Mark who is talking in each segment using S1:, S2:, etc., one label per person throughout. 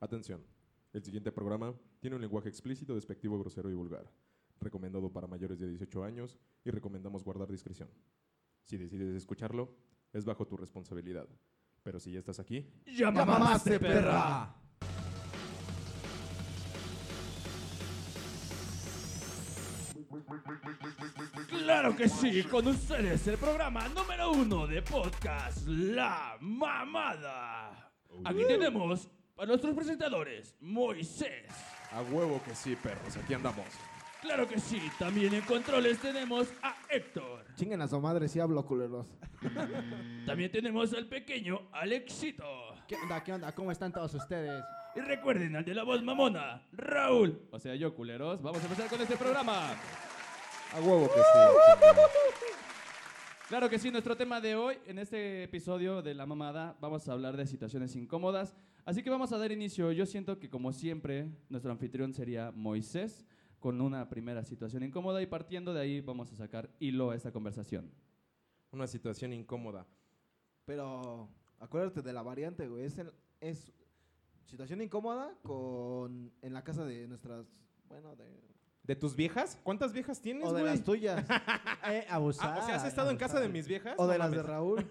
S1: Atención. El siguiente programa tiene un lenguaje explícito, despectivo, grosero y vulgar. Recomendado para mayores de 18 años y recomendamos guardar discreción. Si decides escucharlo, es bajo tu responsabilidad. Pero si ya estás aquí,
S2: ¡Ya mamaste, perra! Claro que sí, con ustedes el programa número uno de podcast La Mamada. Aquí tenemos a nuestros presentadores, Moisés.
S1: a huevo que sí, perros, aquí andamos.
S2: Claro que sí, también en controles tenemos a Héctor.
S3: Chinguen a su madre si hablo, culeros.
S2: También tenemos al pequeño Alexito.
S3: ¿Qué onda? ¿Qué onda? ¿Cómo están todos ustedes?
S2: Y recuerden al de la voz mamona, Raúl.
S4: O sea, yo, culeros, vamos a empezar con este programa.
S1: A huevo que sí.
S4: Claro que sí, nuestro tema de hoy, en este episodio de La Mamada, vamos a hablar de situaciones incómodas. Así que vamos a dar inicio. Yo siento que, como siempre, nuestro anfitrión sería Moisés, con una primera situación incómoda y partiendo de ahí vamos a sacar hilo a esta conversación.
S1: Una situación incómoda.
S3: Pero acuérdate de la variante, güey. Es, en- es situación incómoda con en la casa de nuestras, bueno, de
S1: ¿De tus viejas? ¿Cuántas viejas tienes,
S3: o de
S1: güey?
S3: las tuyas
S5: Eh, abusar.
S1: Ah, o sea, ¿has estado en casa de mis viejas?
S3: o
S1: No
S3: de las de
S1: mames.
S3: Raúl.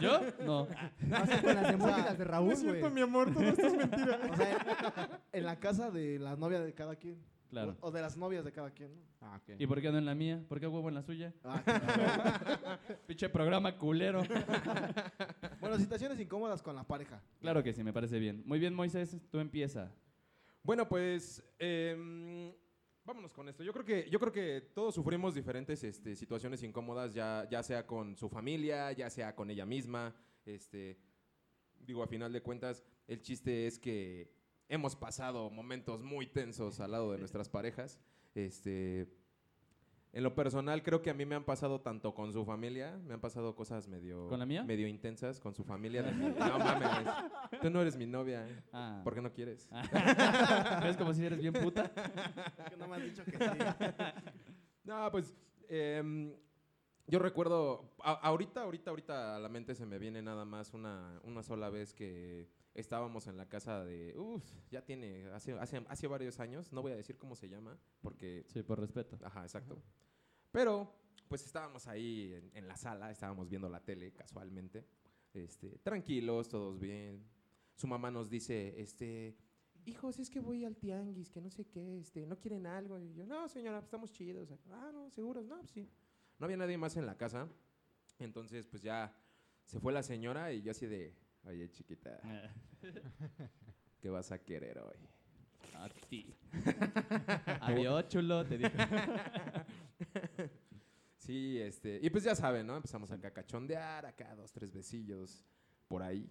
S4: ¿Yo? No.
S5: Con las de Moy y las de
S1: No
S5: Raúl,
S1: es cierto,
S5: güey.
S1: mi amor, todo esto es mentira.
S3: O sea, en la casa de la novia de cada quien.
S4: Claro.
S3: O de las novias de cada quien. ¿no?
S5: Ah, ok.
S4: ¿Y por qué no en la mía? ¿Por qué huevo en la suya?
S3: Ah, claro.
S4: Pinche programa culero.
S3: bueno, situaciones incómodas con la pareja.
S4: Claro que sí, me parece bien. Muy bien, Moisés, tú empieza.
S1: Bueno, pues em, vámonos con esto. Yo creo que, yo creo que todos sufrimos diferentes este, situaciones incómodas, ya, ya sea con su familia, ya sea con ella misma. Este, digo, a final de cuentas, el chiste es que hemos pasado momentos muy tensos al lado de nuestras parejas. Este, en lo personal, creo que a mí me han pasado tanto con su familia, me han pasado cosas medio,
S4: ¿Con la mía?
S1: medio intensas con su familia. de- no mames, tú no eres mi novia, ¿eh?
S4: Ah.
S1: ¿por qué no quieres?
S4: ¿Ves como si eres bien puta?
S3: Que no me han dicho que sí.
S1: No, pues em, yo recuerdo, a- ahorita, ahorita, ahorita a la mente se me viene nada más una, una sola vez que estábamos en la casa de, uff, ya tiene, hace, hace, hace varios años, no voy a decir cómo se llama, porque,
S4: Sí, por respeto.
S1: ajá, exacto. Pero, pues estábamos ahí en, en la sala, estábamos viendo la tele casualmente, este, tranquilos, todos bien. Su mamá nos dice, este, hijos, es que voy al tianguis, que no sé qué, este, no quieren algo. Y yo, no, señora, pues, estamos chidos. Ah, no, seguros, no, pues sí. No había nadie más en la casa. Entonces, pues ya se fue la señora y yo así de, oye, chiquita, ¿qué vas a querer hoy?
S4: A ti. Adiós, chulo, te dije.
S1: Sí, este, y pues ya saben, ¿no? Empezamos acá a cachondear, acá dos, tres besillos por ahí.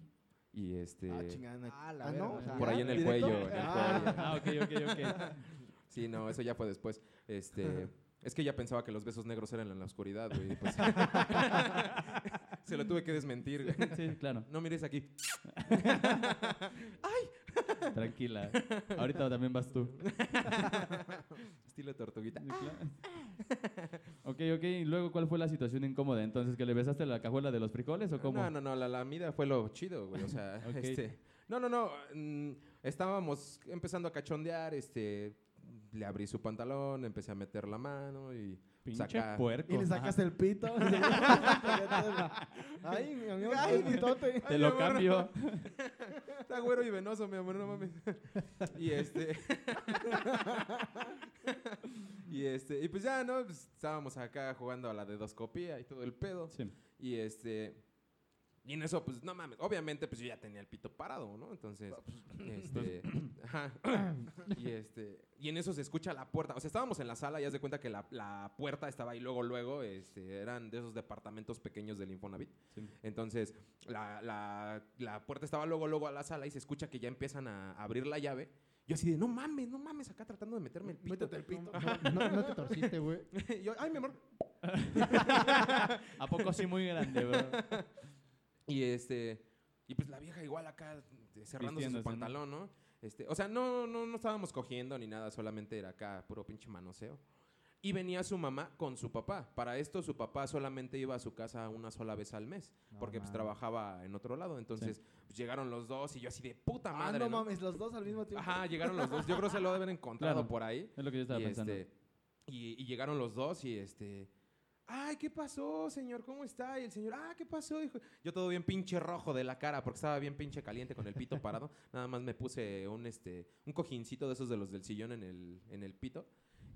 S1: Y este...
S3: Ah, chingada.
S5: Ah, la
S3: Ah,
S5: verga,
S3: no,
S5: o sea,
S1: por ahí en el
S3: ¿Directo?
S1: cuello, en el
S3: Ah.
S1: cuello.
S4: Ah, ok, ok, ok.
S1: Sí, no, eso ya fue después. Este, es que ya pensaba que los besos negros eran en la oscuridad, güey. y pues- se lo tuve que desmentir, güey.
S4: Sí, claro.
S1: No mires aquí.
S4: Tranquila. Ahorita también vas tú.
S1: Estilo tortuguita.
S4: Ok, ok. Y luego, ¿cuál fue la situación incómoda? Entonces, ¿que le besaste la cajuela de los frijoles o cómo?
S1: No, no, no, la lamida fue lo chido, güey. O sea,
S4: Ok.
S1: este. No, no, no. mm, estábamos empezando a cachondear, este. Le abrí su pantalón, empecé a meter la mano y.
S4: Pinche
S1: saca.
S4: puerco.
S3: Y le sacaste el pito. Ay, mi amigo. pues, Ay, mi tote.
S4: Te lo cambio.
S1: Está güero y venoso, mi amor, no mames. y este. y este. Y pues ya, ¿no? Pues estábamos acá jugando a la de doscopía y todo el pedo.
S4: Sí.
S1: Y este. Y en eso, pues no mames. Obviamente, pues yo ya tenía el pito parado, ¿no? Entonces.
S3: Ah, pues,
S1: este. ajá. Y este. Y en eso se escucha la puerta. O sea, estábamos en la sala y haz de cuenta que la, la puerta estaba ahí luego, luego. Este, eran de esos departamentos pequeños del Infonavit.
S4: Sí.
S1: Entonces, la, la- la puerta estaba luego, luego a la sala y se escucha que ya empiezan a abrir la llave. Yo así de, no mames, no mames, acá tratando de meterme el pito.
S3: Métete el pito.
S5: No, no te torciste, güey.
S1: Y yo, ay, mi amor.
S4: ¿A poco sí muy grande, bro?
S1: Y este. Y pues la vieja igual acá de- cerrándose
S4: Vistiéndose,
S1: su
S4: ¿no?
S1: pantalón, ¿no? Este, o sea, no, no, no estábamos cogiendo ni nada, solamente era acá puro pinche manoseo. Y venía su mamá con su papá. Para esto su papá solamente iba a su casa una sola vez al mes,
S5: No
S1: porque pues
S5: mames.
S1: trabajaba en otro lado. Entonces pues, llegaron los dos y yo así de puta madre.
S3: ah, no,
S1: ¿no?
S3: mames, los dos al mismo tiempo.
S1: Ajá, llegaron los dos. Yo creo que se lo deben encontrado
S4: Claro.
S1: por ahí.
S4: Es lo que yo estaba
S1: y,
S4: pensando.
S1: este, y, y llegaron los dos y este. Ay, ¿qué pasó, señor? ¿Cómo está? Y el señor, ah, ¿qué pasó, hijo? Yo todo bien pinche rojo de la cara porque estaba bien pinche caliente con el pito parado. Nada más me puse un, este, un cojincito de esos de los del sillón en el, en el pito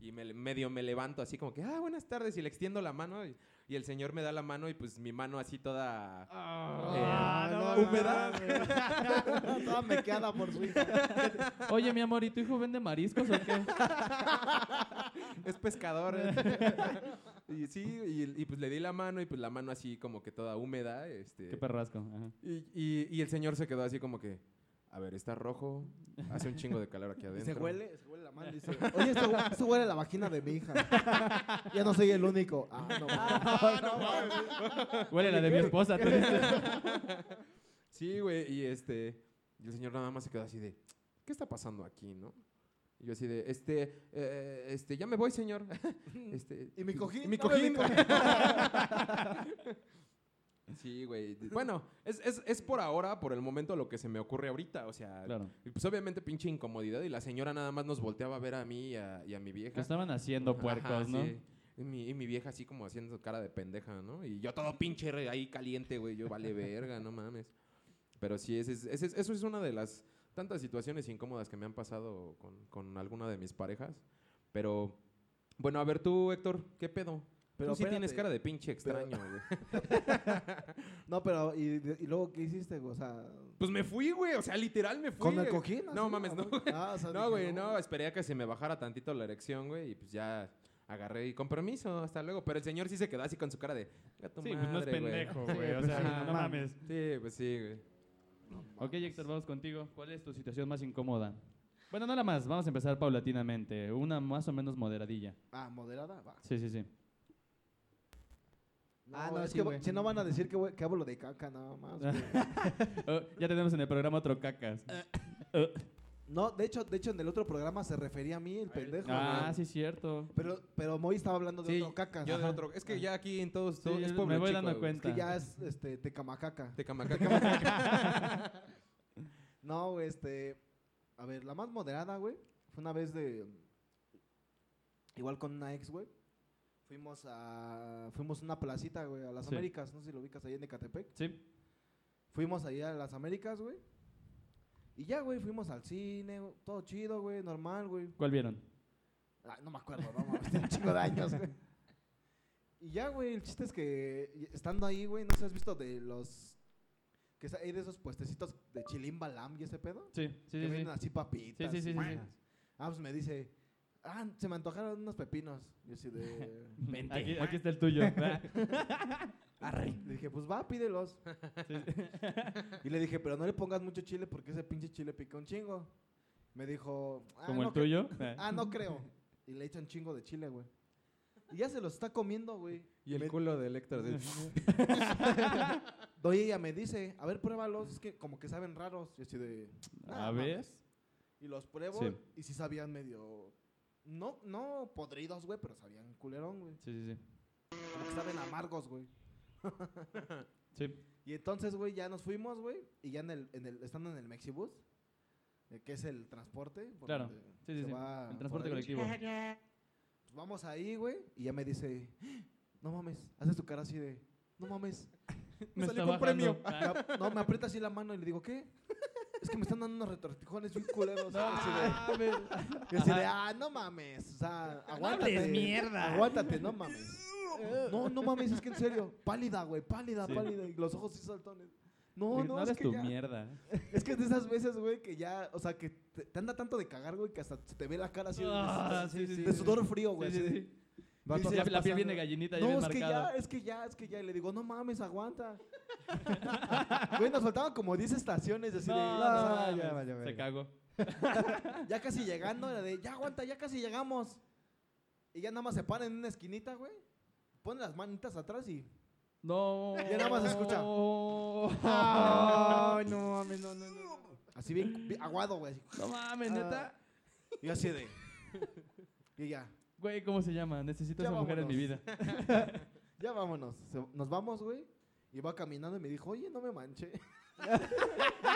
S1: y me, le- medio me levanto así como que, ah, buenas tardes y le extiendo la mano y, y el señor me da la mano y pues mi mano así toda...
S5: Ah,
S1: eh,
S5: no,
S1: humedad.
S3: Toda mequeada por su hija.
S4: Oye, mi amor, ¿y tu hijo vende mariscos o qué?
S1: es pescador. ¿eh? y sí, y, y, pues le di la mano y pues la mano así como que toda húmeda. Este,
S4: Qué perrasco. ajá.
S1: y, y- y el señor se quedó así como que, a ver, está rojo, hace un chingo de calor aquí
S3: Y
S1: adentro.
S3: se huele, se huele la mano y dice, oye, esto, hu- esto huele a la vagina de mi hija. ya no soy el único. Ah, no. mames.
S4: Huele la de mi esposa. tú dices.
S1: Sí, güey, y este, y el señor nada más se quedó así de, ¿qué está pasando aquí, no? Y yo así de, este, eh, este, ya me voy, señor. Este,
S3: ¿Y mi cojín?
S1: ¿Y mi
S3: No,
S1: cojín?
S3: güey, mi cojín.
S1: sí, güey. Bueno, es, es, es por ahora, por el momento, lo que se me ocurre ahorita. O sea,
S4: Claro.
S1: Y pues obviamente pinche incomodidad y la señora nada más nos volteaba a ver a mí y a, y a mi vieja.
S4: Que estaban haciendo
S1: Ajá,
S4: puercos, ¿no?
S1: sí. Y mi, y mi vieja así como haciendo cara de pendeja, ¿no? Y yo todo pinche re- ahí caliente, güey. Yo vale verga, no mames. Pero sí, ese es- ese es- eso es una de las tantas situaciones incómodas que me han pasado con, con alguna de mis parejas. Pero, bueno, a ver tú, Héctor, ¿qué pedo?
S3: Pero
S1: tú sí tienes
S3: espérate.
S1: cara de pinche extraño, güey.
S3: No, pero ¿y, de- y luego qué hiciste, güey? O sea,
S1: Pues me fui, güey. O sea, literal me fui.
S3: ¿con el cojín?
S1: No
S3: así?
S1: mames, no.
S3: Ah, o sea,
S1: No,
S3: dije,
S1: güey, no, esperé a que se me bajara tantito la erección, güey, y pues ya agarré y con permiso, hasta luego. Pero el señor sí se quedó así con su cara de. "Chinga tu
S2: Sí, pues no es
S1: madre, güey".
S2: pendejo, güey. O
S5: pues
S2: sea,
S5: sí,
S2: no
S5: no
S2: mames.
S1: Sí, pues sí, güey.
S4: Ok, Héctor, vamos contigo. ¿Cuál es tu situación más incómoda? Bueno, no la más. Vamos a empezar paulatinamente. Una más o menos moderadilla.
S3: Ah, moderada, va.
S4: Sí, sí, sí.
S5: Ah,
S3: No,
S5: no,
S3: es
S5: sí,
S3: que
S5: güey.
S3: si no van a decir que, güey, que hablo de caca nada más. güey.
S4: Oh, ya tenemos en el programa otro cacas.
S3: Eh, No, de hecho, de hecho en el otro programa se refería a mí el pendejo.
S4: Ah,
S3: güey.
S4: sí, cierto.
S3: Pero, pero Moy estaba hablando de
S1: Sí,
S3: otro caca.
S1: Yo de
S3: Ajá.
S1: otro. Es que ya aquí en todos.
S4: Sí,
S1: todo- es
S4: me
S1: pueblo
S4: voy
S1: chico,
S4: dando
S1: güey.
S4: cuenta.
S3: Que ya es este tecamacaca.
S1: Tecamacaca.
S3: No, güey, este. A ver, la más moderada, güey. Fue una vez de. Igual con una ex, güey. Fuimos a. Fuimos a una placita, güey, a las
S4: Sí.
S3: Américas. No sé si lo ubicas ahí en Ecatepec.
S4: Sí.
S3: Fuimos ahí a las Américas, güey. Y ya, güey, fuimos al cine, güey, todo chido, güey, normal, güey.
S4: ¿Cuál vieron?
S3: Ay, no me acuerdo, no mames, tiene un chingo de años, güey. Y ya, güey, el chiste es que y- estando ahí, güey, no sé, has visto de los. que sa- hay de esos puestecitos de chilimbalam y ese pedo. que
S4: Sí, sí, sí. sí.
S3: venden así papitas.
S4: Sí, sí, sí,
S3: y
S4: sí, sí.
S3: buenas. Ah, pues me dice, ah, se me antojaron unos pepinos. Yo así de.
S2: Vente.
S4: Aquí, aquí está el tuyo. Ah,
S3: Arre. Le dije, pues va, pídelos. y le dije, pero no le pongas mucho chile porque ese pinche chile pica un chingo. Me dijo, ah,
S4: Como
S3: no cre-
S4: el tuyo.
S3: Ah, no creo. Y le echa un chingo de chile, güey. Y ya se los está comiendo, güey.
S1: y el culo de Héctor. de-
S3: Doy ella me dice, a ver, pruébalos, es que como que saben raros. Y así de. "Ah,
S4: A ver.
S3: mames". Y los pruebo
S4: Sí.
S3: y sí sabían medio. No, no podridos, güey, pero sabían culerón, güey.
S4: Sí, sí, sí.
S3: Como que saben amargos, güey.
S4: Sí.
S3: Y entonces, güey, ya nos fuimos, güey. Y ya en el, en el, estando en el Mexibus, eh, que es el transporte. por
S4: Claro.
S3: donde
S4: Sí, sí,
S3: se
S4: sí.
S3: va
S4: El
S3: Ah, por
S4: transporte
S3: ahí.
S4: colectivo.
S3: Pues vamos ahí, güey. Y ya me dice, "¡Ah! no mames. Hace tu cara así de, no mames.
S4: Me
S1: salió
S4: está
S1: con premio.
S4: bajando.
S3: Me ap- no, me aprieta así la mano y le digo, ¿qué? Es que me están dando unos retortijones bien culeros. así de, y así de, ah, no mames. O sea, aguántate.
S2: hables mierda.
S3: Aguántate, no mames. No, no mames, es que en serio. Pálida, güey, pálida,
S4: Sí.
S3: pálida. Y los ojos sí saltones. No, no,
S4: No, no
S3: es
S4: hagas
S3: que
S4: tu
S3: ya-
S4: mierda.
S3: Es que es de esas veces, güey, que ya, o sea, que te, te anda tanto de cagar, güey, que hasta se te ve la cara así de-
S4: Ah,
S3: de,
S4: sí, sí,
S3: de
S4: sí.
S3: sudor frío, güey.
S4: Sí, sí,
S3: así de-
S4: sí. Va
S3: Dice,
S4: todo- la, la piel viene
S3: pasando.
S4: gallinita y
S3: No,
S4: bien
S3: es que ya,
S4: marcada.
S3: es que ya, es que ya. Y le digo, no mames, aguanta. Güey, nos faltaban como 10 estaciones así de...
S4: No,
S3: o
S4: no,
S3: sea,
S4: mames,
S5: ya valió
S4: se
S5: verga.
S4: cagó.
S3: Ya casi llegando, era de, ya aguanta, ya casi llegamos. Y ya nada más se para en una esquinita, güey. Pone las manitas atrás y...
S4: No.
S3: Ya nada más se escucha.
S4: No,
S5: Ay, no mames, no, no, no. no.
S3: Así Ah. bien, bien aguado, güey. así.
S4: mames, neta.
S3: Y así de... Y ya.
S4: Güey, ¿cómo se llama? Necesito
S3: Ya
S4: esa mujer en mi vida.
S3: vámonos. Ya vámonos. Se- Nos vamos, güey. Y va caminando y me dijo, oye, no me manche.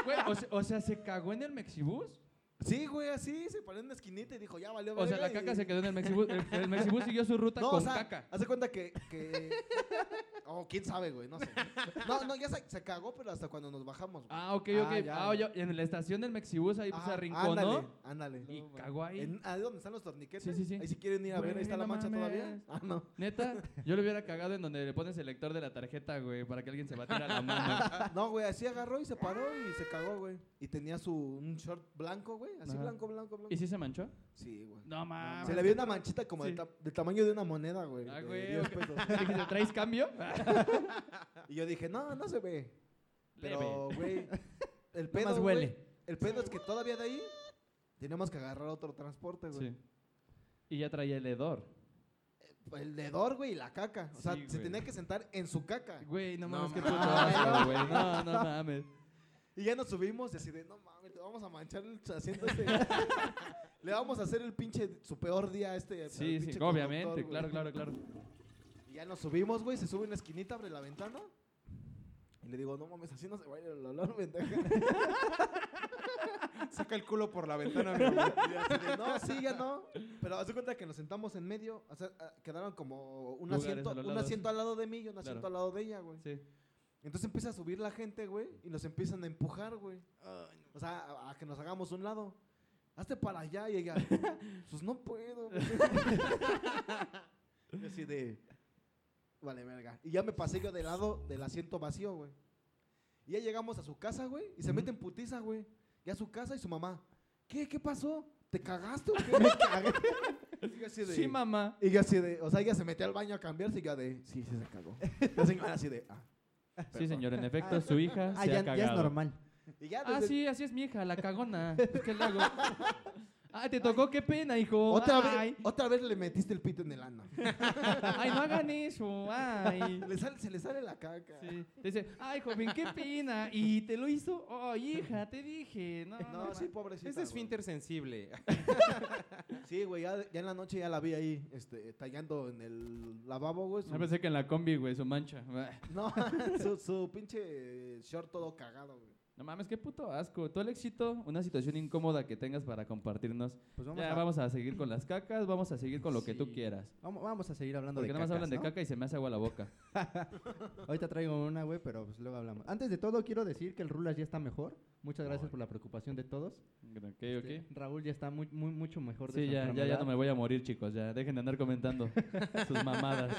S4: Güey, o, se- o sea, ¿se cagó en el Mexibus?
S3: Sí, güey, así. Se paró en una esquinita y dijo, ya valió.
S4: O sea,
S3: verga",
S4: la
S3: y-
S4: caca se quedó en el Mexibus. El, el Mexibus siguió su ruta
S3: No,
S4: con
S3: o sea,
S4: caca.
S3: Hace cuenta que. que... oh, quién sabe, güey, no sé. No, no, ya se, se cagó, pero hasta cuando nos bajamos, güey.
S4: Ah, ok,
S3: Ah,
S4: ok. Ah,
S3: ya.
S4: oye, en la estación del Mexibus ahí pues, se
S3: Ah,
S4: arrinconó
S3: Ándale, ándale.
S4: y cagó ahí.
S3: En- ¿A dónde están los torniquetes?
S4: Sí, sí, sí.
S3: Ahí si quieren ir a ver,
S4: Güey,
S3: ahí está la
S4: no
S3: mancha todavía.
S4: mames.
S3: Ah, no.
S4: Neta, yo le hubiera cagado en donde le pones el lector de la tarjeta, güey, para que alguien se batiera la mano.
S3: No, güey, así agarró y se paró y se cagó, güey. Y tenía su un short blanco, güey. Así
S4: Ajá.
S3: blanco, blanco, blanco.
S4: ¿Y si se manchó?
S3: Sí, güey.
S4: No mames.
S3: Se le vio una manchita como
S4: Sí.
S3: del, ta- del tamaño de una moneda, güey.
S4: Ah,
S3: de
S4: güey,
S3: 10
S4: ok.
S3: pesos.
S4: Dijiste, ¿traes cambio?
S3: Y yo dije, no, no se ve.
S4: Leve.
S3: Pero, güey, el pedo,
S6: más
S3: güey,
S6: huele.
S3: el pedo es que todavía de ahí tenemos que agarrar otro transporte, güey.
S4: Sí. Y ya traía el hedor.
S3: El dedor, güey, y la caca. O sea,
S4: Sí,
S3: se
S4: güey.
S3: tenía que sentar en su caca.
S4: Güey, no mames,
S1: No
S4: qué puto
S1: mames.
S4: asco, güey. No, no mames.
S3: Y ya nos subimos y así de, no mames, le vamos a manchar el asiento a este. le vamos a hacer el pinche, su peor día a este. al
S4: Sí, sí,
S3: pinche conductor,
S4: obviamente,
S3: güey.
S4: claro, claro, claro.
S3: Y ya nos subimos, güey, se sube una esquinita, abre la ventana. Y le digo, no mames, así no se va a ir el olor, ventaja.
S1: Saca el culo por la ventana, mi amor.
S3: Y así de, no, sí, ya no. Pero haz de cuenta que nos sentamos en medio. O sea, ah, quedaron como un
S4: Lugares
S3: asiento,
S4: a los
S3: un
S4: lados.
S3: asiento al lado de mí y un asiento
S4: Claro.
S3: al lado de ella, güey.
S4: Sí.
S3: Entonces empieza a subir la gente, güey, y nos empiezan a empujar, güey. O sea, a, a que nos hagamos un lado. Hazte para allá y ella, pues no puedo. güey". Yo así de, vale, verga. Y ya me pasé yo del lado del asiento vacío, güey. Y ya llegamos a su casa, güey, y se mete en putiza, güey. Ya a su casa y su mamá, ¿qué? ¿Qué pasó? ¿Te cagaste o qué? Me cagué. Y yo así de-
S4: Sí, mamá.
S3: y yo así de, o sea, ella se metió al baño a cambiarse y yo de, sí, sí se cagó. La señora así de, ah.
S4: Sí, señor, en efecto, su hija
S6: Ah,
S4: se
S6: ya,
S4: ha
S6: ya
S4: cagado.
S6: es normal.
S3: Y ya
S4: Ah,
S3: desde-
S4: sí, así es mi hija, la cagona. Pues, ¿Qué le hago? Ah, te tocó, qué pena, hijo.
S3: Otra
S4: Ay.
S3: vez, otra vez le metiste el pito en el ano.
S4: Ay, no hagan eso. Ay.
S3: Le sale- se le sale la caca.
S4: Sí. Te dice, ay, joven, qué pena. Y te lo hizo. Oh, hija, te dije. No,
S3: No,
S4: no,
S3: sí,
S4: ma-
S3: pobrecita.
S1: Ese es
S3: güey.
S1: finter sensible.
S3: Sí, güey, ya, ya en la noche ya la vi ahí, este, tallando en el lavabo, güey. su-
S4: Yo pensé que en la combi, güey, su mancha.
S3: no, su, su pinche short todo cagado, güey.
S4: No mames, qué puto asco. Todo el éxito, una situación incómoda que tengas para compartirnos.
S6: Pues vamos,
S4: ya
S6: a,
S4: vamos a seguir con las cacas, vamos a seguir con lo que tú
S1: Sí.
S4: quieras.
S6: vamos- vamos a seguir hablando
S4: Porque
S6: de
S4: nada más
S6: cacas,
S4: hablan de
S6: ¿no?
S4: caca y se me hace agua la boca.
S6: Ahorita traigo una, güey, pero pues luego hablamos. Antes de todo, quiero decir que el Rulas ya está mejor. Muchas gracias por la preocupación de todos.
S4: Ok, ok.
S6: Este, Raúl ya está muy, muy, mucho mejor de
S4: Sí,
S6: su
S4: ya, ya, ya no me
S6: enfermedad.
S4: voy a morir, chicos. Ya, dejen de andar comentando sus mamadas.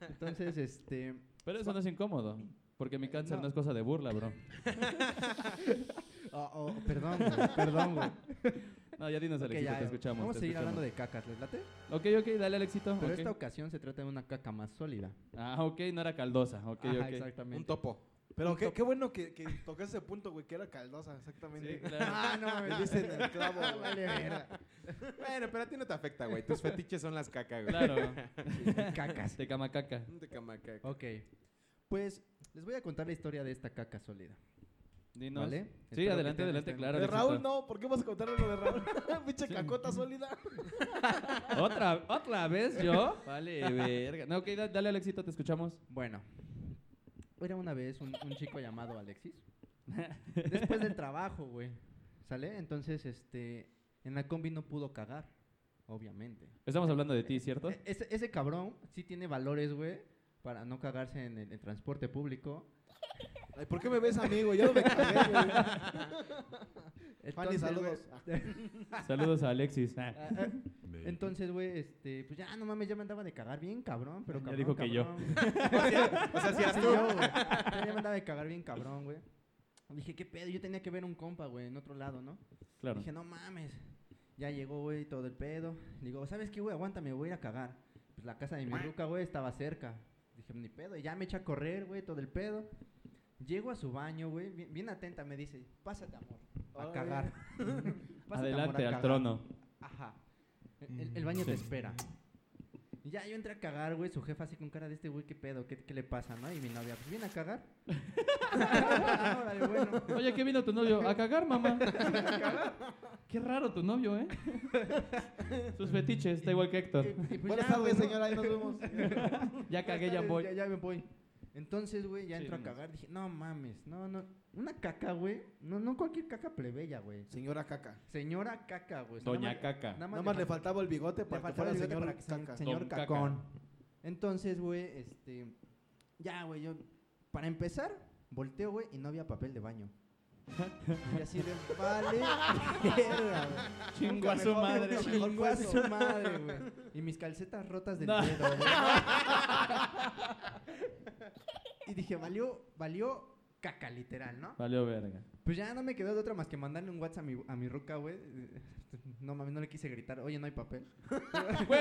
S6: Entonces, este...
S4: Pero eso no es incómodo. Porque mi cáncer no,
S6: no.
S4: es cosa de burla, bro.
S6: oh, oh, perdón, güey, perdón, güey.
S4: No, ya dinos,
S6: Ok,
S4: Alexito,
S6: ya,
S4: te escuchamos.
S6: Vamos
S4: te
S6: a seguir
S4: escuchamos.
S6: hablando de cacas, ¿les late?
S4: Ok, ok, dale, Alexito.
S6: Pero
S4: ok.
S6: esta ocasión se trata de una caca más sólida.
S4: Ah, ok, no era caldosa. Ok,
S6: Ajá,
S4: ok.
S6: exactamente.
S1: Un topo.
S3: Pero qué, qué bueno que, que tocaste ese punto, güey, que era caldosa,
S4: Sí,
S3: exactamente.
S4: claro.
S6: Ah, no,
S3: Me diste en el clavo, güey.
S6: Vale, verga.
S1: Bueno, pero a ti no te afecta, güey. Tus fetiches son las cacas, güey.
S4: claro.
S6: Cacas.
S4: De camacaca.
S1: No te cama caca.
S6: Ok. Pues les voy a contar la historia de esta caca sólida.
S4: Dinos.
S6: ¿Vale? Espero
S4: Sí,
S6: que
S4: adelante,
S6: tengan
S4: adelante,
S6: esta-
S4: claro.
S3: De
S4: Alexito.
S3: Raúl no, ¿por qué vas a contar lo de Raúl? pinche cacota sólida.
S4: ¿Otra, ¿Otra vez yo? Vale, verga. No, ok, da- dale, Alexito, te escuchamos.
S6: Bueno, era una vez un, un chico llamado Alexis. Después del trabajo, güey. ¿Sale? Entonces, este. En la combi no pudo cagar, obviamente.
S4: Estamos hablando de ti, ¿cierto?
S6: E- Ese, ese cabrón sí tiene valores, güey, para no cagarse en el en transporte público.
S3: Ay, ¿por qué me ves a mí, güey? Yo no me cagué, güey. Fanny,
S6: Entonces, güey,
S3: saludos.
S4: Saludos a Alexis. Ah,
S6: ah, ah, Entonces, güey, este, pues ya no mames, ya me andaba de cagar bien, cabrón, pero
S4: Ya
S6: cabrón.
S4: dijo que yo.
S6: cabrón.
S1: O sea, si eras
S6: Sí,
S1: tú.
S6: yo, güey. Ya me andaba de cagar bien cabrón, güey. Dije, ¿qué pedo? Yo tenía que ver un compa, güey, en otro lado, ¿no?
S4: claro.
S6: Dije, no mames. Ya llegó, güey, todo el pedo. Digo, ¿sabes qué, güey? Aguántame, voy a ir a cagar. Pues la casa de mi ruca, güey, estaba cerca. Dije, ni pedo. Ya me echa a correr, güey, todo el pedo. Llego a su baño, güey, bien, bien atenta, me dice, pásate, amor, a
S3: Ay.
S6: cagar. Pásate, amor, a
S4: Adelante, al
S6: cagar.
S4: trono.
S3: Mm,
S6: Ajá. El, el baño te
S4: Sí.
S6: espera. Y ya yo entré a cagar, güey, su jefa así con cara de este güey, qué pedo, qué, qué le pasa, ¿no? Y mi novia, pues viene a cagar. Órale, bueno.
S4: Oye, ¿qué vino tu novio? A cagar, mamá. Qué raro tu novio, ¿eh? Sus fetiches, está igual que Héctor.
S6: Y- y pues
S3: Buenas
S6: ya,
S3: tardes,
S6: güey, ¿no?
S3: señora, ahí nos vemos.
S4: Ya cagué, ya
S6: Buenas
S4: voy.
S6: tardes, Ya, ya me voy. Entonces, güey, ya
S4: Sí,
S6: entro a
S4: no.
S6: cagar. Dije, no mames, no, no. Una caca, güey. No, no cualquier caca plebeya, güey.
S3: Señora Caca.
S6: Señora caca, güey. O sea,
S4: Doña
S6: nada más-
S4: Caca.
S6: Nada
S3: Nada más le
S6: fal-
S3: faltaba el bigote
S6: le
S3: para que
S6: faltaba
S3: fuera
S6: el bigote
S3: señor
S6: para que sea
S3: Caca.
S6: Señor
S4: Don Caca.
S6: cacón. Entonces, güey, este. Ya, güey, yo. Para empezar, volteo, güey, y no había papel de baño. Y así de, vale, verga, güey.
S4: Chingo a su
S3: mejor,
S4: madre.
S3: nunca
S4: Chingo
S6: Chingó
S4: a
S6: a
S4: su-
S6: su madre, güey. Y mis calcetas rotas del
S4: No.
S6: dedo, güey. Y dije, valió, valió caca, literal, ¿no?
S4: Valió verga.
S6: Pues ya no me quedó de otra más que mandarle un WhatsApp a mi, a mi ruca, güey. No mames, no le quise gritar, oye, no hay papel.
S4: Güey,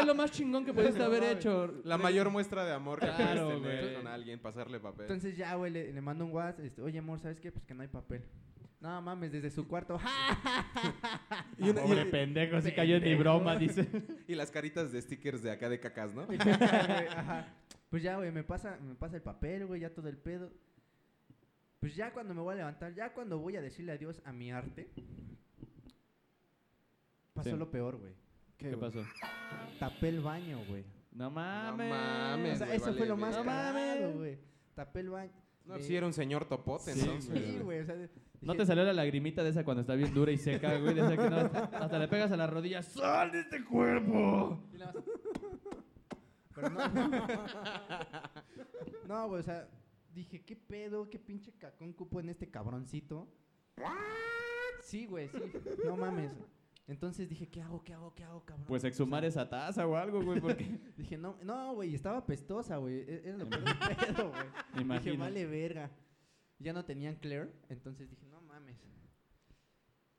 S4: es lo más chingón que pudiste haber hecho.
S1: La mayor muestra de amor que
S4: Claro,
S1: puedes tener
S4: güey.
S1: con alguien, pasarle papel.
S6: Entonces ya, güey, le, le mando un WhatsApp, este, oye, amor, ¿sabes qué? Pues que no hay papel. No mames, desde su cuarto.
S3: Y una- y-
S4: Pobre pendejo, si cayó en mi broma, dice.
S1: y las caritas de stickers de acá de cacas, ¿no?
S6: Ajá. Pues ya, güey, me pasa, me pasa el papel, güey, ya todo el pedo. Pues ya cuando me voy a levantar, ya cuando voy a decirle adiós a mi arte, pasó
S4: Sí.
S6: lo peor, güey.
S4: ¿Qué pasó?
S6: Tapé el baño, güey.
S4: No mames.
S1: mames.
S6: O sea,
S1: güey,
S6: eso fue
S1: vale
S6: lo más
S1: verga.
S6: cagado, güey. Tapé el baño. Eh,
S1: No, si era un señor topote,
S4: Sí,
S1: entonces.
S6: Sí, güey, o sea,
S4: ¿No te
S6: dije,
S4: salió la lagrimita de esa cuando está bien dura y seca, güey? De esa que no, hasta le pegas a las rodillas. ¡Sal de este cuerpo!
S6: pero no. No, güey, o sea, dije, ¿qué pedo? ¿Qué pinche cacón cupo en este cabroncito? Sí, güey, sí. No mames. Entonces dije, ¿qué hago? ¿Qué hago? ¿Qué hago, cabrón?
S4: Pues exhumar esa taza o algo, güey, porque...
S6: Dije, no, no, güey, estaba pestosa, güey. e-
S4: Em-".
S6: Era lo peor del pedo, güey.
S4: Me
S6: Dije,
S4: imagino.
S6: vale verga. Ya no tenían Claire, entonces dije, no mames.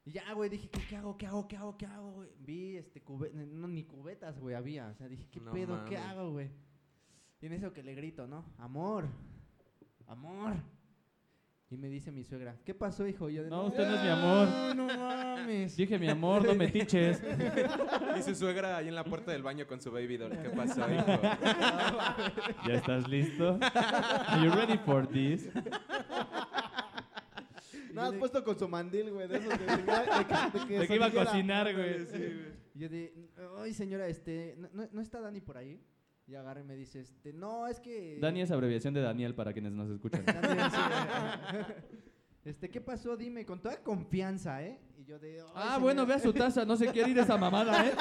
S6: Y ya, güey, dije, ¿qué, qué hago? ¿Qué hago? ¿Qué hago? ¿Qué hago? güey? Vi, este, cube- no, ni cubetas, güey, había. O sea, dije, ¿qué
S1: No
S6: pedo? ¿Qué
S1: mames.
S6: hago, güey? Y en eso que le grito, ¿no? Amor, amor. Y me dice mi suegra, ¿qué pasó, hijo? Y yo de,
S4: No, usted no es mi amor".
S6: No, no mames.
S4: Dije, mi amor, no metiches.
S1: Y su suegra ahí en la puerta del baño con su baby doll. ¿Qué pasó, hijo?
S4: ¿Ya estás listo? Are you ready for this?
S3: Nada, has puesto con su mandil, güey. De esos de, de- de- de que,
S4: De que iba a
S3: sonriera.
S4: cocinar, güey.
S6: Y yo de, ay señora, este, ¿no, no- no está Dani por ahí? Y agarra y me dice, este, no, es que...
S4: Dani es abreviación de Daniel para quienes nos escuchan.
S6: Dani es- este, ¿qué pasó? Dime, con toda confianza, ¿eh? Y yo de, "Ay,
S4: Ah,
S6: señora,
S4: bueno, vea su taza. No se quiere ir esa mamada, ¿eh?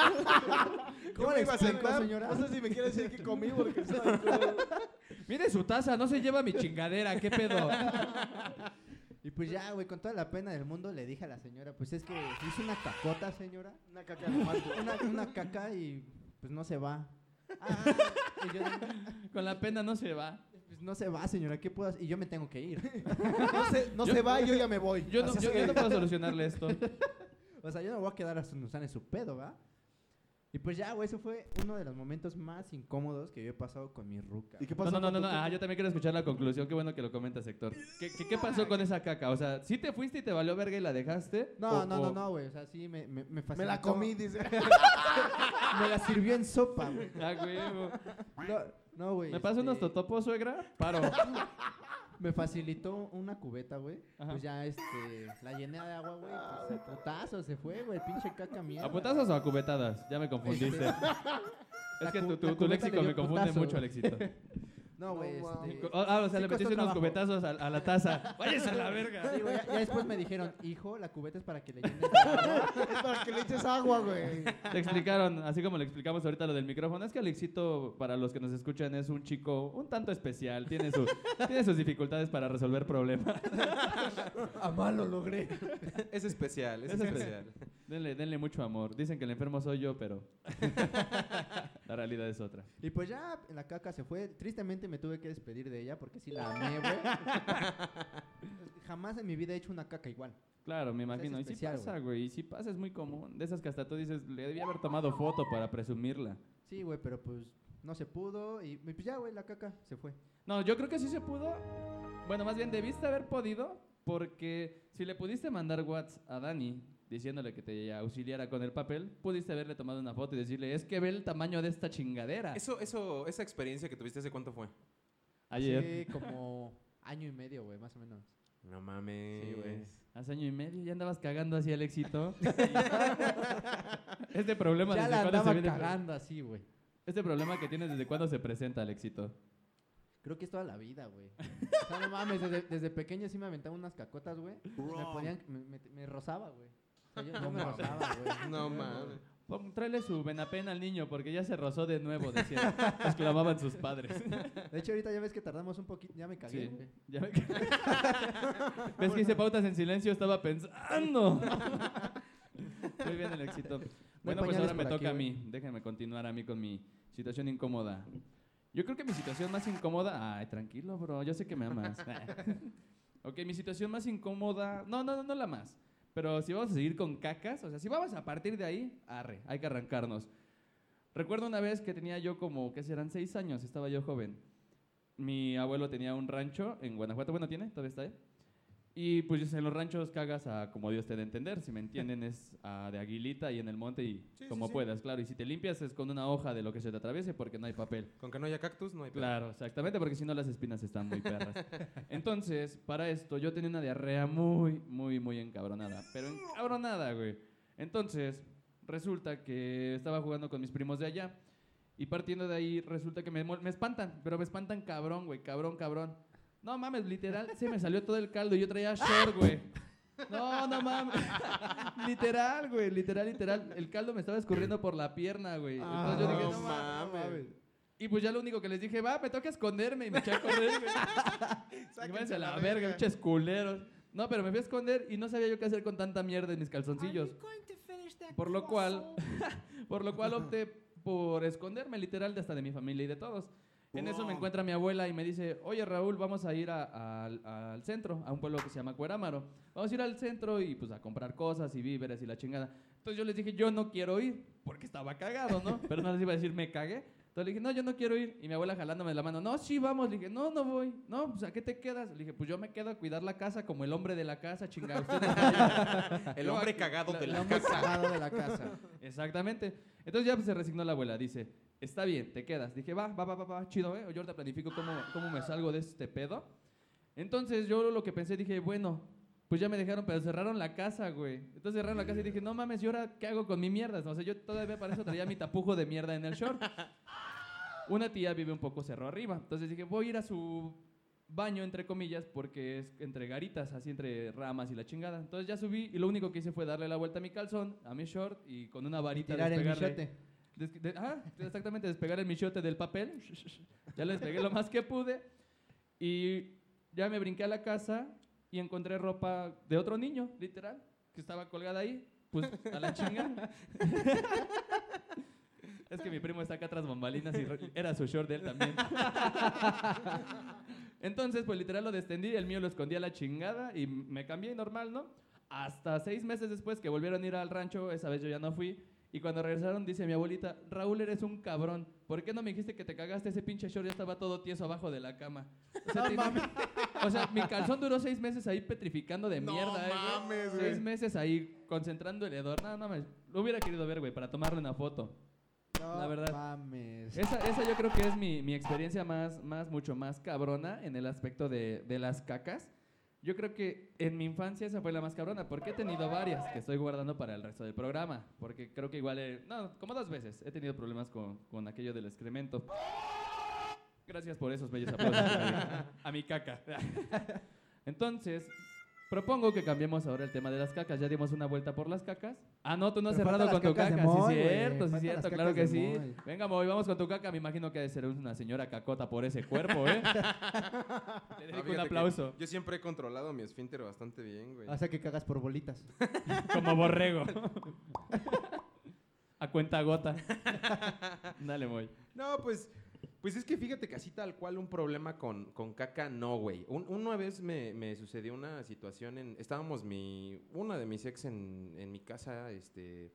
S6: ¿Cómo
S3: Yo
S6: le
S3: me iba a
S6: explico,
S3: sentar,
S6: señora?
S3: No sé si me quiere decir que comí porque estaba crudo.
S4: Mire su taza, no se lleva mi chingadera. ¿Qué pedo?
S6: Y pues ya, güey, con toda la pena del mundo le dije a la señora, pues es que hice una cacota, señora.
S3: Una caca nomás, güey.
S6: Una, una caca y pues no se va. Ah, y yo de,
S4: Con la pena no se va.
S6: pues no se va, señora, ¿qué puedo hacer? Y yo me tengo que ir.
S3: No se, no
S4: Yo-
S3: se va, yo ya me voy.
S4: Yo no,
S3: Así
S4: yo-
S3: que-
S4: yo no puedo solucionarle esto.
S6: Pues O sea, yo no me voy a quedar hasta usar en su pedo, ¿va? Y pues ya, güey, eso fue uno de los momentos más incómodos que yo he pasado con mi ruca.
S3: ¿Y qué
S4: No,
S3: pasó?
S4: no, no,
S3: con
S4: no,
S3: tu
S4: no.
S3: caca?
S4: Ah, yo también quiero escuchar la conclusión. Qué bueno que lo comentas, Héctor. ¿Qué, qué, qué pasó con esa caca? O sea, ¿sí te fuiste y te valió verga y la dejaste?
S6: No,
S4: O-
S6: no,
S4: o-
S6: no, no, güey. O sea, sí, me, me, me
S3: Me la
S6: facilitó-
S3: comí, dice.
S6: Me la sirvió en sopa, güey.
S4: Ah, huevo.
S6: No, no, güey.
S4: ¿Me pasa unos
S6: este,
S4: totopos, suegra? Paro.
S6: Me facilitó una cubeta, güey.
S4: Ajá.
S6: Pues ya, este, la llené de agua, güey. Pues a putazo se fue, güey. Pinche caca mierda.
S4: ¿A putazos o a cubetadas? Ya me confundiste. Es que tu,
S6: cu-
S4: tu-
S6: la
S4: tu
S6: cubeta le
S4: léxico
S6: dio
S4: me confunde
S6: putazo.
S4: mucho, Alexito.
S6: No, güey,
S3: No,
S6: este...
S3: mames.
S4: Ah, o sea, le
S6: Sí costó
S4: metiste unos
S6: trabajo.
S4: cubetazos a, a la taza. ¡Váyase a la verga!
S6: sí, güey, ya, ya después me dijeron, hijo, la cubeta es para que le llenes de agua.
S3: Es para que le eches agua, güey.
S4: Te explicaron, así como le explicamos ahorita lo del micrófono, es que Alexito, para los que nos escuchan, es un chico un tanto especial, tiene, su- tiene sus dificultades para resolver problemas.
S6: Amá, lo logré.
S1: Es especial, es,
S4: Es especial.
S1: especial.
S4: Denle, denle mucho amor. Dicen que el enfermo soy yo, pero la realidad es otra.
S6: Y pues ya la caca se fue. Tristemente me tuve que despedir de ella porque sí la amé, güey. Jamás en mi vida he hecho una caca igual.
S4: Claro, me
S6: sea, es
S4: imagino. y si
S6: especial,
S4: pasa, güey. Y si pasa, es muy común. De esas que hasta tú dices, le debía haber tomado foto para presumirla.
S6: Sí, güey, pero pues no se pudo. Y pues ya, güey, la caca se fue.
S4: No, yo creo que sí se pudo. Bueno, más bien, debiste haber podido Porque si le pudiste mandar WhatsApp a Dani diciéndole que te auxiliara con el papel, pudiste haberle tomado una foto y decirle, es que ve el tamaño de esta chingadera.
S1: Eso, eso, esa experiencia que tuviste hace cuánto fue?
S4: Ayer.
S6: Sí, como año y medio, güey, más o menos.
S1: No mames.
S6: Sí, güey.
S4: Hace año y medio ya andabas cagando hacia el éxito. este problema
S6: Ya
S4: desde
S6: la
S4: cuándo se
S6: andaba
S4: viene-
S6: cagando así, güey.
S4: Este problema que tienes desde cuándo se presenta el éxito.
S6: Creo que es toda la vida, güey. O sea, no mames, desde, desde pequeño sí me aventaba unas cacotas, güey. Me ponían, me, me, me rozaba, güey. O sea, yo, yo me rozaba, güey.
S1: No mames.
S4: Pon- Tráele su venapena al niño porque ya se rozó de nuevo, decía. exclamaban sus padres.
S6: De hecho, ahorita ya ves que tardamos un poquito, ya me cagué,
S4: Sí.
S6: güey.
S4: Ya ve que- ¿Ves que hice pautas en silencio? Estaba pensando. Muy bien el éxito. Bueno, pues
S6: pañales
S4: ahora me
S6: por aquí,
S4: toca a
S6: güey.
S4: mí. Déjenme continuar a mí con mi situación incómoda. Yo creo que mi situación más incómoda... Ay, tranquilo, bro. Yo sé que me amas. ok, mi situación más incómoda... No, no, no, no la más. Pero si vamos a seguir con cacas, o sea, si vamos a partir de ahí, arre, hay que arrancarnos. Recuerdo una vez que tenía yo como, ¿qué serán? Seis años, estaba yo joven. Mi abuelo tenía un rancho en Guanajuato, bueno, tiene, todavía está ahí. Y pues en los ranchos cagas a como Dios te dé a entender, si me entienden es a de aguilita y en el monte y
S1: sí,
S4: como
S1: sí.
S4: puedas, claro. Y si te limpias es con una hoja de lo que se te atraviese porque no hay papel.
S1: Con que no haya cactus, no hay pedo.
S4: Claro, exactamente, porque si no las espinas están muy perras. Entonces, para esto, yo tenía una diarrea muy, muy, muy encabronada. Pero encabronada, güey. Entonces, resulta que estaba jugando con mis primos de allá. Y partiendo de ahí, resulta que me, mol- me espantan. Pero me espantan cabrón, güey. Cabrón, cabrón. No mames, literal, se me salió todo el caldo. Yo traía short, güey. No, no mames. literal, güey. Literal, literal. El caldo me estaba escurriendo por la pierna, güey.
S3: Ah,
S4: Entonces yo dije,
S1: no
S4: "No
S1: mames.
S4: y pues ya lo único que les dije, va, me toca esconderme y me eché a correr, güey. Y váyanse a la verga, pinches culeros. No, pero me fui a esconder y no sabía yo qué hacer con tanta mierda en mis calzoncillos. Por lo cual, por lo cual opté por esconderme literal de hasta de mi familia y de todos. En eso me encuentra mi abuela y me dice, oye Raúl, vamos a ir a- a- al- al centro, a un pueblo que se llama Cuerámaro. Vamos a ir al centro y pues a comprar cosas y víveres y la chingada. Entonces yo les dije, yo no quiero ir, porque estaba cagado, ¿no? Pero no les iba a decir, me cagué. Entonces le dije, no, yo no quiero ir. Y mi abuela jalándome la mano, no, sí, vamos. Le dije, no, no voy. No, pues, ¿a qué te quedas? Le dije, pues yo me quedo a cuidar la casa como el hombre de la casa, chingada. usted no vaya".
S1: El
S4: Yo
S1: hombre
S4: aquí-
S1: cagado Ah, de
S6: El
S1: la
S6: hombre
S1: casa.
S6: cagado de la casa.
S4: Exactamente. Entonces ya pues, se resignó la abuela. Dice, está bien, te quedas. Dije, va, va, va, va, va, chido, ¿eh? Yo ahorita planifico cómo, cómo me salgo de este pedo. Entonces yo lo que pensé, dije, bueno, pues ya me dejaron, pero cerraron la casa, güey. Entonces cerraron la casa y dije, no mames, ¿y ahora qué hago con mi mierda? O sea, yo todavía para eso traía mi tapujo de mierda en el short. Una tía vive un poco cerro arriba. Entonces dije, voy a ir a su baño, entre comillas, porque es entre garitas, así entre ramas y la chingada. Entonces ya subí y lo único que hice fue darle la vuelta a mi calzón, a mi short y con una varita
S6: Tirar el
S4: despegarle-
S6: bichote.
S4: Des- de- ah, exactamente, despegar el michote del papel. Ya lo despegué lo más que pude. Y ya me brinqué a la casa y encontré ropa de otro niño, literal, que estaba colgada ahí. Pues a la chinga. es que mi primo está acá tras bambalinas y re- era su short de él también. Entonces, pues literal lo destendí, el mío lo escondí a la chingada y me cambié normal, ¿no? Hasta seis meses después que volvieron a ir al rancho, esa vez yo ya no fui, y cuando regresaron, dice mi abuelita, Raúl, eres un cabrón. ¿Por qué no me dijiste que te cagaste ese pinche short? Ya estaba todo tieso abajo de la cama. O sea, te- o sea, mi calzón duró seis meses ahí petrificando de mierda, eh, güey.
S1: mames,
S4: Seis meses ahí concentrando el hedor. No, no, me- lo hubiera querido ver, güey, para tomarle una foto.
S6: No
S4: La verdad.
S6: mames.
S4: Esa, esa yo creo que es mi, mi experiencia más, más, mucho más cabrona en el aspecto de, de las cacas. Yo creo que en mi infancia esa fue la más cabrona, porque he tenido varias que estoy guardando para el resto del programa, porque creo que igual, eh, no, como dos veces he tenido problemas con, con aquello del excremento. Gracias por esos bellos aplausos a mi- a mi caca. Entonces, propongo que cambiemos ahora el tema de las cacas. Ya dimos una vuelta por las cacas. Ah, no, tú no has
S6: Pero
S4: cerrado
S6: faltan
S4: con tu
S6: las cacas
S4: caca.
S6: de
S4: Sí,
S6: Moy, güey.
S4: cierto, sí,
S6: Faltan
S4: cierto,
S6: las
S4: claro
S6: cacas
S4: que
S6: de
S4: sí.
S6: Moy.
S4: Venga, Moy, vamos con tu caca. Me imagino que ha de ser una señora cacota por ese cuerpo, ¿eh? Le
S1: Ah,
S4: dedico un
S1: fíjate que
S4: aplauso.
S1: Yo siempre he controlado mi esfínter bastante bien, güey.
S6: O sea que cagas por bolitas.
S4: Como borrego. A cuenta gota. Dale, Moy.
S1: No, pues, pues es que fíjate que así tal cual un problema con, con caca, no, güey. Un- una vez me, me sucedió una situación en... Estábamos mi... Una de mis ex en, en mi casa, este...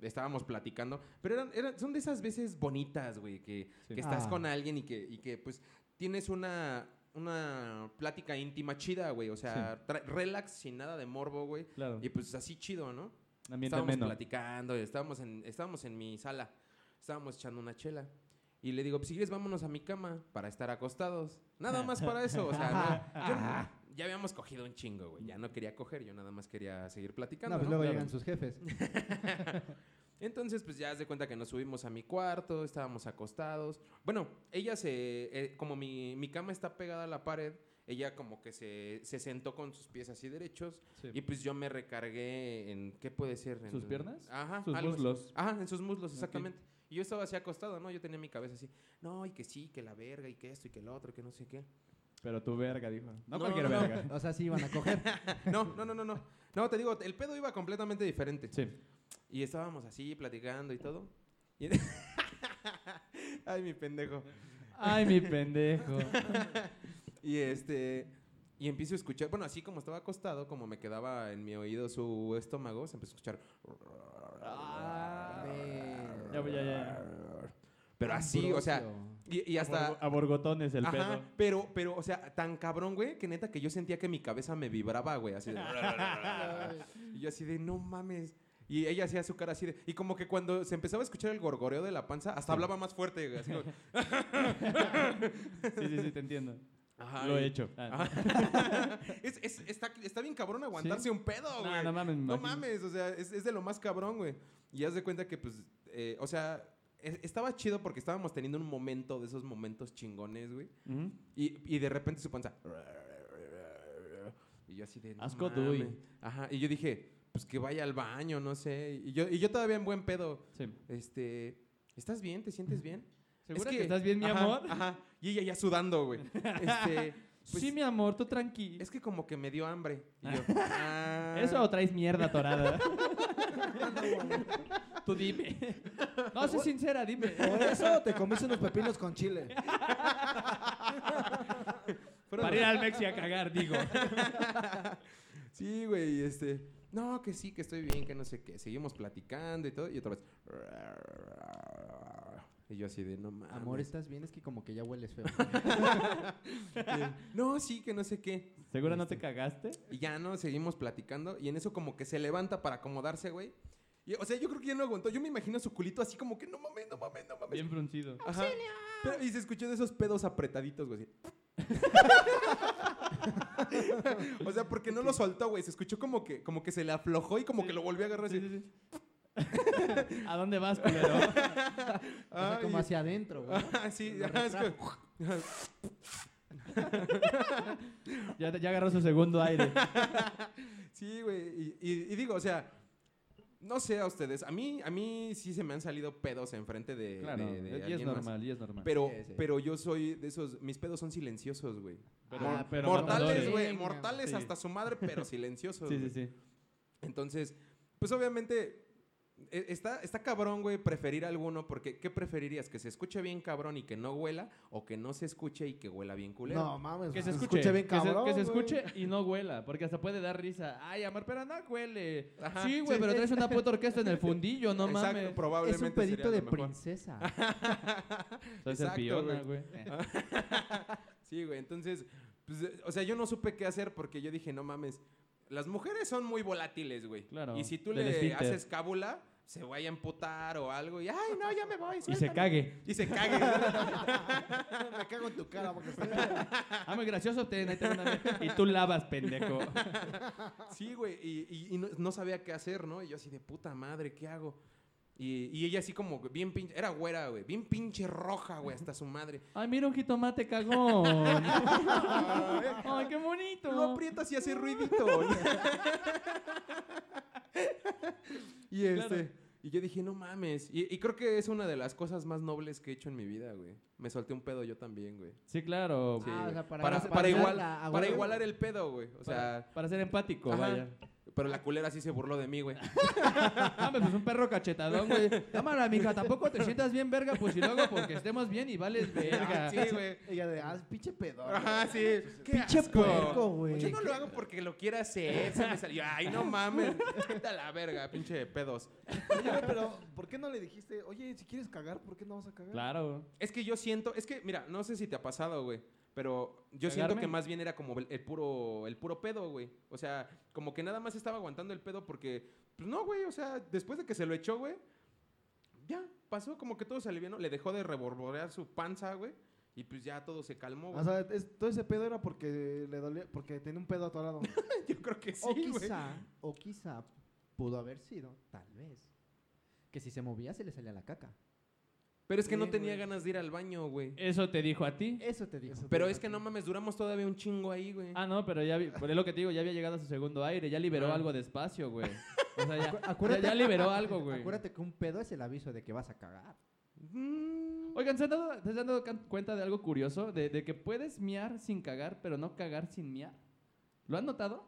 S1: Estábamos platicando, pero eran, eran, son de esas veces bonitas, güey, que, que estás
S6: Ah.
S1: con alguien y que, y que pues tienes una, una plática íntima chida, güey. O sea, tra- relax, sin nada de morbo, güey.
S4: Claro.
S1: Y pues así chido, ¿no?
S4: Un ambiente
S1: estábamos
S4: ameno.
S1: platicando, estábamos en, estábamos en mi sala, estábamos echando una chela. Y le digo, pues si quieres, vámonos a mi cama para estar acostados. Nada más para eso. O sea, no, yo- ya habíamos cogido un chingo, güey. Ya no quería coger, yo nada más quería seguir platicando.
S6: No, pues
S1: ¿no?
S6: luego
S1: Claro.
S6: llegan sus jefes.
S1: Entonces, pues ya haz de cuenta que nos subimos a mi cuarto, estábamos acostados. Bueno, ella se. eh, como mi, mi cama está pegada a la pared, ella como que se, se sentó con sus pies así derechos.
S4: Sí.
S1: Y pues yo me recargué en. ¿Qué puede ser? En-
S4: ¿Sus piernas?
S1: Ajá.
S4: Sus
S1: algo así.
S4: muslos.
S1: Ajá, en sus muslos, exactamente. Y yo estaba así acostado, ¿no? Yo tenía mi cabeza así. No, y que sí, que la verga, y que esto, y que lo otro, y que no sé qué.
S4: Pero tu verga, dijo. No,
S1: No,
S4: cualquier
S1: no, no.
S4: verga.
S6: O sea, sí iban a coger.
S1: No, no, no, no, no. No, te digo, el pedo iba completamente diferente.
S4: Sí.
S1: Y estábamos así platicando y todo. Y- Ay, mi pendejo.
S4: Ay, mi pendejo.
S1: Y este. Y empiezo a escuchar. Bueno, así como estaba acostado, como me quedaba en mi oído su estómago, se empezó a escuchar.
S4: Ah, Ya, ya, ya.
S1: Pero así, o sea.
S6: Ambrosio.
S1: Y, y hasta.
S4: A borgotones el
S1: Ajá,
S4: pedo.
S1: pero, pero, o sea, tan cabrón, güey, que neta que yo sentía que mi cabeza me vibraba, güey, así de... y yo así de, no mames. Y ella hacía su cara así de... Y como que cuando se empezaba a escuchar el gorgoreo de la panza, hasta hablaba más fuerte, güey, así como-
S4: Sí, sí, sí, te entiendo.
S1: Ajá,
S4: Lo
S1: y-
S4: he hecho. Ah,
S1: Ajá. Es- es- está, está bien cabrón aguantarse un pedo,
S4: Ah, no,
S1: güey.
S4: no mames, me
S1: No
S4: imagino.
S1: mames, o sea, es, es de lo más cabrón, güey. Y haz de cuenta que, pues, eh, o sea, es- estaba chido porque estábamos teniendo un momento de esos momentos chingones, güey.
S4: Ujú.
S1: Y, y de repente su panza. Y yo así de.
S4: Asco
S1: mames".
S4: doy.
S1: Ajá. Y yo dije, pues que vaya al baño, no sé. Y yo, y yo todavía en buen pedo.
S4: Sí.
S1: Este. ¿Estás bien? ¿Te sientes bien?
S4: ¿Segura que, estás bien, mi
S1: ajá,
S4: amor?
S1: Ajá. Y ella ya sudando, güey. Este. pues,
S4: sí, mi amor, tú tranquilo.
S1: Es que como que me dio hambre. Y yo. "Ah".
S4: Eso o traes mierda torada. Tú dime. No, sé sincera, dime.
S3: Por eso te comiste unos pepinos con chile.
S1: Fueron
S4: Para ir al Mexi a cagar, digo.
S1: Sí, güey, y este. No, que sí, que estoy bien, que no sé qué. Seguimos platicando y todo. Y otra vez. Y yo así de no mames.
S6: Amor, ¿estás bien? Es que como que ya hueles feo.
S1: Eh, No, sí, que no sé qué.
S4: ¿Segura no te cagaste?
S1: Y ya no, seguimos platicando. Y en eso, como que se levanta para acomodarse, güey. Y, o sea, yo creo que ya no aguantó. Yo me imagino su culito así como que no mames, no mames, no mames.
S4: Bien fruncido.
S1: Ajá. Pero- y se escuchó de esos pedos apretaditos, güey. así. o sea, porque no lo soltó, güey. Se escuchó como que, como que se le aflojó y como que lo volvió a agarrar así.
S4: Sí, sí, sí. ¿A dónde vas, culero?
S6: O sea, como
S1: Ay. Ah,
S6: hacia adentro, güey.
S1: Ajá, sí,
S6: Lo
S1: ajá, es que-
S4: Ya, ya agarró su segundo aire.
S1: sí, güey. Y, y- y digo, o sea, no sé a ustedes. A mí, a mí sí se me han salido pedos enfrente de,
S4: Claro,
S1: de- de
S4: y es
S1: alguien más.
S4: normal, y es normal.
S1: Pero,
S6: Sí, sí.
S1: pero yo soy de esos. Mis pedos son silenciosos, güey.
S4: Pero-
S1: Mor-
S4: pero
S1: mortales,
S4: matadores.
S1: güey.
S6: Venga,
S1: Mortales
S4: sí.
S1: hasta su madre, pero silenciosos.
S4: sí,
S1: güey.
S4: sí, sí.
S1: Entonces, pues obviamente. e- Está, está cabrón, güey, preferir alguno, porque ¿qué preferirías? ¿Que se escuche bien cabrón y que no huela? ¿O que no se escuche y que huela bien culero?
S3: No mames.
S4: Que se escuche,
S3: bien
S4: que se-
S3: cabrón.
S4: que se,
S3: güey.
S4: escuche y no huela, porque hasta puede dar risa. Ay, amor, pero no huele.
S1: Ajá,
S4: sí, güey,
S1: sí.
S4: pero traes una puta orquesta en el fundillo, no
S1: Exacto,
S4: mames.
S6: Es
S1: probablemente
S6: un
S1: sería
S6: pedito
S1: lo
S6: de
S1: mejor.
S6: princesa.
S4: Soy
S1: Exacto,
S4: serpiona, güey.
S1: Sí, güey, entonces, pues, eh, o sea, yo no supe qué hacer porque yo dije, no mames, las mujeres son muy volátiles, güey.
S4: Claro,
S1: Y si tú
S4: del
S1: le
S4: esfínter.
S1: haces cábula, se vaya a emputar o algo y, ay, no, ya me voy.
S4: Y se
S1: suéltame".
S4: cague.
S1: Y se cague.
S3: Me cago en tu cara porque
S4: Ah, muy gracioso, ten, ahí te van a ver. Y tú lavas, pendejo.
S1: sí, güey, y, y- y no, no sabía qué hacer, ¿no? Y yo así de puta madre, ¿qué hago? Y, y ella así como que bien pinche, era güera, güey, bien pinche roja, güey, hasta su madre.
S4: Ay, mira un jitomate cagón. Ay, qué
S1: Lo
S4: bonito.
S1: aprietas y hace ruidito. y este. Y yo dije, no mames. Y, y creo que es una de las cosas más nobles que he hecho en mi vida, güey. Me solté un pedo yo también, güey.
S4: Sí, claro.
S1: Sí,
S6: Ah, o
S1: güey.
S6: sea, para-
S1: para,
S6: para
S1: para igual-
S6: igualarla, a
S1: para
S6: huevo.
S1: igualar el pedo, güey. O sea,
S4: para, para ser empático,
S1: Ajá.
S4: vaya.
S1: pero la culera sí se burló de mí, güey.
S4: Mames, pues un perro cachetadón, güey. Cámara, mija, tampoco te sientas bien, verga, pues y luego porque estemos bien y vales verga.
S1: sí, güey.
S3: Ella de, ah, pinche pedo.
S1: Ajá, sí. Qué
S6: Pinche
S1: asco.
S6: puerco, güey.
S1: Yo no lo hago porque lo quiera hacer. Se me salió. Ay, no mames. Quita la verga, pinche pedos.
S3: Oye, güey, pero ¿por qué no le dijiste, oye, si quieres cagar, ¿por qué no vas a cagar?
S4: Claro.
S1: Es que yo siento, es que, mira, no sé si te ha pasado, güey. Pero yo siento
S4: ¿Cagarme?
S1: que más bien era como el, el puro el puro pedo, güey. O sea, como que nada más estaba aguantando el pedo porque, pues no, güey, o sea, después de que se lo echó, güey, ya pasó como que todo se alivianó. Le dejó de reborborear su panza, güey, y pues ya todo se calmó, güey.
S3: O sea, es- todo ese pedo era porque le dolía, porque tenía un pedo atorado.
S1: yo creo que
S6: o
S1: sí, güey.
S6: quizá, o quizá pudo haber sido, tal vez, que si se movía se le salía la caca.
S1: Pero es que no
S6: Sí,
S1: tenía
S6: güey.
S1: ganas de ir al baño, güey.
S4: Eso te dijo a ti.
S6: Eso te dijo.
S1: Pero es que no mames, duramos todavía un chingo ahí, güey.
S4: Ah, no, pero ya vi- pero es lo que te digo, ya había llegado a su segundo aire, ya liberó
S1: Ah.
S4: algo de espacio, güey. O sea, ya, o
S6: Acu-
S4: sea,
S6: acuérdate-
S4: ya liberó algo, güey.
S6: Acuérdate que un pedo es el aviso de que vas a cagar.
S1: Mm.
S4: Oigan, ¿se han dado, ¿se han dado can- cuenta de algo curioso? De, de que puedes miar sin cagar, pero no cagar sin miar. ¿Lo han notado?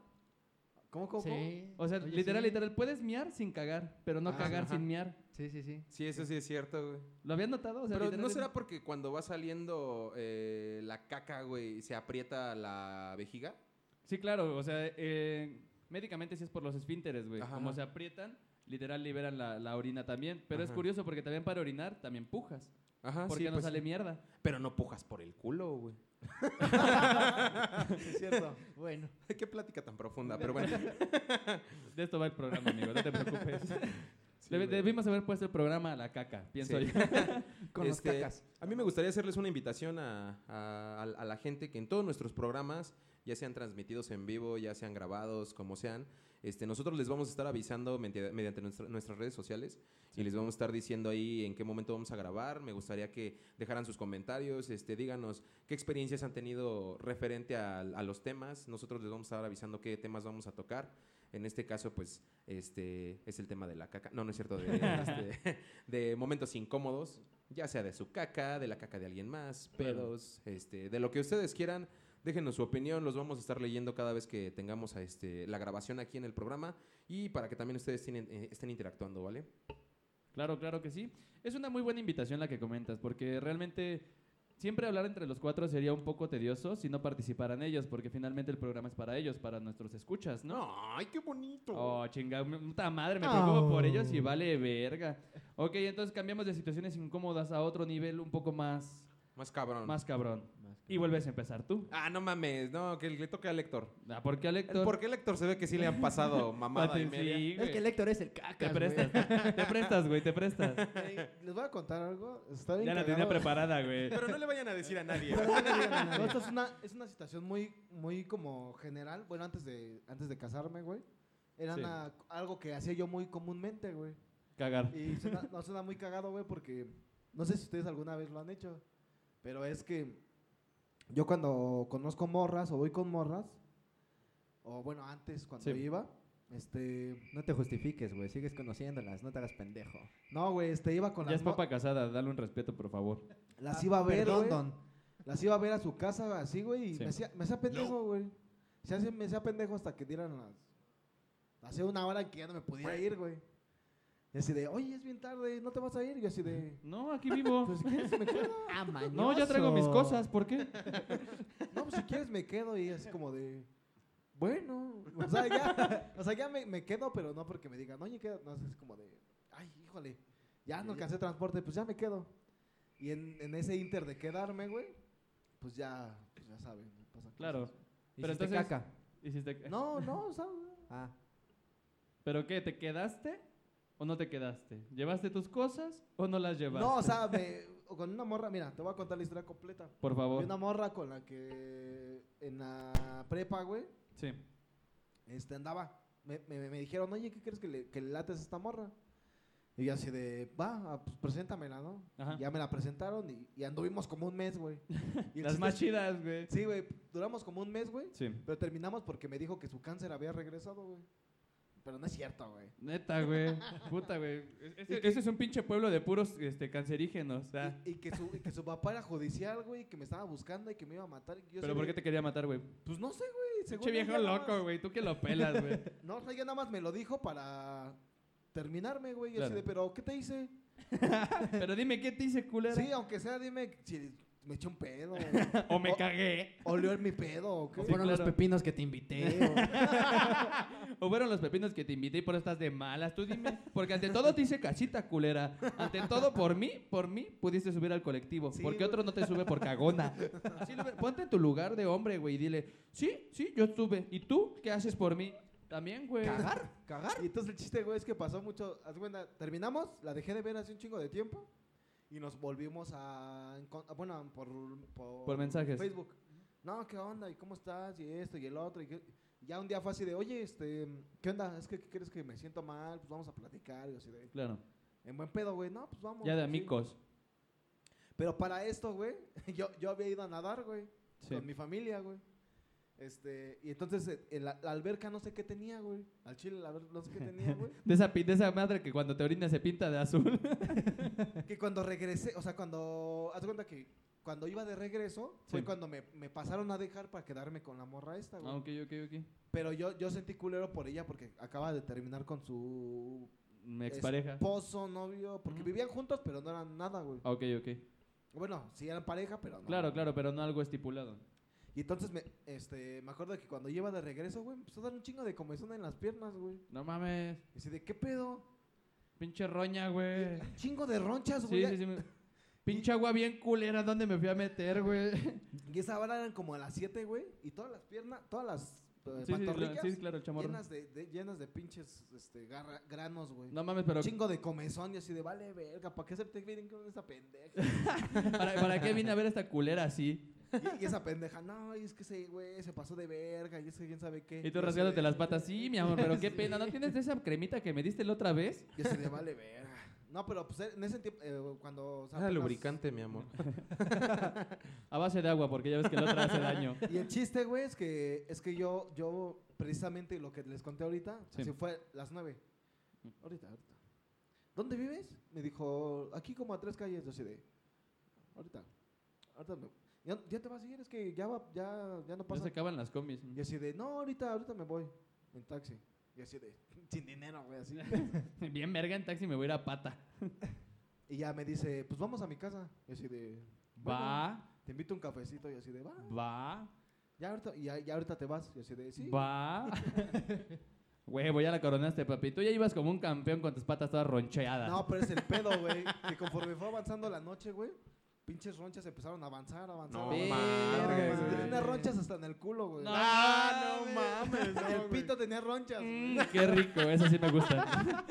S3: ¿Cómo, cómo? cómo?
S6: Sí.
S4: O sea,
S6: Oye,
S4: literal,
S6: sí.
S4: literal, puedes miar sin cagar, pero no
S1: Ah,
S4: cagar
S1: ajá.
S4: sin miar.
S6: Sí, sí, sí.
S1: Sí, eso sí es cierto, güey.
S4: ¿Lo habían notado? O sea,
S1: Pero
S4: literal,
S1: ¿no
S4: es-
S1: será porque cuando va saliendo eh, la caca, güey, se aprieta la vejiga?
S4: Sí, claro, o sea, eh, médicamente sí es por los esfínteres, güey.
S1: Ajá,
S4: Como
S1: ajá.
S4: se aprietan, literal liberan la, la orina también. Pero es
S1: Ajá.
S4: curioso porque también para orinar también pujas.
S1: Ajá,
S4: porque no
S1: pues
S4: sale mierda.
S1: Pero no pujas por el culo, güey.
S6: Es cierto. bueno.
S1: Qué plática tan profunda, pero bueno.
S4: De esto va el programa, amigo, no te preocupes.
S1: Sí,
S4: Debe-
S1: güey.
S4: debimos haber puesto el programa a la caca, pienso
S1: Sí.
S4: yo.
S6: Con
S1: Este,
S6: las cacas.
S1: A mí me gustaría hacerles una invitación a, a- a- a la gente que en todos nuestros programas, ya sean transmitidos en vivo, ya sean grabados, como sean, este, nosotros les vamos a estar avisando menti- mediante nuestra- nuestras redes sociales y les vamos a estar diciendo ahí en qué momento vamos a grabar. Me gustaría que dejaran sus comentarios, este, díganos qué experiencias han tenido referente al- a, los temas. Nosotros les vamos a estar avisando qué temas vamos a tocar. En este caso, pues, este es el tema de la caca. No, no es cierto, de, este, de momentos incómodos, ya sea de su caca, de la caca de alguien más,
S4: Claro.
S1: pedos, este, de lo que ustedes quieran. Déjenos su opinión, los vamos a estar leyendo cada vez que tengamos a este, la grabación aquí en el programa y para que también ustedes tienen- eh, estén interactuando, ¿vale?
S4: Claro, claro que sí. Es una muy buena invitación la que comentas, porque realmente siempre hablar entre los cuatro sería un poco tedioso si no participaran ellos, porque finalmente el programa es para ellos, para nuestros escuchas, ¿no?
S1: ¡Ay, qué bonito!
S4: Oh, chingada, me- puta madre, me preocupo por
S6: Au.
S4: ellos y vale verga. Ok, entonces cambiamos de situaciones incómodas a otro nivel un poco más,
S1: Más cabrón.
S4: más cabrón.
S6: Más
S4: Y vuelves a empezar tú.
S1: Ah, no mames, no, que le toque a Lector.
S4: Ah, ¿Por qué a Héctor?
S1: ¿Por qué Lector se ve que sí le han pasado mamada y
S4: Sí,
S1: media?
S4: güey.
S6: Es que el Héctor es el caca.
S4: eh, te prestas, te prestas, güey, te prestas.
S3: Eh, Les voy a contar algo. Está bien
S4: Ya la
S3: cagado.
S4: tenía preparada, güey.
S1: Pero no le vayan a decir a nadie.
S3: Pero no le digan a nadie. No, esto es una, es una situación muy, muy como general. Bueno, antes de, antes de casarme, güey. Era
S4: Sí.
S3: una- algo que hacía yo muy comúnmente, güey.
S4: Cagar.
S3: Y suena, no suena muy cagado, güey, porque no sé si ustedes alguna vez lo han hecho, pero es que yo cuando conozco morras o voy con morras, o bueno, antes cuando
S4: Sí.
S3: iba, este,
S6: No te justifiques, güey. Sigues conociéndolas. No te hagas pendejo.
S3: no, güey, este iba con
S4: Ya es
S3: las mo-
S4: papá casada, dale un respeto, por favor.
S3: las iba a ver,
S6: Perdón,
S3: güey,
S6: don.
S3: las iba a ver a su casa güey, así, güey, y
S4: Sí.
S3: me hacía me hacía pendejo, güey. Se hace- me hacía pendejo hasta que dieran las hace una hora que ya no me pudiera ir, güey. Y así de, "Oye, es bien tarde, no te vas a ir." Y yo así de,
S4: No, aquí vivo.
S3: "Pues si quieres me quedo."
S6: Ah,
S4: No, ya traigo mis
S6: mañoso.
S4: cosas, ¿por qué?
S3: no, pues si quieres me quedo y así como de, bueno, o sea, ya, o sea, ya me, me quedo, pero no porque me digan, oye, queda, no, es como de, ay, híjole, ya no alcancé transporte, pues ya me quedo. Y en, en ese inter de quedarme, güey, pues ya, pues ya saben, pasan cosas.
S4: Claro. Pero
S6: Pero
S4: entonces-
S6: entonces... caca.
S4: Hiciste-
S3: No, no, o sea,
S6: Ah.
S4: ¿Pero qué? ¿Te quedaste o no te quedaste? ¿Llevaste tus cosas o no las llevaste?
S3: no, o sea, me- o con una morra, mira, te voy a contar la historia completa.
S4: Por
S3: Había
S4: favor.
S3: una morra con la que en la prepa, güey,
S4: Sí.
S3: este, andaba. Me, me- me dijeron, oye, ¿qué crees que le, que le lates a esta morra? Y yo así de, va, ah, pues preséntamela, ¿no?
S4: Ajá.
S3: Ya me la presentaron y, y anduvimos como un mes, güey. Y el
S4: Las
S3: chiste
S4: más
S3: es-
S4: chidas, güey.
S3: Sí, güey, duramos como un mes, güey.
S4: Sí.
S3: Pero terminamos porque me dijo que su cáncer había regresado, güey. Pero no es cierto, güey.
S4: Neta, güey. Puta, güey. Este,
S3: ¿Y qué?
S4: este es un pinche pueblo de puros este, cancerígenos. o sea.
S3: Y, y que su, y que su papá era judicial, güey, y que me estaba buscando y que me iba a matar. Y yo
S4: ¿Pero
S3: así de,
S4: por qué te quería matar, güey?
S3: Pues no sé, güey. según
S4: Pinche viejo
S3: ella nada más-
S4: loco, güey. Tú que lo pelas, güey.
S3: No, o sea, ella nada más me lo dijo para terminarme, güey. Y así
S4: Claro.
S3: de, pero ¿qué te hice?
S4: Pero dime, ¿qué te hice, culera?
S3: Sí, aunque sea, dime si me eché un pedo.
S4: O me cagué.
S3: Olió en mi pedo. ¿o qué?
S6: O fueron los
S4: claro.
S6: pepinos que te invité. o-
S4: O fueron los pepinos que te invité y por eso estás de malas. Tú dime. Porque ante todo te hice casita, culera. Ante todo, por mí, por mí, pudiste subir al colectivo.
S3: Sí,
S4: porque
S3: güey.
S4: otro no te sube por cagona. Así lo ve- ponte en tu lugar de hombre, güey, y dile, sí, sí, yo estuve. ¿Y tú qué haces por mí? También, güey.
S3: ¿Cagar? ¿Cagar? Y entonces el chiste, güey, es que pasó mucho. Haz cuenta, terminamos, la dejé de ver hace un chingo de tiempo y nos volvimos a. encon- a- Bueno, por, por.
S4: Por mensajes.
S3: Facebook. No, ¿qué onda? ¿Y cómo estás? Y esto y el otro. Y qué- ya un día fue así de, oye, este. ¿Qué onda? Es que ¿qué crees que me siento mal, pues vamos a platicar. Y así de.
S4: Claro.
S3: En buen pedo, güey. No, pues vamos.
S4: Ya de
S3: sí.
S4: amigos.
S3: Pero para esto, güey, yo, yo había ido a nadar, güey.
S4: Sí.
S3: Con mi familia, güey. Este, y entonces eh, en la, la alberca no sé qué tenía, güey. Al chile, la alberca no sé qué tenía, güey.
S4: De esa, pi- de esa madre que cuando te orinas se pinta de azul.
S3: Que cuando regresé, o sea, cuando. Haz de cuenta que cuando iba de regreso, fue
S4: Sí.
S3: cuando me, me pasaron a dejar para quedarme con la morra esta, güey.
S4: Ah, ok, ok, ok.
S3: Pero yo, yo sentí culero por ella porque acaba de terminar con su
S4: Mi expareja.
S3: esposo, novio, porque
S4: Mm.
S3: vivían juntos, pero no eran nada, güey.
S4: Ah, Ok, ok.
S3: Bueno, sí eran pareja, pero no.
S4: Claro, claro, pero no algo estipulado.
S3: Y entonces me, este, me acuerdo que cuando yo iba de regreso, güey, me empezó a dar un chingo de comezón en las piernas, güey.
S4: No mames.
S3: Y así de, ¿qué pedo?
S4: Pinche roña, güey.
S3: Un chingo de ronchas, güey.
S4: Sí, sí, sí. me- Pinche agua bien culera, ¿dónde me fui a meter, güey?
S3: Y esa hora eran como a las 7, güey. Y todas las piernas, todas las eh,
S4: Sí, sí, la-
S3: pantorrillas
S4: sí, claro, el chamorro.
S3: llenas, de, de- llenas de pinches este, garra- granos, güey.
S4: No mames, pero
S3: chingo de comezón y así de, vale, verga, ¿para qué hacerte feeling con esa pendeja?
S4: ¿para, para qué vine a ver esta culera así?
S3: y, y esa pendeja, no, y es que ese güey se pasó de verga y es que quién sabe qué.
S4: Y tú
S3: así
S4: rasgándote
S3: de-
S4: las patas, sí, mi amor, pero qué pena. ¿No tienes de esa cremita que me diste la otra vez?
S3: Y así de, vale, verga. No, pero pues en ese tiempo, eh, cuando... o sea,
S1: Ah,
S3: apenas-
S1: lubricante, mi amor.
S4: A base de agua, porque ya ves que la otra hace daño.
S3: Y el chiste, güey, es que, es que yo, yo, precisamente lo que les conté ahorita,
S4: Sí.
S3: se fue a las nueve. Ahorita, ahorita. ¿Dónde vives? Me dijo, aquí como a tres calles. Yo así de, ahorita, ahorita me- ya, ya te vas a ir, es que ya, va, ya, ya no
S4: No
S3: pasa.
S4: se acaban las combis.
S3: Y así de, no, ahorita, ahorita me voy, en taxi. Y así de, sin dinero, güey, así.
S4: Bien verga en taxi, me voy a ir a pata.
S3: y ya me dice, pues vamos a mi casa. Y así de,
S4: Va,
S3: te invito a un cafecito. Y así de, va,
S4: va,
S3: ya ahorita, y ya, ya ahorita te vas. Y así de, sí.
S4: va. Huevo, ya la coronaste, papi. Tú ya ibas como un campeón con tus patas todas roncheadas.
S3: No, pero es el pedo, güey. Que conforme fue avanzando la noche, güey, pinches ronchas empezaron a avanzar, a avanzar.
S1: No
S3: a avanzar.
S1: mames,
S3: Sí,
S1: güey.
S3: Tenía ronchas hasta en el culo, güey.
S4: Ah, no
S1: mames,
S3: el pito tenía ronchas.
S4: Mm, qué rico, eso sí me gusta.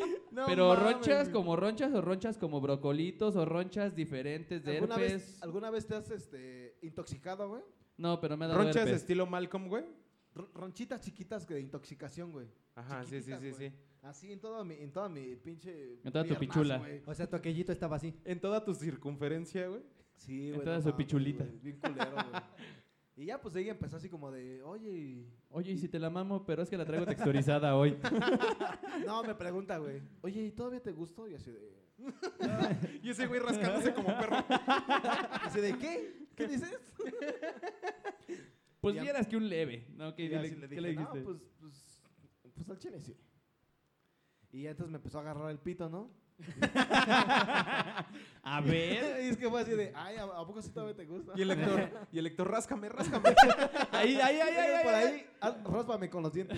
S4: Pero ronchas como ronchas o ronchas como brocolitos o ronchas diferentes de
S3: ¿Alguna
S4: herpes.
S3: vez, ¿Alguna vez te has este, intoxicado, güey?
S4: No, pero me ha dado
S1: ¿Ronchas
S4: herpes.
S1: estilo Malcolm, güey?
S3: R- Ronchitas chiquitas que de intoxicación, güey.
S1: Ajá, sí, sí,
S3: Chiquititas,
S1: sí,
S3: güey.
S1: sí.
S3: Así en toda mi, en toda mi pinche.
S4: En toda tu
S3: piernazo,
S4: pichula.
S3: güey.
S6: O sea, tu aquellito estaba así.
S1: En toda tu circunferencia, güey.
S3: Sí,
S4: En
S3: güey,
S4: toda
S3: no
S4: su
S3: mames,
S4: pichulita.
S3: güey, Bien culero, güey. Y ya, pues ella empezó así como de, oye.
S4: Oye, y si te la mamo, pero es que la traigo texturizada hoy.
S3: No, me pregunta, güey. Oye, ¿y todavía te gustó? Y así de.
S1: Y ese güey rascándose como perro.
S3: Así de qué? ¿Qué dices?
S4: Pues
S3: Ya.
S4: vieras que un leve. No, ¿qué,
S3: Y ya
S4: dile-
S3: sí le
S4: qué
S3: dije,
S4: le
S3: no,
S4: dijiste?
S3: pues, pues, pues al chile sí. Y ya entonces me empezó a agarrar el pito, ¿no?
S4: A ver,
S3: y es que fue así de, ay, ¿a, a poco sí todavía te gusta?
S1: Y el lector, y el lector, ráscame, ráscame.
S4: ahí, ahí, ahí, ahí,
S3: por
S4: ahí,
S3: ahí, ah, rózpame con los dientes.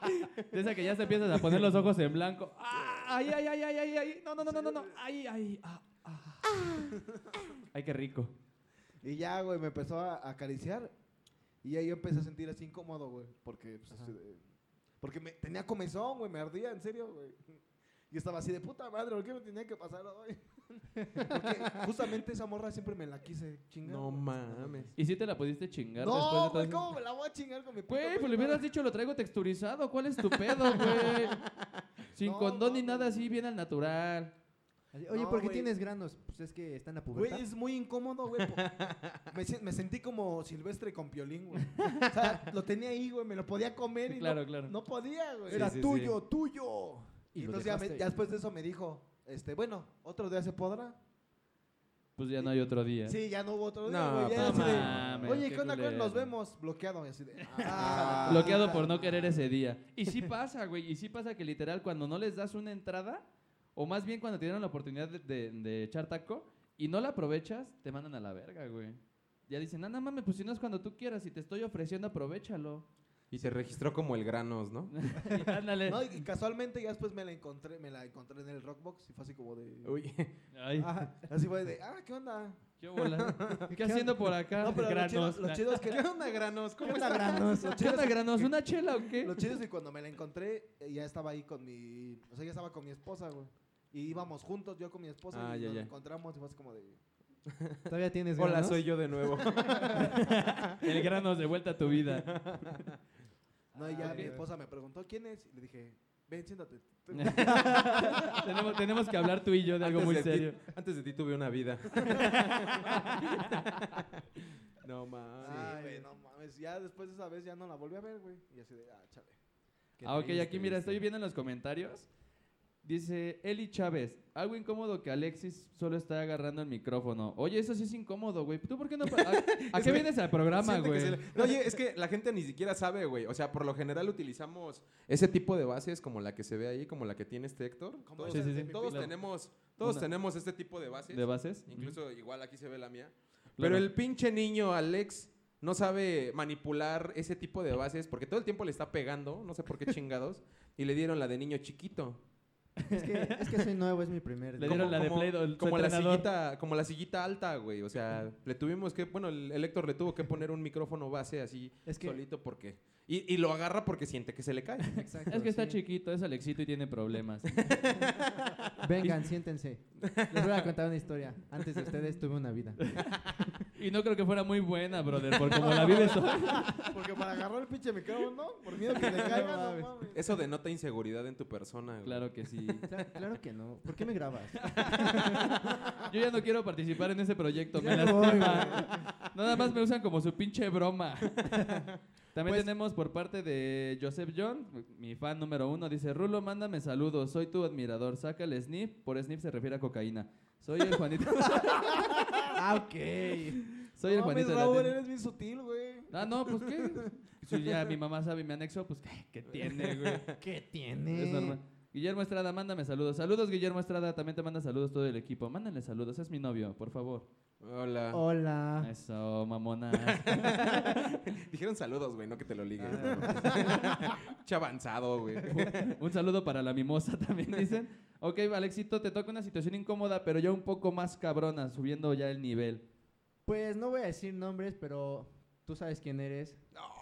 S4: ahí. De esa que ya te empiezas a poner los ojos en blanco. Ah, Ay, ay, ay, ay, ay, ay. No, no, no, no, no, no. Ay, ay, ah, ah. Ay, qué rico.
S3: y ya, güey, me empezó a, a acariciar. Y ahí yo empecé a sentir así incómodo, güey. Porque, pues, así de- porque me, tenía comezón, güey, me ardía, en serio, güey. Y estaba así de puta madre, ¿por qué me tenía que pasar hoy? Porque justamente esa morra siempre me la quise chingar.
S1: No
S3: güey.
S1: mames.
S4: ¿Y si te la pudiste chingar después
S3: No,
S4: de todo
S3: güey,
S4: eso?
S3: ¿cómo me la voy a chingar con mi puto
S4: Güey, pues le
S3: pito?
S4: hubieras dicho, lo traigo texturizado. ¿Cuál es tu pedo, güey? Sin
S3: No,
S4: condón ni
S3: no,
S4: nada
S3: güey.
S4: así, bien al natural.
S6: Así, Oye,
S3: No,
S6: ¿por qué
S3: güey.
S6: tienes granos? Pues es que están a
S3: Güey,
S6: pubertad.
S3: es muy incómodo, güey. po- me, sen- me sentí como silvestre con piolín, güey. O sea, lo tenía ahí, güey, me lo podía comer y
S4: Claro,
S3: no,
S4: claro.
S3: no podía, güey.
S1: Sí, Era sí, sí. tuyo,
S3: tuyo.
S6: Y
S3: Y
S6: lo
S3: entonces ya, me-
S6: dejaste.
S3: ya después de eso me dijo, este, bueno, ¿otro día se podrá?
S4: Pues ya no hay otro día.
S3: Sí, ya no hubo otro día,
S1: No,
S3: güey. ya
S1: no
S3: así de,
S4: mames,
S3: Oye,
S4: Este, qué
S3: ¿qué onda? güey?
S4: culero.
S3: Nos vemos. Bloqueado. Y así de,
S1: Ah.
S4: Bloqueado por no querer ese día. Y sí pasa, güey. Y sí pasa que literal cuando no les das una entrada, o más bien cuando te dieron la oportunidad de, de- de echar taco, y no la aprovechas, te mandan a la verga, güey. Ya dicen, ah, no mames, pues si no es cuando tú quieras, si te estoy ofreciendo, aprovechalo.
S1: Y se registró como el granos, ¿no?
S4: Y ándale.
S3: No, y casualmente ya después me la encontré, me la encontré en el Rockbox y fue así como de.
S1: Uy,
S4: Ay,
S3: Ajá, así fue de, ah, ¿qué onda?
S4: qué bola. ¿Qué haciendo por acá?
S3: No, pero lo chido,
S4: Ah, granos.
S3: lo chido es que.
S1: ¿qué onda, granos? ¿Cómo
S3: onda,
S1: estás?
S3: granos? Lo
S4: ¿Qué
S3: chido,
S4: onda,
S3: es,
S4: granos? ¿Una chela o qué?
S3: lo chido es que cuando me la encontré, eh, ya estaba ahí con mi. O sea, ya estaba con mi esposa, güey. Y íbamos juntos, yo con mi esposa,
S1: Ah,
S3: y
S1: ya,
S3: nos
S1: ya.
S3: encontramos y fue así como de.
S6: Todavía tienes
S1: Hola,
S6: granos?
S1: soy yo de nuevo.
S4: El granos de vuelta a tu vida.
S3: No, y ya
S4: Ah,
S3: mi
S4: ok.
S3: esposa me preguntó quién es. Y le dije, ven, siéntate.
S4: tenemos, tenemos que hablar tú y yo de algo
S1: Antes
S4: muy
S1: de ti-
S4: serio.
S1: antes de ti tuve una vida. no mames.
S3: Ay, güey, no mames. Ya después de esa vez ya no la volví a ver, güey. Y así de, ah, chale.
S6: Qué
S4: Ah, ok,
S6: triste,
S4: aquí mira,
S6: dice.
S4: estoy viendo en los comentarios. Dice Eli Chávez, algo incómodo que Alexis solo está agarrando el micrófono. Oye, eso sí es incómodo, güey. ¿Tú por qué no? pa- ¿A, a qué vienes al programa,
S1: Siente que
S4: güey?
S1: se le- No, oye, es que la gente ni siquiera sabe, güey. O sea, por lo general utilizamos ese tipo de bases como la que se ve ahí, como la que tiene este Héctor.
S3: Como
S1: Todos,
S3: esas
S4: Sí, sí,
S3: de
S4: sí.
S3: mi
S1: todos
S3: pila.
S1: tenemos, todos
S4: Una.
S1: tenemos este tipo de bases.
S4: ¿De bases?
S1: Incluso igual aquí se ve la mía.
S4: Ujú,
S1: Pero
S4: claro.
S1: el pinche niño Alex no sabe manipular ese tipo de bases porque todo el tiempo le está pegando, no sé por qué chingados, y le dieron la de niño chiquito.
S6: Es que, es que soy nuevo, es mi primer.
S4: Le
S6: día.
S4: dieron la de Play, el- su
S1: como la
S4: entrenador.
S1: sillita, como la sillita alta, güey. O sea, le tuvimos que, bueno, el, el Héctor le tuvo que poner un micrófono base así
S6: Es que-
S1: solito porque y, y lo agarra porque siente que se le cae.
S6: Exacto,
S4: Es que está
S6: sí.
S4: chiquito, es Alexito y tiene problemas.
S6: Vengan, siéntense. Les voy a contar una historia. Antes de ustedes tuve una vida.
S4: y no creo que fuera muy buena, brother, por como la vives hoy.
S3: Porque para agarrar el pinche micrófono, por miedo que le caiga, no
S6: mames.
S3: mames.
S1: Eso denota inseguridad en tu persona, güey.
S4: Claro que sí.
S6: Cla- claro que no. ¿Por qué me grabas?
S4: Yo ya no quiero participar en ese proyecto, me
S6: Ya me voy,
S4: lastima. Nada más me usan como su pinche broma. También
S6: Pues-
S4: tenemos por parte de Joseph John, mi fan número uno, dice, Rulo, mándame saludos, soy tu admirador, saca el snip, por snip se refiere a cocaína. Soy el Juanito.
S6: ah, ok.
S4: soy el
S3: No mames,
S4: Juanito. de la
S3: Raúl,
S4: tele.
S3: eres bien sutil, güey.
S4: Ah, no, pues qué. Si ya mi mamá sabe y me anexo, pues qué, qué tiene, güey.
S6: ¿Qué tiene?
S4: Es normal. Guillermo Estrada, mándame saludos. Saludos, Guillermo Estrada. También te manda saludos todo el equipo. Mándale saludos. Es mi novio, por favor.
S1: Hola.
S4: Oh.
S6: Hola.
S4: Eso, mamona.
S1: Dijeron saludos, güey, no que te lo ligues.
S4: Ah,
S1: Che avanzado, güey.
S4: Un saludo para la mimosa también, dicen. Ok, Alexito, te toca una situación incómoda, pero ya un poco más cabrona, subiendo ya el nivel.
S6: Pues no voy a decir nombres, pero tú sabes quién eres.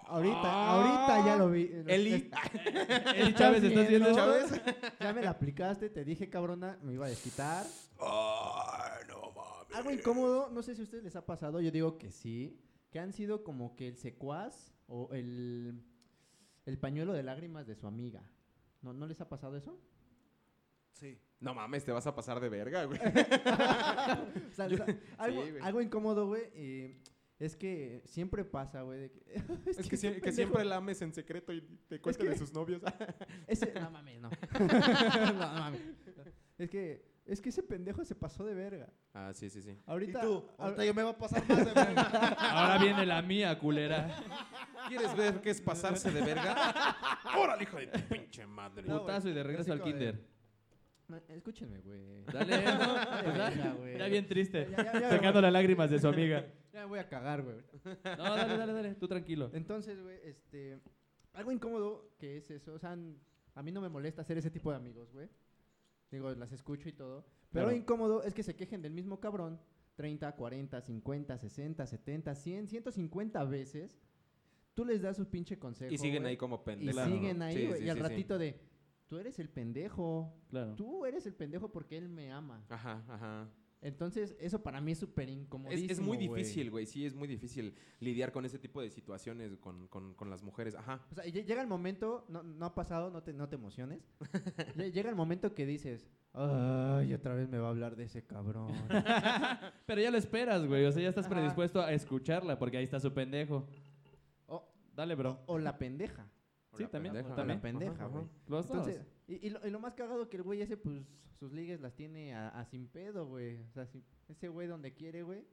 S6: Ahorita, ahorita ya lo vi. este,
S1: Eli.
S4: Eli Chávez, ¿estás viendo esto?
S6: Chávez? Ya me la aplicaste, te dije, cabrona, me iba a desquitar.
S1: Ay, no mames.
S6: Algo incómodo, no sé si a ustedes les ha pasado, yo digo que sí, que han sido como que el secuaz o el, el pañuelo de lágrimas de su amiga. ¿No, ¿No les ha pasado eso?
S3: Sí.
S1: No mames, te vas a pasar de verga, güey.
S6: O sea, o sea, algo,
S1: güey.
S6: algo incómodo, güey, eh, es que siempre pasa, güey, de que...
S1: Es que,
S6: este
S1: sie- que
S6: pendejo-
S1: siempre la ames en secreto y te cuenta
S6: que-
S1: de sus novios.
S6: Ese, no mames, no. no, no mames. Es que, es que ese pendejo se pasó de verga.
S1: Ah, sí, sí, sí.
S3: ¿Y
S6: Ahorita...
S3: tú?
S6: a-
S3: Ahorita yo me va a pasar más de verga.
S4: Ahora viene la mía, culera.
S1: ¿Quieres ver qué es pasarse de verga? ¡Órale, hijo de tu pinche madre!
S6: No,
S4: Putazo y de regreso al
S6: Clásico de-
S4: kinder.
S6: no, escúchenme, güey.
S4: Dale, ¿no? Pues da-
S6: venga, güey.
S4: ya bien
S6: Ya,
S4: triste.
S6: ya, ya me voy-
S4: Sacando las lágrimas de su amiga.
S6: ya me voy a cagar, güey.
S4: No, dale, dale, dale, tú tranquilo.
S6: Entonces, güey, este. Algo incómodo que es eso. O sea, n- a mí no me molesta ser ese tipo de amigos, güey. Digo, las escucho y todo. Pero
S4: Claro.
S6: lo incómodo es que se quejen del mismo cabrón 30, 40, 50, 60, 70, 100, 150 veces. Tú les das su pinche consejo.
S1: Y siguen
S6: güey,
S1: ahí como
S6: Y
S1: pendejos.
S6: siguen ahí,
S1: Sí,
S6: güey.
S1: sí,
S6: y al
S1: sí, sí.
S6: ratito de. Tú eres el pendejo.
S4: Claro.
S6: Tú eres el pendejo porque él me ama.
S1: Ajá, ajá.
S6: Entonces, eso para mí es súper incómodo.
S1: Es, es muy difícil, güey. Sí, es muy difícil lidiar con ese tipo de situaciones con, con, con las mujeres. Ajá.
S6: O sea, lle- llega el momento, no, no ha pasado, no te, no te emociones. Lle- llega el momento que dices, ay, otra vez me va a hablar de ese cabrón.
S4: Pero ya lo esperas, güey. O sea, ya estás
S6: Ajá.
S4: predispuesto a escucharla, porque ahí está su pendejo.
S6: O-
S4: Dale, bro.
S6: o la pendeja.
S1: O
S4: Sí,
S1: la
S4: también,
S1: pendeja,
S6: O
S4: también.
S6: la pendeja,
S1: Ajá,
S6: güey.
S1: ajá.
S4: Los dos.
S6: Entonces, y, y lo, y lo más cagado que el güey ese, pues, sus ligues las tiene a, a sin pedo, güey. O sea, si- ese güey donde quiere, güey.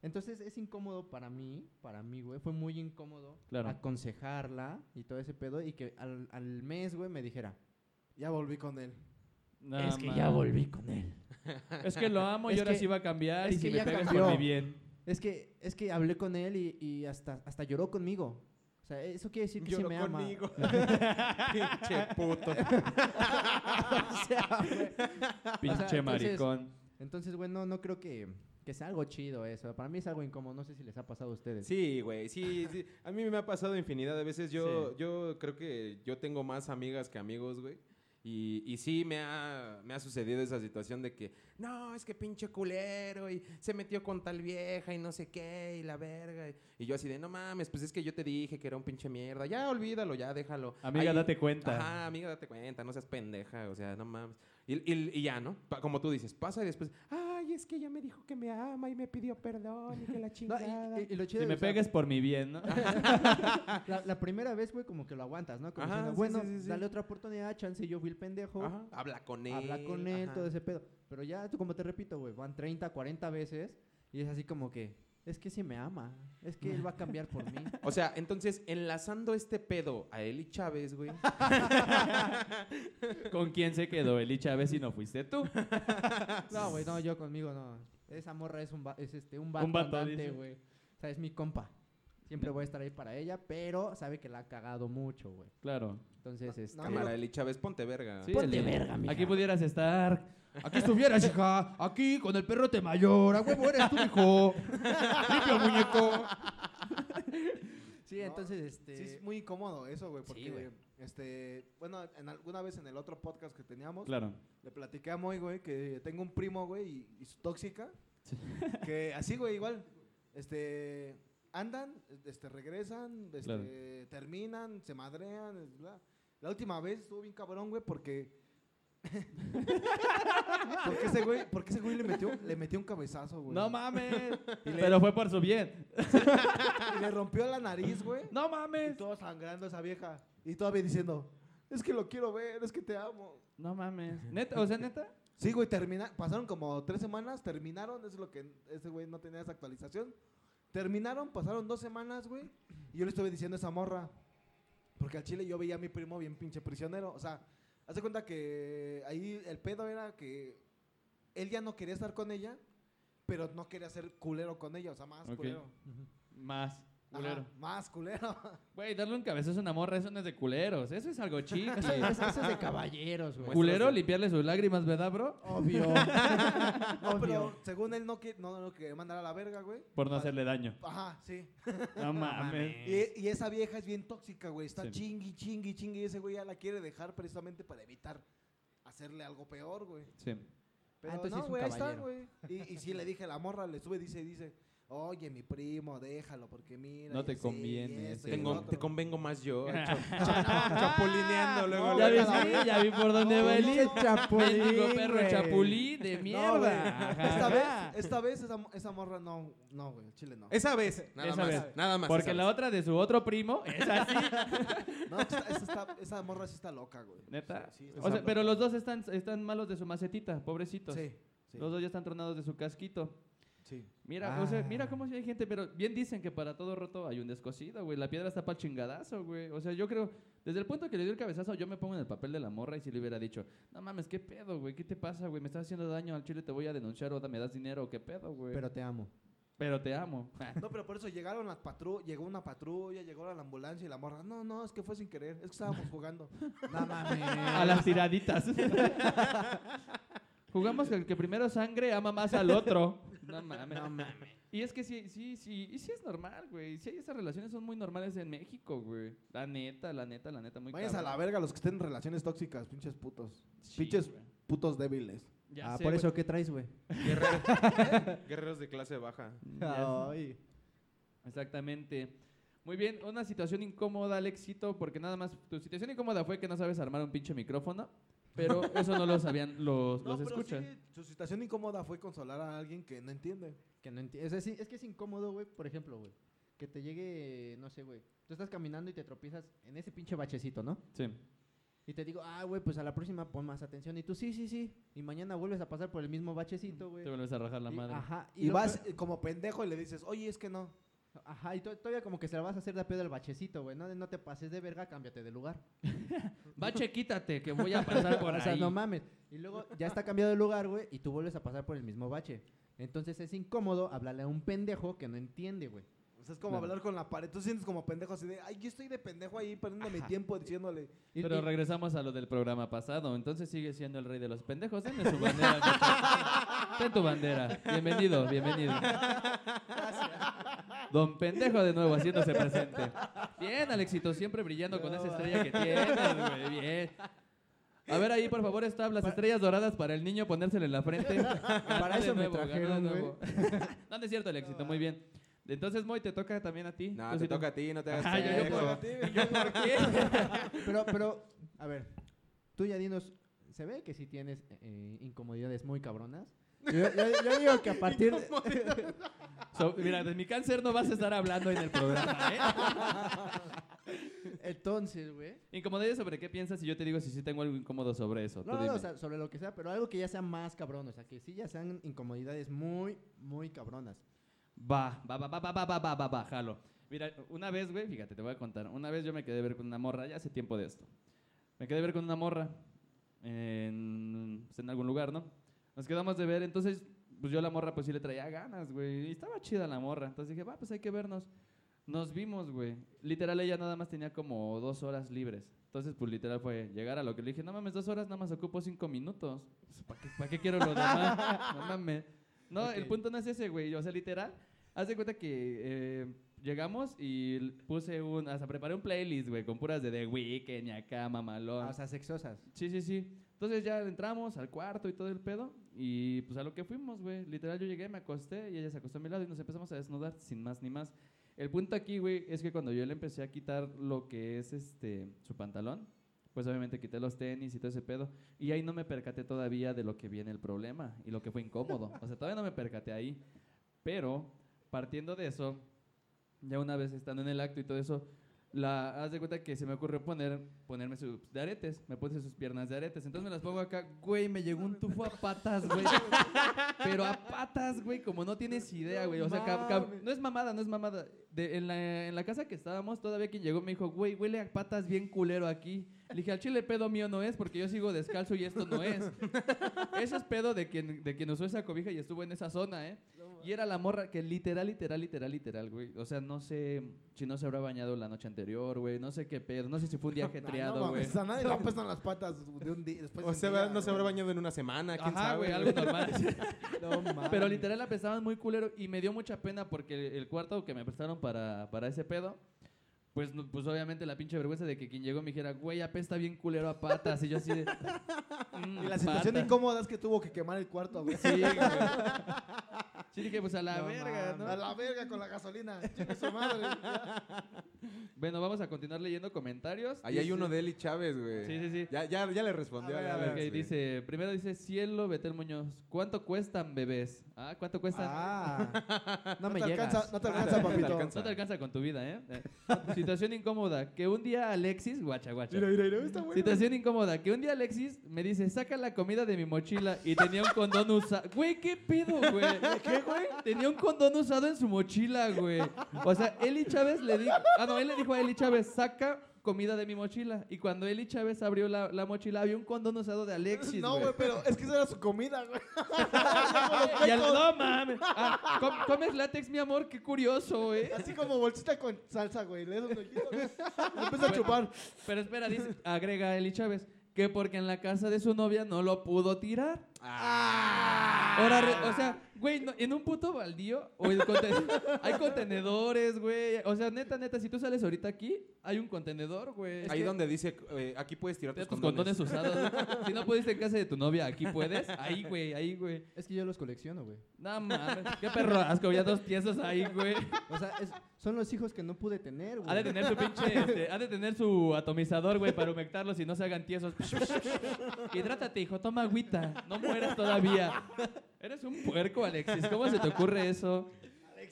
S6: Entonces, es incómodo para mí, para mí, güey. Fue muy incómodo
S4: Claro.
S6: aconsejarla y todo ese pedo. Y que al, al mes, güey, me dijera,
S3: Ya volví con él.
S4: No,
S2: es que
S4: ma.
S2: ya volví con él.
S4: Es que lo amo y
S6: Es
S4: ahora
S6: que-
S4: sí va a cambiar.
S6: es
S4: y si
S6: que
S4: me
S6: ya
S4: pegas
S6: cambió.
S4: por mi bien.
S6: Es que, es que hablé con él y, y hasta, hasta lloró conmigo. O sea, eso quiere decir que sí
S1: Lloró
S6: me ama.
S1: conmigo. Pinche puto.
S6: O sea, güey.
S4: Pinche
S6: entonces-
S4: maricón.
S6: Entonces, güey, no, no creo que, que sea algo chido eso. Para mí es algo incómodo. No sé si les ha pasado a ustedes.
S1: Sí, güey, sí, sí. A mí me ha pasado infinidad de veces. Yo, yo creo que yo tengo más amigas que amigos, güey. Y, y sí me ha, me ha sucedido esa situación de que, no, es que pinche culero y se metió con tal vieja y no sé qué y la verga. Y, y yo así de, no mames, pues es que yo te dije que era un pinche mierda. Ya olvídalo, ya déjalo.
S4: Amiga,
S1: Ahí-
S4: date cuenta.
S1: Ajá, amiga, date cuenta, no seas pendeja, o sea, no mames. Y, y- y ya, ¿no? Pa- como tú dices, pasa y después, ay, es que ella me dijo que me ama y me pidió perdón y que la
S6: No, y-
S1: chingada.
S6: y, y lo chido
S4: Si
S6: de-
S4: me
S6: o sea,
S4: pegas por mi bien, ¿no?
S6: La, la primera vez, güey, como que lo aguantas, ¿no? Como
S1: Ajá,
S6: diciendo,
S1: sí,
S6: bueno,
S1: sí, sí, sí.
S6: dale otra oportunidad, chance, yo fui el pendejo.
S1: Ajá, Habla con él.
S6: Habla con él,
S1: ajá.
S6: todo ese pedo. Pero ya, tú, como te repito, güey, van 30, 40 veces y es así como que, es que sí me ama. Es que él va a cambiar por mí.
S1: O sea, entonces, enlazando este pedo a Eli Chávez, güey.
S4: ¿Con quién se quedó Eli Chávez si no fuiste tú?
S6: No, güey, no, yo conmigo no. Esa morra es un, va- es este, un vato,
S4: Un vato,
S6: andante,
S4: dice.
S6: güey. O sea, es mi compa. Siempre voy a estar ahí para ella, pero sabe que la ha cagado mucho, güey.
S4: Claro.
S6: Entonces, este...
S1: Cámara, Eli Chávez, ponte verga.
S4: Sí,
S2: Ponte
S4: Eli.
S2: verga, mija.
S4: Aquí pudieras estar.
S2: Aquí estuvieras, hija. Aquí con el perrote mayor. A huevo eres tú, hijo. Limpio, muñeco.
S6: Sí, entonces, este...
S3: Sí, es muy incómodo eso, güey, porque,
S6: güey.
S3: este, bueno, en alguna vez en el otro podcast que teníamos,
S4: Claro.
S3: le platiqué a Moy, güey, que tengo un primo, güey, y, y su tóxica, que así, güey, igual, este, andan, este, regresan, este,
S4: Claro.
S3: terminan, se madrean, es- bla. La última vez estuvo bien cabrón, güey, porque... porque ese güey, porque ese güey le metió, le metió un cabezazo, güey.
S4: No mames. Pero fue por su bien.
S3: y le rompió la nariz, güey.
S4: No
S3: Y
S4: mames.
S3: todo sangrando esa vieja. Y todavía diciendo, es que lo quiero ver, es que te amo.
S4: No mames. ¿Neta? O sea, neta.
S3: Sí, güey, termina, pasaron como tres semanas, terminaron, eso es lo que ese güey no tenía esa actualización. Terminaron, pasaron dos semanas, güey, y yo le estuve diciendo a esa morra. Porque al chile yo veía a mi primo bien pinche prisionero. O sea, hace cuenta que ahí el pedo era que él ya no quería estar con ella, pero no quería ser culero con ella, o sea, más
S4: Ok.
S3: culero.
S4: Más.
S3: Ajá,
S4: Culero.
S3: más culero.
S4: Güey, darle un cabezazo a una morra, eso no es de culeros. Eso es algo chido.
S6: Eso, eso es de caballeros, güey.
S4: Culero, limpiarle sus lágrimas, ¿verdad, bro?
S6: Obvio.
S3: No, pero
S6: Obvio.
S3: según él no, que, no lo quería mandar a la verga, güey.
S4: Por no
S3: Ah,
S4: hacerle daño.
S3: Ajá, sí.
S4: No mames.
S3: Y, y esa vieja es bien tóxica, güey. Está
S4: Eh. Sí.
S3: chingui, chingui, chingui. Y ese güey ya la quiere dejar precisamente para evitar hacerle algo peor, güey.
S4: Sí.
S3: Pero
S6: Ah, entonces es
S3: no,
S6: un
S3: güey, ahí está,
S6: caballero.
S3: güey. Y, y sí le dije a la morra, le sube, dice, dice, oye, mi primo, déjalo, porque mira.
S4: No
S3: y
S4: te
S3: así, y
S4: conviene,
S3: esto y
S4: sí.
S3: el
S1: Tengo-
S3: otro".
S1: te convengo más yo. cha- cha- chapulineando luego.
S3: No,
S4: Ya
S1: luego.
S4: vi,
S3: Guácala,
S4: sí,
S3: güey.
S4: ya vi por dónde
S3: No,
S4: va el
S3: no,
S4: hilo.
S3: no.
S6: Chapulín,
S4: Mendigo perro
S6: güey.
S4: chapulí de
S3: No, güey.
S4: mierda.
S3: Esta vez, esta vez esa, mo- esa morra no, no, güey, al chile no.
S1: Esa vez, nada
S4: Ah. Esa
S1: más.
S4: vez.
S1: Nada más.
S4: Porque
S1: esa
S4: la
S1: vez.
S4: otra de su otro primo es así.
S3: No, esa, esa está- esa morra sí está loca, güey.
S4: Neta.
S3: Sí, sí,
S4: O
S3: está
S4: sea,
S3: loca.
S4: pero los dos están, están malos de su macetita, pobrecitos.
S3: Sí, sí,
S4: Los dos ya están tronados de su casquito.
S3: sí.
S4: Mira, o sea, mira cómo sí hay gente, pero bien dicen que para todo roto hay un descosido, güey. La piedra está para chingadazo, güey. O sea, yo creo, desde el punto que le dio el cabezazo, yo me pongo en el papel de la morra y si le hubiera dicho, no mames, ¿qué pedo, güey? ¿Qué te pasa, güey? Me estás haciendo daño al chile, te voy a denunciar o da- me das dinero, ¿qué pedo, güey? Pero,
S6: Pero te amo.
S4: te amo. Ah,
S3: No, pero por eso llegaron las patru llegó una patrulla, llegó la ambulancia y la morra. No, no, es que fue sin querer, es que estábamos jugando.
S6: No mames.
S4: a las tiraditas. Jugamos que el que primero sangre ama más al otro. No mames.
S6: No mames.
S4: Y es que sí, sí, sí, y sí es normal, güey. Sí, hay esas relaciones son muy normales en México, güey. La neta, la neta, la neta, muy
S3: Vayas a
S4: cabrón.
S3: la verga los que estén en relaciones tóxicas, pinches putos.
S4: Sí,
S3: Pinches
S4: güey.
S3: putos débiles.
S4: Ya
S6: Ah,
S4: sé,
S6: por
S4: güey.
S6: eso, ¿qué traes, güey?
S1: Guerreros, guerreros de clase baja.
S4: Ya
S6: Ay.
S4: sé. Exactamente. Muy bien, una situación incómoda, Alexito, porque nada más tu situación incómoda fue que no sabes armar un pinche micrófono, pero eso no lo sabían los, los escuchas.
S3: su situación incómoda fue consolar a alguien que no entiende.
S6: Que no entiendes. Es, es que es incómodo, güey. Por ejemplo, güey. Que te llegue, no sé, güey. Tú estás caminando y te tropiezas en ese pinche bachecito, ¿no?
S4: Sí.
S6: Y te digo, ah, güey, pues a la próxima pon más atención. Y tú, sí, sí, sí. Y mañana vuelves a pasar por el mismo bachecito, güey.
S4: Te vuelves a rajar la
S6: Y-
S4: madre.
S6: Ajá.
S3: Y
S6: lo
S3: vas eh, como pendejo y le dices, oye, es que no.
S6: peor- Ajá. Y to- todavía como que se la vas a hacer de a pedo al bachecito, güey. No, no te pases de verga, cámbiate de lugar.
S4: Bache, quítate, que voy a pasar por
S6: o sea,
S4: ahí.
S6: no mames. Y Y luego ya está cambiado de lugar, güey, y tú vuelves a pasar por el mismo bache. Entonces es incómodo hablarle a un pendejo que no entiende, güey.
S3: O sea, es como
S6: Claro.
S3: hablar con la pared. Tú sientes como pendejo así de, ay, yo estoy de pendejo ahí perdiendo mi tiempo diciéndole.
S6: Y-
S4: Pero
S6: y-
S4: regresamos a lo del programa pasado. Entonces sigue siendo el rey de los pendejos. Denme su bandera. muchachos. Ten tu bandera. Bienvenido, bienvenido. Don pendejo de nuevo haciéndose presente. Bien, Alexito, siempre brillando con esa estrella que tienes, güey. Bien. A ver ahí, por favor, está las estrellas doradas para el niño ponérsele en la frente. Para
S6: eso me trajeron,
S4: No, no es cierto, Alexito, muy bien. Entonces, Moy, te toca también a ti.
S1: No,
S4: Tú
S1: te
S4: sí
S1: toca a ti, no te hagas.
S4: Ah, yo- yo
S1: pendejo.
S4: puedo. ¿Y yo por qué?
S6: Pero, pero, a ver, tú ya dinos, se ve que sí tienes eh, incomodidades muy cabronas. Yo, yo- yo digo que a partir de...
S4: So, mira, de mi cáncer no vas a estar hablando en el programa, ¿eh?
S6: Entonces, güey.
S4: Incomodidades sobre qué piensas y yo te digo si sí tengo algo incómodo sobre eso. Tú
S6: No, no,
S4: dime.
S6: o sea, sobre lo que sea, pero algo que ya sea más cabrón, o sea, que sí ya sean incomodidades muy, muy cabronas.
S4: Va, va, va, va, va, va, va, va, va, va, jalo. Mira, una vez, güey, fíjate, te voy a contar. Una vez yo me quedé a ver con una morra, ya hace tiempo de esto. Me quedé a ver con una morra en, pues, en algún lugar, ¿no? Nos quedamos de ver, entonces, pues yo a la morra pues sí le traía ganas, güey. Y estaba chida la morra. Entonces dije, va, pues hay que vernos. Nos vimos, güey. Literal, ella nada más tenía como dos horas libres. Entonces, pues literal fue llegar a lo que le dije, no mames, dos horas, nada más ocupo cinco minutos. Pues, ¿Para qué, pa' qué quiero lo demás? No mames. No, el punto no es ese, güey. O sea, literal, haz de cuenta que eh, llegamos y l- puse un, hasta preparé un playlist, güey, con puras de The Weeknd y acá, mamalón.
S6: Ah, o sea, sexosas.
S4: Sí, sí, sí. Entonces ya entramos al cuarto y todo el pedo. Y pues a lo que fuimos, güey. Literal, yo llegué, me acosté y ella se acostó a mi lado y nos empezamos a desnudar sin más ni más. El punto aquí, güey, es que cuando yo le empecé a quitar lo que es este su pantalón, pues obviamente quité los tenis y todo ese pedo. Y ahí no me percaté todavía de lo que viene el problema y lo que fue incómodo. O sea, todavía no me percaté ahí. Pero partiendo de eso, ya una vez estando en el acto y todo eso, la, haz de cuenta que se me ocurrió poner, ponerme sus de aretes. Me puse sus piernas de aretes. Entonces me las pongo acá. Güey, me llegó un tufo a patas, güey. Pero a patas, güey, como no tienes idea, güey. O sea, cab- cab- no es mamada, no es mamada. De- en, la, en la casa que estábamos, todavía quien llegó me dijo, güey, huele a patas bien culero aquí. Le dije, al chile pedo mío no es, porque yo sigo descalzo y esto no es. Eso es pedo de quien, de quien usó esa cobija y estuvo en esa zona, ¿eh? Y era la morra que literal, literal, literal, literal, güey. O sea, no sé si no se habrá bañado la noche anterior, güey. No sé qué pedo. No sé si fue un día
S3: no
S4: ajetreado,
S3: mames,
S4: güey.
S3: a nadie le apestan las patas de un día. Después
S1: O
S3: de un
S1: sea,
S3: día,
S1: no se habrá bañado en una semana, quién
S4: Ajá,
S1: sabe.
S4: güey,
S1: güey.
S4: algo normal.
S6: No mames.
S4: Pero literal la prestaban muy culero y me dio mucha pena porque el- el cuarto que me prestaron para, para ese pedo, pues, no- pues obviamente la pinche vergüenza de que quien llegó me dijera, güey, apesta bien culero a patas. Y yo así de. "Mm,
S3: Y la situación
S4: patas".
S3: incómoda es que tuvo que quemar el cuarto, güey.
S4: Sí, güey. Sí, dije, pues a la
S6: Ah,
S4: verga, ¿no?
S3: A la verga con la gasolina. Chingue su madre.
S4: Bueno, vamos a continuar leyendo comentarios.
S1: Ahí hay
S4: Dice-
S1: uno de Eli Chávez, güey.
S4: Sí, sí, sí.
S1: Ya, ya, ya le respondió.
S3: A ver,
S1: ya
S3: a
S1: ves,
S3: ver,
S4: Ok,
S1: güey.
S4: dice, primero dice Cielo Betel Muñoz, ¿cuánto cuestan bebés? Ah, ¿cuánto cuestan?
S6: Ah, no me
S3: te
S6: llegas. Ah,
S3: alcanza, no te alcanza,
S1: No te
S3: papito.
S1: alcanza.
S4: No te alcanza con tu vida, ¿eh? Eh, Situación incómoda, que un día Alexis, guacha, guacha.
S1: Mira, mira, mira, está bueno.
S4: Situación incómoda, que un día Alexis me dice, saca la comida de mi mochila y tenía un condón usado. Güey, ¿qué pedo, güey? ¿Qué, güey? Tenía un condón usado en su mochila, güey. O sea, Eli Chávez le dijo, ah, no, él le dijo a Eli Chávez, saca comida de mi mochila. Y cuando Eli Chávez abrió la, la mochila, había un condón usado de Alexis,
S3: No, güey, pero es que esa era su comida, güey.
S4: Y al- no mames. Ah, com- comes látex, mi amor, qué curioso, eh.
S3: Así como bolsita con salsa, güey. Le das un ojito, güey. Lo empieza a chupar.
S4: Pero espera, dice, agrega Eli Chávez, que porque en la casa de su novia no lo pudo tirar.
S1: Ah,
S4: Ahora, re- o sea, güey, no- en un puto baldío o el conte- hay contenedores, güey. O sea, neta, neta, si tú sales ahorita aquí, hay un contenedor, güey.
S1: Ahí donde dice, eh, aquí puedes tirar
S4: Tienes
S1: tus
S4: tus
S1: condones.
S4: condones usados. güey. Si no pudiste en casa de tu novia, aquí puedes. Ahí, güey, ahí, güey.
S6: Es que yo los colecciono, güey.
S4: No mames, qué perro asco, ya dos piezas ahí, güey.
S6: O sea, es- son los hijos que no pude tener, güey.
S4: Ha de tener su pinche, este, ha de tener su atomizador, güey, para humectarlos y no se hagan tiesos. Hidrátate, hijo, toma agüita, no mueras todavía. Eres un puerco, Alexis, ¿cómo se te ocurre eso?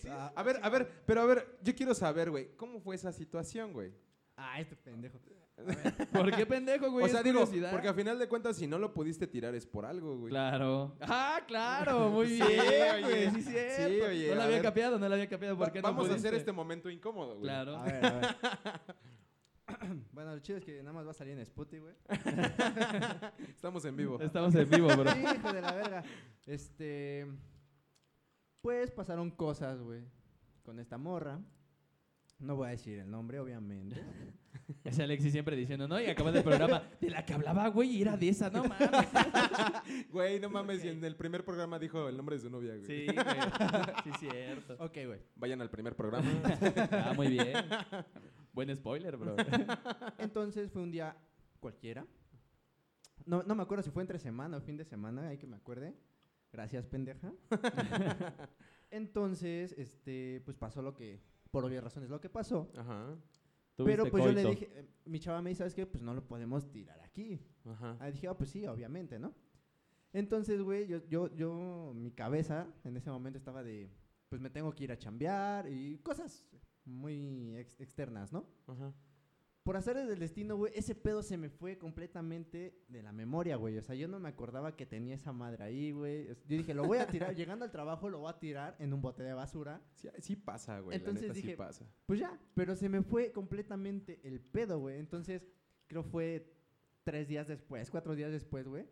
S1: Ah, a ver, a ver, pero a ver, yo quiero saber, güey, ¿cómo fue esa situación, güey?
S6: Ah, este pendejo.
S4: ¿Por qué pendejo, güey?
S1: O sea,
S4: Es
S1: digo,
S4: Pues, curiosidad.
S1: porque al final de cuentas, si no lo pudiste tirar es por algo, güey.
S4: Claro. Ah, claro, muy
S1: Sí,
S4: bien,
S1: oye.
S4: güey, sí, cierto.
S1: Sí, oye,
S4: no la
S1: a
S4: había
S1: ver.
S4: capeado, no la había capeado,
S1: Va-
S4: ¿por qué no
S1: Vamos a hacer
S4: pudiste?
S1: este momento incómodo, güey.
S4: Claro.
S6: A ver, a ver. Bueno, lo chido es que nada más va a salir en Spotify, güey.
S1: Estamos en vivo.
S4: Estamos en vivo, bro.
S6: Hijo de la verga. Este. Pues pasaron cosas, güey. Con esta morra. No voy a decir el nombre, obviamente.
S4: Es Alexis siempre diciendo, ¿no? Y acabando el programa, de la que hablaba, güey, y era de esa, no mames.
S1: Güey, no mames, y en el primer programa dijo el nombre de su novia, güey.
S4: Sí, güey. Sí, cierto.
S6: ok, güey.
S1: Vayan al primer programa.
S4: Ah, muy bien. Buen spoiler, bro.
S6: Entonces fue un día cualquiera. No, no me acuerdo si fue entre semana o fin de semana, hay que me acuerde. Gracias, pendeja. Entonces, este, pues pasó lo que, por obvias razones, lo que pasó.
S1: Ajá,
S6: Pero
S4: Tuviste
S6: pues yo le
S4: coito.
S6: dije, eh, mi chava me dice, ¿sabes qué? Pues no lo podemos tirar aquí.
S1: ajá.
S6: Ah, dije, ah, pues sí, obviamente, ¿no? Entonces, güey, yo, yo, yo, mi cabeza en ese momento estaba de, pues me tengo que ir a chambear y cosas muy ex- externas, ¿no?
S1: Ajá.
S6: Por azares del destino, güey, ese pedo se me fue completamente de la memoria, güey. O sea, yo no me acordaba que tenía esa madre ahí, güey. Es- Yo dije, lo voy a tirar, llegando al trabajo lo voy a tirar en un bote de basura.
S1: Sí, sí pasa, güey.
S6: Entonces
S1: la neta, sí
S6: dije-
S1: pasa.
S6: Pues ya, pero se me fue completamente el pedo, güey. Entonces, creo fue tres días después, cuatro días después, güey.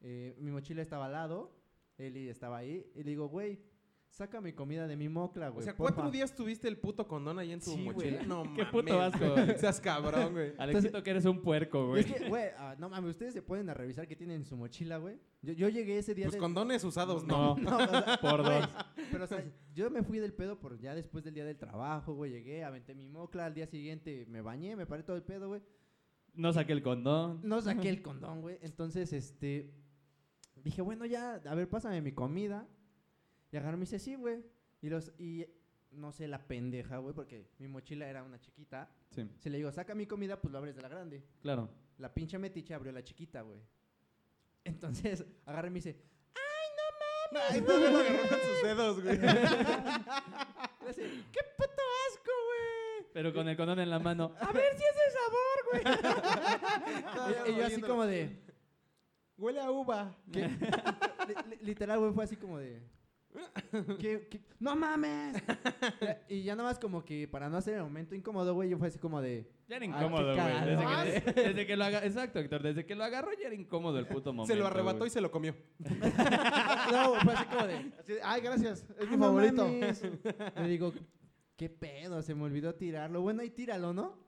S6: Eh, mi mochila estaba al lado, Eli estaba ahí, y le digo, güey, saca mi comida de mi mocla,
S1: O
S6: güey.
S1: sea,
S6: porfa".
S1: cuatro días tuviste el puto condón ahí en tu
S6: Sí, güey.
S1: mochila. No
S4: Qué
S1: mames,
S4: puto asco.
S1: güey. Seas cabrón, güey. Pues
S4: Alexito, que eres un puerco,
S6: Y
S4: güey.
S6: Es que, güey, ah, no mames, ustedes se pueden a revisar qué tienen en su mochila, güey. Yo, yo llegué ese día
S1: Pues
S6: del-
S1: condones usados, no.
S4: No,
S6: No, o sea,
S4: por
S6: güey,
S4: dos.
S6: Pero, o sea, yo me fui del pedo por ya después del día del trabajo, güey. Llegué, aventé mi mocla. Al día siguiente me bañé, me paré todo el pedo, güey.
S4: No saqué el condón.
S6: No saqué el condón, güey. Entonces, este. Dije, bueno, ya, a ver, pásame mi comida. Y agarró y me dice, sí, güey. Y los. Y no sé, la pendeja, güey, porque mi mochila era una chiquita.
S4: Sí,
S6: Si le digo, saca mi comida, pues lo abres de la grande.
S4: claro.
S6: La pinche metiche abrió la chiquita, güey. Entonces, agarra y me dice,
S1: Ay, todavía lo agarró con sus dedos, güey.
S6: "Le hace, ¡qué puto asco, güey!
S4: Pero con el condón en la mano.
S6: A ver si es el sabor, güey.
S1: Todavía
S6: Y- y yo así
S1: oliéndolo.
S6: como de.
S1: Huele a uva.
S6: Li- li- literal, güey, fue así como de. "¿Qué- qué? ¡No mames! Ya- y ya nada más como que para no hacer el momento incómodo, güey, yo fue así como de.
S4: Ya era
S6: Ah,
S4: incómodo,
S6: qué
S4: güey. Desde,
S6: cagado.
S4: que- desde que lo haga, exacto, Héctor. Desde que lo agarró ya era incómodo el puto momento.
S1: Se lo arrebató
S4: güey.
S1: y se lo comió.
S6: No, fue así como de.
S3: Así de, Ay, gracias. Es
S6: "Ah,
S3: mi
S6: no
S3: favorito.
S6: mames". Le digo, ¿qué pedo? Se me olvidó tirarlo. Bueno, ahí tíralo, ¿no?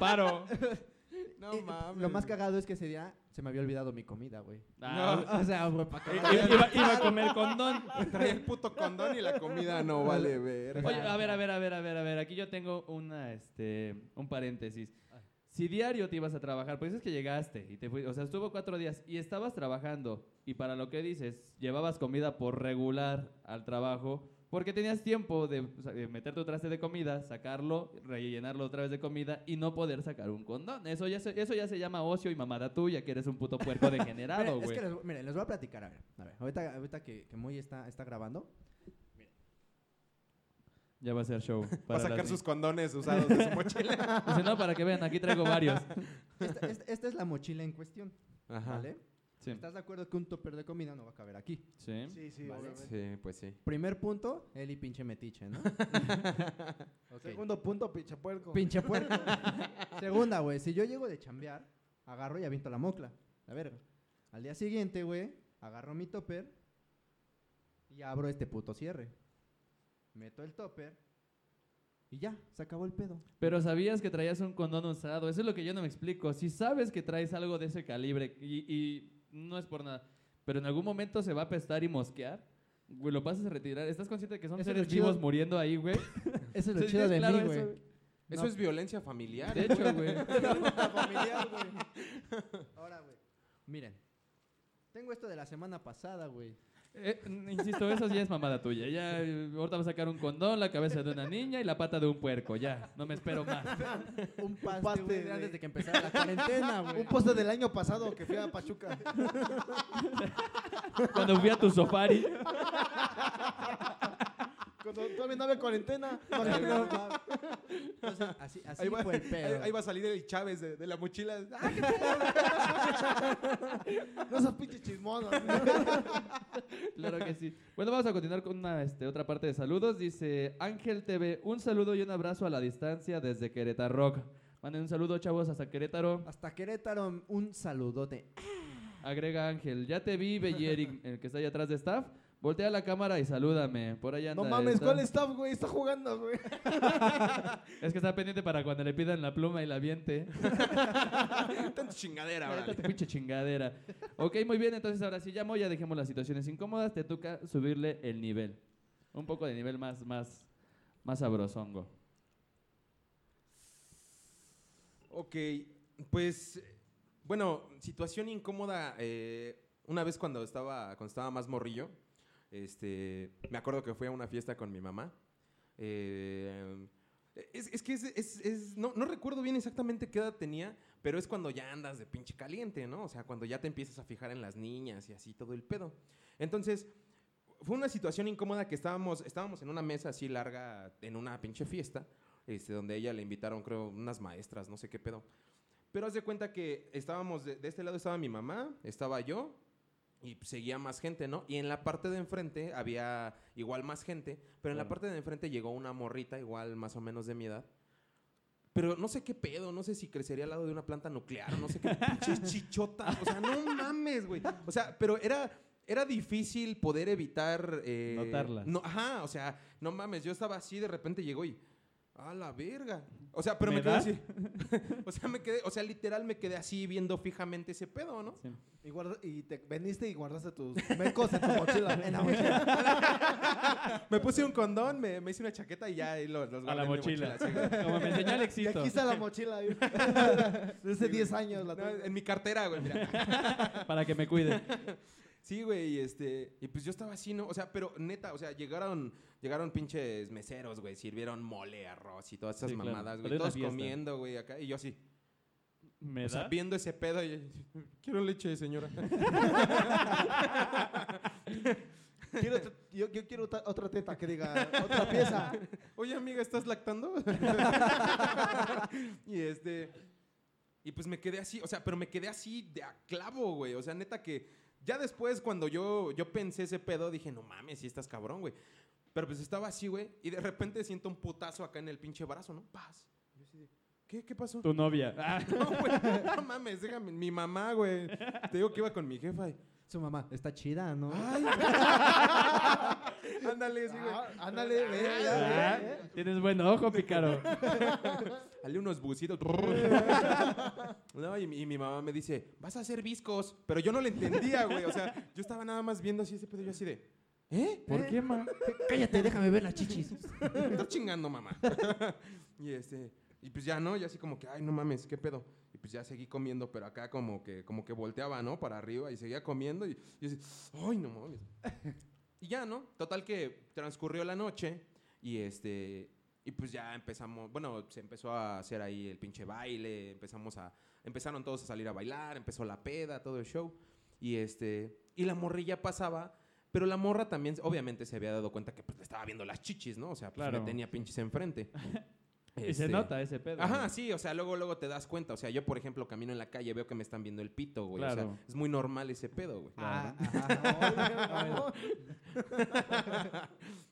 S4: Paro.
S1: No
S4: Eh,
S6: Y
S1: mames.
S6: Lo más cagado es que ese día se me había olvidado mi comida, güey.
S4: Ah,
S6: O sea, güey, pa'
S4: i-
S6: qué-
S4: i- iba, iba a comer condón.
S1: Traía el puto condón y la comida no vale ver.
S4: Oye, a ver, a ver, a ver, a ver, a ver. Aquí yo tengo una, este, un paréntesis. Si diario te ibas a trabajar, pues es que llegaste y te fuiste, o sea, estuvo cuatro días y estabas trabajando y para lo que dices, llevabas comida por regular al trabajo porque tenías tiempo de, o sea, de meter tu traste de comida, sacarlo, rellenarlo otra vez de comida y no poder sacar un condón. Eso ya se, eso ya se llama ocio y mamada tuya, que eres un puto puerco
S6: Mira,
S4: degenerado,
S6: es
S4: güey.
S6: que les, miren, les voy a platicar, a ver. A ver, ahorita, ahorita que, que Moy está, está grabando.
S4: Ya va a ser show.
S1: Va a
S4: para
S1: sacar
S4: las-
S1: sus condones usados de su mochila.
S4: Dice, no, para que vean, aquí traigo varios.
S6: Esta, esta- esta es la mochila en cuestión,
S1: Ajá.
S6: ¿vale?
S4: Sí,
S6: ¿Estás de acuerdo que un topper de comida no va a caber aquí?
S4: sí.
S3: Sí, sí,
S6: Vale.
S3: obviamente.
S1: Sí, pues sí.
S6: Primer punto, Eli pinche metiche, ¿no? Ok.
S3: Segundo punto, pinche puerco.
S6: Pinche puerco. Segunda, güey, si yo llego de chambear, agarro y aviento la mocla, la verga. Al día siguiente, güey, agarro mi topper y abro este puto cierre. Meto el topper y ya, se acabó el pedo.
S4: Pero sabías que traías un condón usado. Eso es lo que yo no me explico. Si sabes que traes algo de ese calibre y, y no es por nada, pero en algún momento se va a apestar y mosquear, güey, lo pasas a retirar. ¿Estás consciente de que son
S6: Eso es
S4: seres
S6: lo chido.
S4: vivos muriendo ahí, güey?
S6: Eso es lo
S4: Sí,
S6: chido
S4: es
S6: de
S4: claro
S6: mí,
S4: eso,
S6: güey.
S4: güey.
S1: Eso
S6: No.
S1: es violencia familiar.
S4: De hecho, güey.
S6: familiar, güey. Ahora, güey. Miren. Tengo esto de la semana pasada, güey.
S4: Eh, n- insisto, eso ya es mamada tuya. Ya, eh, ahorita va a sacar un condón, la cabeza de una niña y la pata de un puerco. Ya, no me espero más.
S6: Un paste,
S3: paste,
S6: güey,
S3: güey.
S6: antes de que empezara la cuarentena, güey.
S3: Un poste del año pasado que fui a Pachuca.
S4: Cuando fui a tu safari,
S3: Cuando todavía no había cuarentena. no
S6: No,
S3: había-
S6: no, no. Entonces, así, así
S1: Ahí va,
S6: fue el pedo.
S1: ahí, ahí va a salir el Chávez de, de la mochila. ¡Ah, qué
S3: No esos pinches chismosos.
S4: Claro que sí. Bueno, vamos a continuar con una, este, otra parte de saludos. Dice Ángel TV, un saludo y un abrazo a la distancia desde Querétaro. Manden un saludo, chavos, hasta Querétaro.
S6: Hasta Querétaro, un saludote.
S4: Agrega Ángel, ya te vi, Bellerin, el que está allá atrás de staff. Voltea la cámara y salúdame. Por allá anda.
S3: No mames, ¿cuál
S4: es?
S3: staff, güey? Está jugando, güey.
S4: Es que está pendiente para cuando le pidan la pluma y la viente.
S1: Tanta
S3: Ah,
S1: chingadera,
S4: Ahorita
S1: órale.
S4: tu pinche chingadera. Ok, muy bien, entonces ahora sí llamo, ya dejemos las situaciones incómodas, te toca subirle el nivel. Un poco de nivel más, más, más sabrosongo.
S1: Ok, pues, eh, bueno, situación incómoda. eh, una vez cuando estaba, cuando estaba más morrillo, este, me acuerdo que fui a una fiesta con mi mamá. eh, es, es que es, es- es- no, no recuerdo bien exactamente qué edad tenía, pero es cuando ya andas de pinche caliente, ¿no? O sea, cuando ya te empiezas a fijar en las niñas y así todo el pedo. Entonces, fue una situación incómoda que estábamos, estábamos en una mesa así larga, en una pinche fiesta, este, donde a ella le invitaron, creo, unas maestras, no sé qué pedo. Pero haz de cuenta que estábamos, de, de este lado estaba mi mamá, estaba yo, y pues, seguía más gente, ¿no? Y en la parte de enfrente había igual más gente, pero en la
S4: Claro.
S1: parte de enfrente llegó una morrita, igual más o menos de mi edad. Pero no sé qué pedo, no sé si crecería al lado de una planta nuclear, no sé qué pinches chichotas. O sea, no mames, güey. O sea, pero era, era difícil poder evitar. eh,
S4: Notarlas.
S1: No, ajá, o sea, no mames, yo estaba así, de repente llegó y. ¡A la verga! O sea, pero
S4: ¿Me
S1: me, quedé
S4: da?
S1: así. o sea, me quedé, o sea, literal me quedé así viendo fijamente ese pedo, ¿no?
S3: Y, guarda- y te veniste y guardaste tus mecos en tu mochila. en la mochila.
S1: Me puse un condón, me, me hice una chaqueta y ya y los, los
S4: A
S1: guardé
S4: la
S1: en mi
S4: mochila.
S1: mochila, sí.
S4: Como me enseñó
S3: Y
S4: Alexito.
S3: aquí está la mochila. güey. Desde 10 años la
S1: No,
S3: tengo.
S1: en mi cartera, güey, mira.
S4: Para que me cuide.
S1: Sí, güey, y este, y pues yo estaba así, ¿no? O sea, pero neta, o sea, llegaron, llegaron pinches meseros, güey, sirvieron mole, arroz y todas esas
S4: Sí, claro.
S1: mamadas,
S4: Pero
S1: güey,
S4: es una
S1: todos
S4: fiesta.
S1: comiendo, güey, acá, y yo así,
S4: ¿Me
S1: o sea,
S4: da?
S1: viendo ese pedo, y yo, quiero leche, señora.
S3: Quiero otra- yo, yo quiero otra- otra teta que diga, otra pieza.
S1: Oye, amiga, ¿estás lactando? y este. Y pues me quedé así, o sea, pero me quedé así de a clavo, güey. O sea, neta que. Ya después, cuando yo, yo pensé ese pedo, dije, no mames, si estás cabrón, güey. Pero pues estaba así, güey. Y de repente siento un putazo acá en el pinche brazo, ¿no? Paz. Yo así de, ¿Qué? ¿Qué pasó?
S4: Tu novia. Ah,
S1: No, güey, no mames, déjame. Mi mamá, güey. Te digo que iba con mi jefa. y,
S6: Su mamá, está chida, ¿no?
S1: Ay. Ándale, sí, güey.
S3: Ah, ándale, ve, ya,
S4: ah,
S3: ve,
S1: ¿eh?
S3: ve.
S4: Tienes buen ojo, Picaro.
S1: Dale unos bucitos. No, y, mi- y mi mamá me dice, vas a hacer viscos. Pero yo no le entendía, güey. O sea, yo estaba nada más viendo así ese pedo. Yo así de, ¿eh?
S4: ¿Por qué, ma?
S6: Cállate, déjame ver las chichis.
S1: Estás chingando, mamá. y este, y pues ya, ¿no? Yo así como que, ay, no mames, qué pedo. Y pues ya seguí comiendo, pero acá como que, como que volteaba, ¿no? Para arriba y seguía comiendo. Y, y así, ay, no mames. y ya, ¿no? Total que transcurrió la noche y este. Y pues ya empezamos, bueno, se empezó a hacer ahí el pinche baile, empezamos a, empezaron todos a salir a bailar, empezó la peda, todo el show. Y este, y la morrilla pasaba, pero la morra también, obviamente, se había dado cuenta que pues, le estaba viendo las chichis, ¿no? O sea, pues,
S4: Claro.
S1: le tenía pinches enfrente.
S4: Y se
S1: Este,
S4: nota ese pedo.
S1: Ajá, sí, o sea, luego, luego te das cuenta. O sea, yo, por ejemplo, camino en la calle, veo que me están viendo el pito, güey. O
S4: Claro.
S1: sea, es muy normal ese pedo, güey.
S3: Ah, ajá, no, no.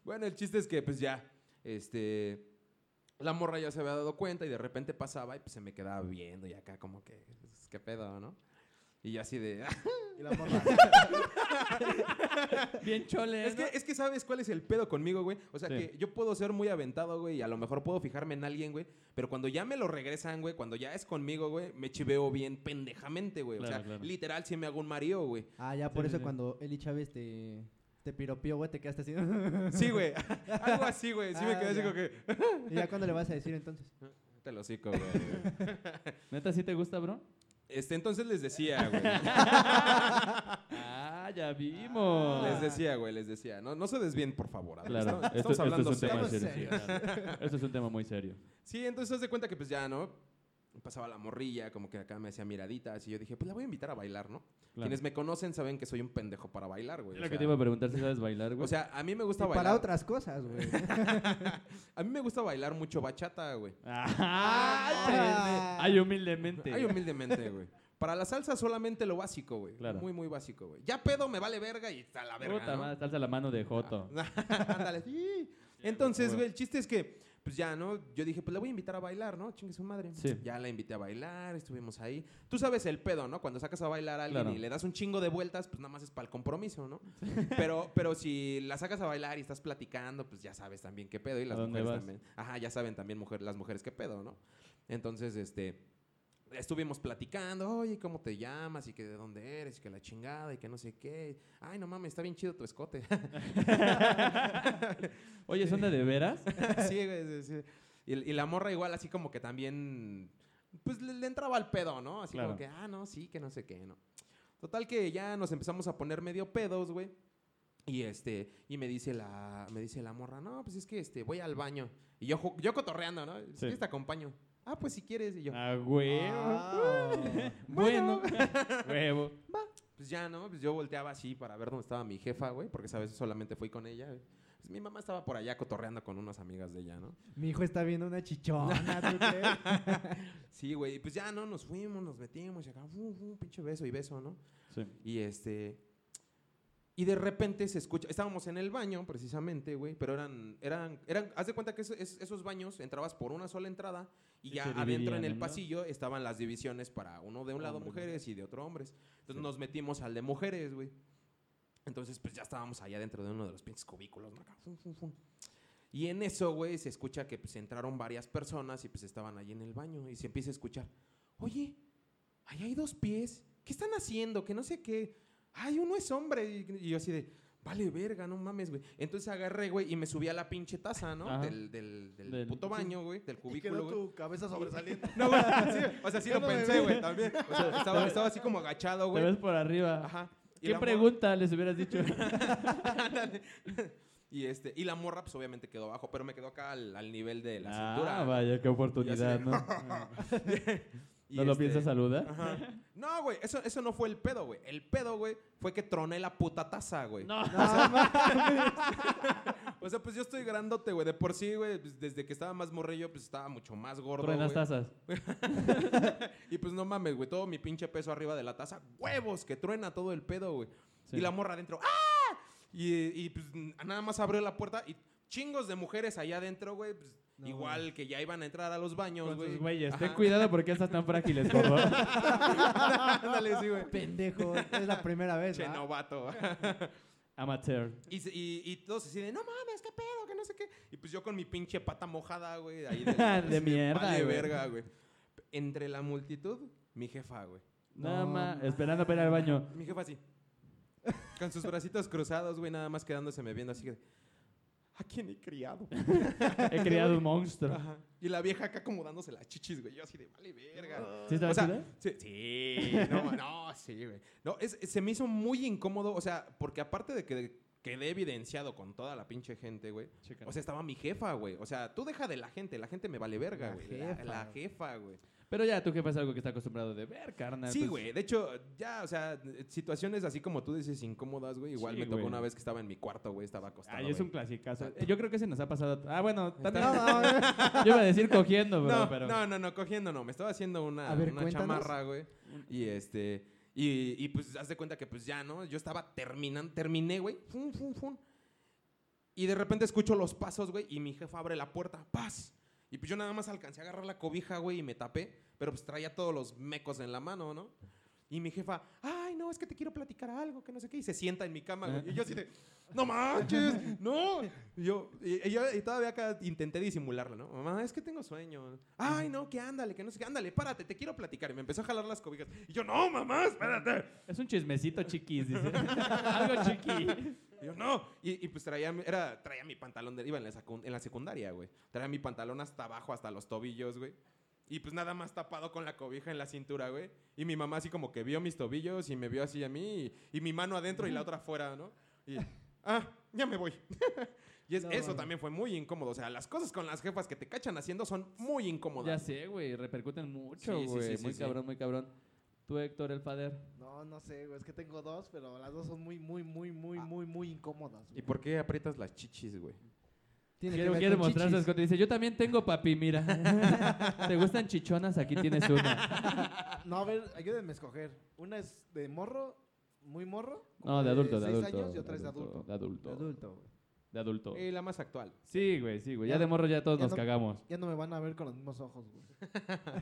S1: Bueno, el chiste es que, pues ya, este. La morra ya se había dado cuenta y de repente pasaba y pues se me quedaba viendo y acá como que, pues, qué pedo, ¿no? Y yo así de,
S3: Y la morra.
S4: Bien chole.
S1: Es que, es que sabes cuál es el pedo conmigo, güey. O sea,
S4: Sí.
S1: que yo puedo ser muy aventado, güey, y a lo mejor puedo fijarme en alguien, güey. Pero cuando ya me lo regresan, güey, cuando ya es conmigo, güey, me chiveo bien pendejamente, güey. o
S4: Claro,
S1: sea,
S4: claro.
S1: literal, si me hago un marido, güey.
S6: Ah, ya, por
S4: Sí, sí,
S6: eso
S4: sí.
S6: cuando Eli Chávez te, te piropió, güey, te quedaste así.
S1: Sí, güey. Algo así, güey. Sí me
S6: Ah,
S1: quedé así
S6: ya.
S1: como que.
S6: ¿Y ya cuándo le vas a decir entonces?
S1: Te lo hocico, güey.
S4: ¿Neta sí te gusta, bro?
S1: Este, entonces les decía, güey.
S4: Ah, ya vimos.
S1: Les decía, güey, les decía. No, no se desvíen, por favor. a ver,
S4: Claro,
S1: estamos-
S4: esto-
S1: estamos
S4: esto es
S1: hablando
S4: un tema
S1: serios.
S3: estamos
S4: serio.
S3: serios.
S4: sí, claro. Esto es un tema muy serio.
S1: Sí, entonces haz de cuenta que pues ya, ¿no? Pasaba la morrilla, como que acá me hacía miraditas y yo dije, pues la voy a invitar a bailar, ¿no?
S4: Claro.
S1: Quienes me conocen saben que soy un pendejo para bailar, güey.
S4: Es
S1: o
S4: lo que
S1: sea,
S4: te iba a preguntar si sabes bailar, güey.
S1: O sea, a mí me gusta
S6: Y para
S1: bailar.
S6: otras cosas, güey.
S1: A mí me gusta bailar mucho bachata, güey.
S4: Ah, ay, humildemente.
S1: Ay, humildemente, güey. Para la salsa solamente lo básico, güey.
S4: Claro.
S1: Muy, muy básico, güey. Ya pedo me vale verga y está la verga.
S4: Puta
S1: ¿no?
S4: madre, alza la mano de Joto.
S1: Ándale. sí. Entonces, güey, el chiste es que pues ya, ¿no? Yo dije, pues la voy a invitar a bailar, ¿no? Chingue su madre.
S4: Sí.
S1: Ya la invité a bailar, estuvimos ahí. Tú sabes el pedo, ¿no? Cuando sacas a bailar a alguien
S4: Claro.
S1: y le das un chingo de vueltas, pues nada más es para el compromiso, ¿no? Pero, pero si la sacas a bailar y estás platicando, pues ya sabes también qué pedo. Y las
S4: ¿A dónde
S1: mujeres
S4: vas?
S1: también. Ajá, ya saben también mujer, las mujeres qué pedo, ¿no? Entonces, este. Estuvimos platicando, oye, ¿cómo te llamas? Y que de dónde eres, y que la chingada, y que no sé qué. Ay, no mames, está bien chido tu escote.
S4: Oye, ¿son de de veras?
S1: sí, güey, sí, sí. Y, y la morra igual así como que también, pues le, le entraba al pedo, ¿no? Así
S4: Claro.
S1: como que, ah, no, sí, que no sé qué, ¿no? Total que ya nos empezamos a poner medio pedos, güey. Y este, y me dice la, me dice la morra, no, pues es que este, voy al baño. Y yo, ju- yo cotorreando, ¿no? Si
S4: Sí.
S1: quieres te acompaño. Ah, pues si quieres. Y yo,
S4: Ah, huevo.
S1: Bueno.
S4: bueno. huevo.
S1: pues ya, ¿no? Pues yo volteaba así para ver dónde estaba mi jefa, güey, porque esa vez solamente fui con ella. güey. Pues mi mamá estaba por allá cotorreando con unas amigas de ella, ¿no?
S6: Mi hijo está viendo una chichona, ¿tú crees?
S1: Sí, güey. Y pues ya, ¿no? Nos fuimos, nos metimos y acá, fu, fu, pinche beso y beso, ¿no?
S4: Sí.
S1: Y este. Y de repente se escucha. Estábamos en el baño, precisamente, güey. Pero eran, eran, eran. Haz de cuenta que eso- es- esos baños entrabas por una sola entrada y
S4: Sí,
S1: ya
S4: se
S1: adentro en
S4: dividían,
S1: el
S4: ¿no?
S1: pasillo estaban las divisiones para uno de un lado
S4: Hombre,
S1: mujeres y de otro hombres. Entonces
S4: Sí.
S1: nos metimos al de mujeres, güey. Entonces, pues ya estábamos allá dentro de uno de los pinches cubículos, ¿no? Acá, fum, fum, fum. Y en eso, güey, se escucha que pues entraron varias personas y pues estaban ahí en el baño y se empieza a escuchar, oye, ahí hay dos pies, ¿qué están haciendo? Que no sé qué. Ay, uno es hombre. Y, y yo así de, vale, verga, no mames, güey. Entonces agarré, güey, y me subí a la pinche taza, ¿no?
S4: Ajá.
S1: Del, del, del
S4: Del-
S1: puto
S4: sí.
S1: baño, güey, del
S3: Y quedó
S1: cubículo, güey.
S3: tu cabeza sobresaliente.
S1: No, güey, sí, o sea, sí
S3: Ya
S1: lo
S3: no me
S1: pensé,
S3: veo.
S1: güey, también. O sea, estaba, estaba así como agachado,
S4: Te ves
S1: güey.
S4: por arriba.
S1: Ajá. Y
S4: ¿Qué
S1: la morra-
S4: pregunta les hubieras dicho?
S1: Ándale. y, este, y la morra, pues obviamente quedó abajo, pero me quedó acá al, al nivel de la cintura.
S4: Ah, vaya, qué oportunidad, ¿no?
S1: Y
S4: ¿No lo
S1: este-
S4: piensas saludar?
S1: Ajá. No, güey, eso, eso no fue el pedo, güey. El pedo, güey, fue que troné la puta taza, güey.
S4: No.
S1: O sea, pues yo estoy grandote, güey. De por sí, güey, pues, desde que estaba más morrillo, pues estaba mucho más gordo,
S4: Truenas
S1: güey.
S4: tazas.
S1: Y pues no mames, güey, todo mi pinche peso arriba de la taza. ¡Huevos! Que truena todo el pedo, güey.
S4: Sí.
S1: Y la morra adentro. ¡Ah! Y, y, pues n- nada más abrió la puerta y chingos de mujeres allá adentro, güey. pues,
S6: No,
S1: igual que ya iban a entrar a los baños,
S4: Con
S1: güey.
S4: sus güeyes. Ten
S1: Ajá.
S4: cuidado porque estas están frágiles, por favor.
S1: Ándale, sí, güey.
S6: Pendejo, es la primera vez,
S1: Che,
S6: ¿va?
S1: novato.
S4: Amateur.
S1: Y, se- y, y todos así de, no mames, qué pedo, que no sé qué. Y pues yo con mi pinche pata mojada, güey. Ahí del- así
S4: De mierda,
S1: vale
S4: güey.
S1: verga, güey. Entre la multitud, mi jefa, güey.
S4: Nada
S6: No
S4: más. Esperando para ir al baño.
S1: Mi jefa así. Con sus bracitos cruzados, güey, nada más quedándose me viendo así de, ¿a quién he criado?
S4: He creado un monstruo.
S1: Ajá. Y la vieja acá como dándose las chichis, güey. Yo así de, vale verga.
S4: ¿Sí estaba
S1: O sea,
S4: chida?
S1: Sí, sí, no, no, sí, güey. No, es- se me hizo muy incómodo, o sea, porque aparte de que quedé evidenciado con toda la pinche gente, güey. O sea, estaba mi jefa, güey. O sea, tú deja de la gente, la gente me vale verga,
S6: La
S1: güey. La,
S6: jefa,
S1: la
S6: güey.
S1: jefa, güey.
S4: Pero ya tu jefa es algo que está acostumbrado de ver, carnal.
S1: Sí,
S4: pues,
S1: güey. De hecho, ya, o sea, situaciones así como tú dices incómodas, güey. Igual
S4: Sí,
S1: me tocó
S4: güey.
S1: una vez que estaba en mi cuarto, güey. Estaba acostado.
S4: Ay, es
S1: güey.
S4: un clasicazo. Eh,
S1: Exacto.
S4: Yo creo que se nos ha pasado. Ah, bueno, también.
S6: No, no,
S4: Yo iba a decir cogiendo, bro,
S1: No,
S4: pero.
S1: no, no, no, cogiendo no. Me estaba haciendo una,
S6: A ver,
S1: una
S6: cuéntanos.
S1: chamarra, güey. Y este. Y, y, pues haz de cuenta que pues ya, ¿no? Yo estaba terminando, terminé, güey. Fum, fum, fum. Y de repente escucho los pasos, güey, y mi jefa abre la puerta. ¡Paz! Y pues yo nada más alcancé a agarrar la cobija, güey, y me tapé. Pero pues traía todos los mecos en la mano, ¿no? Y mi jefa, ay, no, es que te quiero platicar algo, que no sé qué. Y se sienta en mi cama, güey. Y yo así de, no manches, no. Y yo, y, y yo- y todavía acá intenté disimularlo, ¿no? Mamá, es que tengo sueño. Ay, no, que ándale, que no sé qué. Ándale, párate, te quiero platicar. Y me empezó a jalar las cobijas. Y yo, no, mamá, espérate.
S4: Es un chismecito chiquis, dice. algo chiqui.
S1: Y yo, no. Y, y pues traía, mi- era, traía mi pantalón, de, iba en la, secu- en la secundaria, güey. Traía mi pantalón hasta abajo, hasta los tobillos, güey. Y pues nada más tapado con la cobija en la cintura, güey. Y mi mamá así como que vio mis tobillos y me vio así a mí. Y, y mi mano adentro y la otra afuera, ¿no? Y, ah, ya me voy. y es-
S6: No,
S1: eso
S6: mames.
S1: también fue muy incómodo. O sea, las cosas con las jefas que te cachan haciendo son muy
S4: Ya
S1: incómodas.
S4: sé, güey. Repercuten mucho,
S1: Sí, sí,
S4: güey.
S1: sí, sí,
S4: muy
S1: sí.
S4: cabrón, muy cabrón. Tú, Héctor, el fader.
S3: No, no sé, güey. Es que tengo dos, pero las dos son muy, muy, muy, muy,
S4: Ah.
S3: muy, muy incómodas.
S1: ¿Y
S3: güey.
S1: por qué aprietas las chichis, güey?
S6: Tiene que
S4: Quiero,
S6: ver
S4: quiero
S6: con
S4: mostrarse
S6: chichis.
S4: cuando dice, yo también tengo papi, mira. ¿Te gustan chichonas? Aquí tienes una.
S3: Ah, No, a ver, ayúdenme a escoger. Una es de morro, muy morro.
S4: No, de adulto, de
S3: seis
S4: adulto.
S3: años y otra es de adulto.
S4: De adulto.
S6: Adulto, güey.
S4: de adulto.
S1: Eh, la más actual.
S4: Sí, güey, sí, güey. Ya
S3: Ya
S4: de
S3: no-
S4: morro ya todos
S3: ya
S4: nos
S3: no-
S4: cagamos.
S3: Ya no me van a ver con los mismos ojos, güey.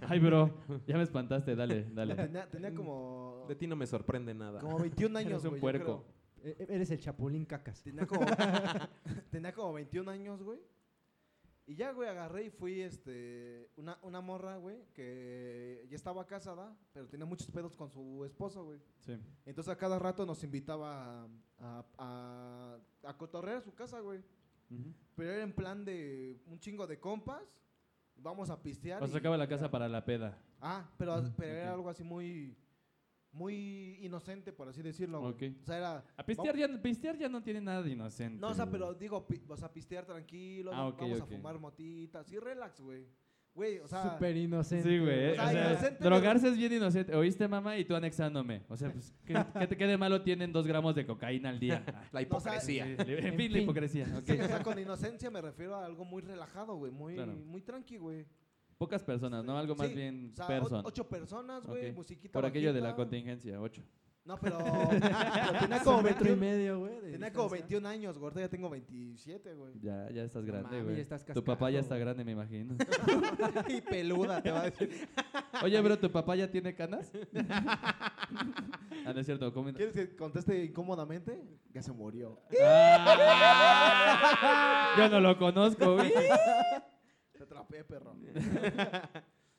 S4: Ay, bro, ya me espantaste, dale, dale.
S3: Tenía, tenía como,
S1: De ti no me sorprende nada.
S3: como 21 años,
S4: Eres un
S3: güey, yo
S4: puerco.
S3: creo.
S7: E- Eres el chapulín cacas.
S3: Tenía como, tenía como 21 años, güey. Y ya, güey, agarré y fui, este, una, una morra, güey, que ya estaba casada, pero tenía muchos pedos con su esposo, güey.
S4: Sí.
S3: Entonces a cada rato nos invitaba a, a, a- a cotorrear a su casa, güey. Pero era en plan de un chingo de compas, vamos a pistear.
S4: O sea,
S3: y-
S4: sacaba la casa para la peda.
S3: Ah, pero, pero
S4: ok.
S3: era algo así muy, muy inocente, por así decirlo, güey.
S4: Ok.
S3: O sea, era...
S4: A pistear ya, pistear ya no tiene nada de inocente.
S3: No, o sea,
S4: güey.
S3: pero digo, pi- o sea, pistear tranquilo,
S4: Ah, ok,
S3: vamos
S4: ok.
S3: a fumar motitas, sí, relax, güey. Güey, o sea...
S7: Súper inocente.
S4: Sí, güey. eh,
S3: O sea,
S4: o sea,
S3: inocente, pero-
S4: drogarse es bien inocente. ¿Oíste, mamá? Y tú anexándome. O sea, pues, ¿qué, qué, te- qué de malo tienen dos gramos de cocaína al día? Ah,
S1: La
S3: No, o sea,
S1: hipocresía.
S4: sí, en fin, la hipocresía. ok.
S3: o sea, con inocencia me refiero a algo muy relajado, güey, muy,
S4: Claro.
S3: muy tranqui, güey.
S4: Pocas personas, ¿no? Algo más
S3: Sí,
S4: bien
S3: O sea, o-
S4: person.
S3: ocho personas, güey,
S4: Ok.
S3: musiquita
S4: Por aquello de la
S3: bajita.
S4: contingencia, ocho.
S3: No, pero, pero tenía como
S7: Un metro y
S3: 21,
S7: medio, güey. de
S3: tenía como
S7: distancia.
S3: 21 años, gordo, ya tengo 27, güey.
S4: Ya, ya estás
S7: No
S4: grande,
S7: mames,
S4: güey.
S7: estás
S4: Tu papá ya
S7: cascado,
S4: está
S7: güey.
S4: grande, me imagino.
S1: y peluda, te va a decir.
S4: Oye, bro, ¿tu papá ya tiene canas? ah, no es cierto. ¿cómo-
S3: ¿Quieres que conteste incómodamente? Ya se murió.
S4: Ah. yo no lo conozco, güey.
S3: Te atrapé, perro.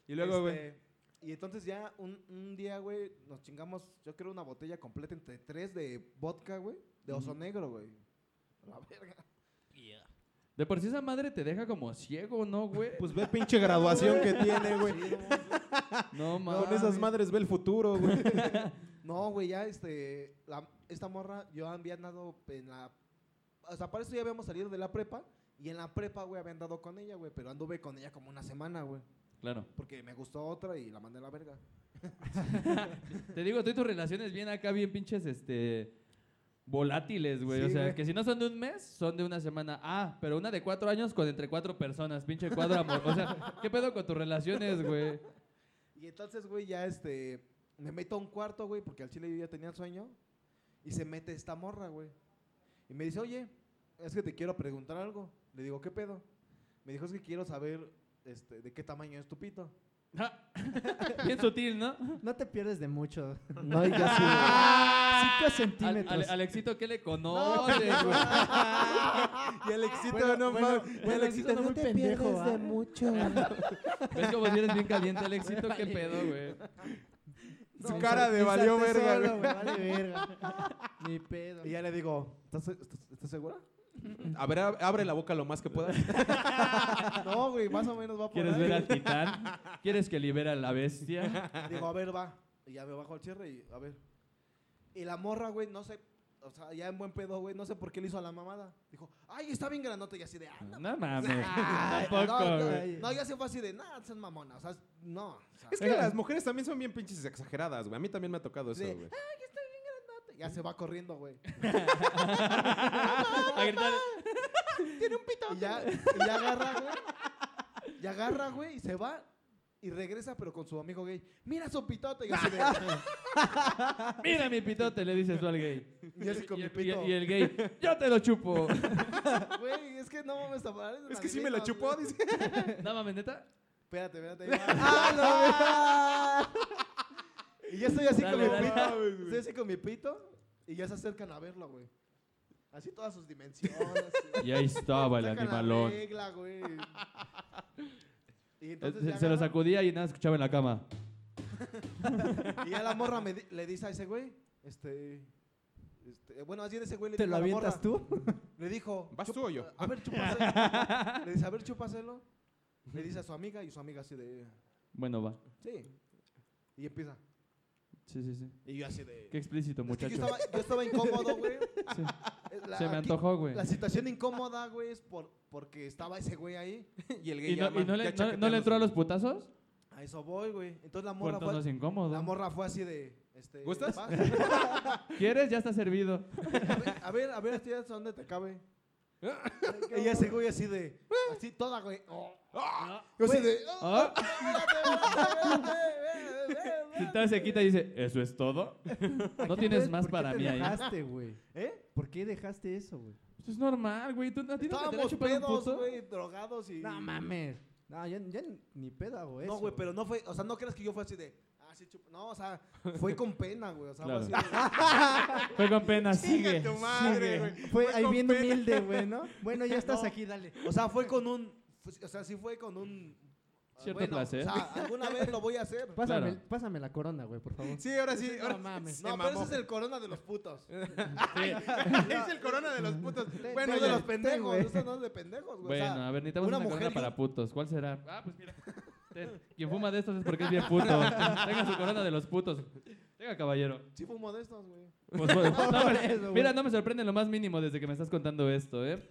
S4: Y luego, güey.
S3: Este, y entonces ya un, un día, güey, nos chingamos, yo creo, una botella completa entre tres de vodka, güey, de oso negro, güey. La verga.
S4: De por sí esa madre te deja como ciego, ¿no, güey?
S7: Pues ve pinche graduación que tiene, güey.
S4: no mames.
S7: Con esas madres ve el futuro, güey.
S3: No, güey, ya este, la- esta morra, yo había andado en la, o sea, para eso ya habíamos salido de la prepa, y en la prepa, güey, había andado con ella, güey, pero anduve con ella como una semana, güey,
S4: Claro.
S3: porque me gustó otra y la mandé a la verga.
S4: Te digo, tú y tus relaciones bien acá, bien pinches, este. Volátiles, güey.
S3: Sí,
S4: o sea,
S3: güey.
S4: que si no son de un mes, son de una semana. Ah, pero una de cuatro años con entre cuatro personas. Pinche cuadro amor. O sea, ¿qué pedo con tus relaciones, güey?
S3: Y entonces, güey, ya este, me meto a un cuarto, güey, porque al chile yo ya tenía sueño. Y se mete esta morra, güey. Y me dice, oye, es que te quiero preguntar algo. Le digo, ¿qué pedo? Me dijo, es que quiero saber este, de qué tamaño es tu pito.
S4: Ah, bien sutil, ¿no?
S7: No te pierdes de mucho.
S3: No, y ya
S7: Cinco
S4: Al-
S7: centímetros.
S4: al- Alexito, ¿qué le conoces, güey?
S7: y Alexito, no mames. Y Alexito, no te pierdes de mucho.
S4: ¿Ves cómo si eres bien caliente, Alexito? ¿Qué pedo, güey?
S7: Su cara de valió verga, güey. Vale verga. Ni pedo.
S3: Y ya le digo, ¿estás, estás- estás segura?
S1: A ver, ab- abre la boca lo más que puedas.
S3: no, güey, más o menos va por
S4: ¿Quieres
S3: ahí.
S4: ver al titán? ¿Quieres que libera a la bestia?
S3: Digo, a ver, va. Y ya me bajo al cierre y a ver. Y la morra, güey, no sé. O sea, ya en buen pedo, güey, no sé por qué le hizo a la mamada. Dijo, ay, está bien grandote y así de, ah, no
S4: No mames.
S3: Ay,
S4: Tampoco,
S3: no, no,
S4: güey.
S3: No, ya se fue así de, nada, sean mamona. O sea, no. o sea,
S1: Es que las mujeres también son bien pinches exageradas, güey. A mí también me ha tocado eso,
S3: Sí.
S1: güey.
S3: ya se va corriendo, güey.
S4: A gritar.
S3: Y ya, y ya agarra, güey. Y agarra, güey, y se va. Y regresa, pero con su amigo gay. Mira su pitote. Y así de,
S4: Mira mi pitote, le dices tú al gay.
S3: y así con
S4: Y
S3: mi
S4: el,
S3: pito.
S4: y el gay, yo te lo chupo.
S3: Güey, es que no mames a parar.
S1: Es que sí me la chupó, dice.
S4: No mames, neta.
S3: Espérate, espérate. ahí va.
S1: Ah,
S3: Y ya estoy así
S4: Dale,
S3: con mi
S4: dale.
S3: pito. Estoy así con mi pito. Y ya se acercan a verlo, güey. Así todas sus dimensiones.
S4: Y ahí estaba el
S3: Saca la
S4: animalón.
S3: regla, güey. Y
S4: Eh,
S3: entonces
S4: Se,
S3: ya
S4: se lo
S3: agarra-
S4: sacudía y nada, escuchaba en la cama.
S3: Y ya la morra me di- le dice a ese güey, este, este, bueno, así de ese güey le
S7: ¿Te
S3: dijo
S7: lo
S3: a la
S7: avientas
S3: morra,
S7: tú?
S3: Le dijo,
S1: ¿Vas
S3: "Chup-
S1: tú o yo?"
S3: A ver, chúpaselo. le dice, a ver, chúpaselo. Le dice a su amiga y su amiga así de,
S4: Bueno, va.
S3: sí. Y empieza.
S4: Sí, sí, sí.
S3: Y yo así de...
S4: Qué explícito,
S3: Es que yo,
S4: muchacho.
S3: estaba, yo estaba incómodo, güey.
S4: Sí.
S3: Es la-
S4: Se me
S3: aquí-
S4: antojó, güey.
S3: La situación incómoda, güey, es por, porque estaba ese güey ahí.
S1: Y el gay
S4: ¿Y no,
S1: llama,
S4: y no
S1: ya
S4: le, no- no
S1: chaqueteando
S4: le entró a
S1: su-
S4: los putazos?
S3: A eso voy, güey. Entonces la morra, pues,
S4: Puerto
S3: fue,
S4: no es
S3: la
S4: incómodo.
S3: morra fue así de... Este,
S1: ¿Gustas?
S3: "Vas".
S4: ¿Quieres? Ya está servido.
S3: A ver, a ver, a ver, hasta hasta dónde te cabe. Ella se güey así de. Así toda, güey. Oh. Yo así de. oh,
S4: Ah,
S3: Ah. espérate, espérate, espérate, espérate.
S4: entonces se quita y dice, ¿eso es todo? No tienes más para mí ahí.
S7: dejaste, güey?
S3: ¿Eh?
S7: ¿Por qué dejaste eso, güey?
S4: Eso es normal, güey. ¿Tú, ¿A ti nunca te la has
S3: Estábamos
S4: chupado un
S3: pedos,
S4: puto?
S3: güey, drogados y...
S6: No mames. No, yo, yo ni pedo hago eso.
S3: No, güey, pero no fue, o sea, no creas que yo fue así de, ah, sí, chupa. No, o sea, fue con pena, güey, o sea, fue
S4: Claro.
S3: así de, ah,
S4: Fue con pena, sigue.
S7: Chinga tu madre,
S4: sigue.
S7: güey.
S6: Fue
S7: Fue
S6: ahí
S7: con
S6: bien
S7: pena.
S6: humilde, güey, ¿no? Bueno, ya estás
S3: No.
S6: aquí, dale.
S3: o sea, fue con un, fue- o sea, sí fue con un... ah,
S4: Cierto
S3: bueno,
S4: placer.
S3: O sea, alguna vez lo voy a hacer.
S6: Pásame,
S4: Claro.
S6: pásame la corona, güey, por favor.
S7: Sí, ahora sí.
S6: No
S7: Ahora
S6: mames.
S7: se
S3: No, pero
S7: mamó.
S3: ese es el corona de los putos.
S7: es el corona de los putos. Bueno,
S3: Bueno,
S7: ya-
S3: de los
S6: güey.
S3: pendejos, eso no es de pendejos, güey.
S4: Bueno,
S3: o sea,
S4: a ver, necesitamos
S3: una
S4: una, corona
S3: mujer y un-
S4: para putos. ¿Cuál será? Ah, pues mira. Ten. Quien fuma de estos es porque es bien puto. Tenga su corona de los putos. Tenga, caballero.
S3: sí fumo de estos, güey.
S4: Pues, bueno, no me-
S6: eso, güey.
S4: mira, no me sorprende en lo más mínimo desde que me estás contando esto, ¿eh?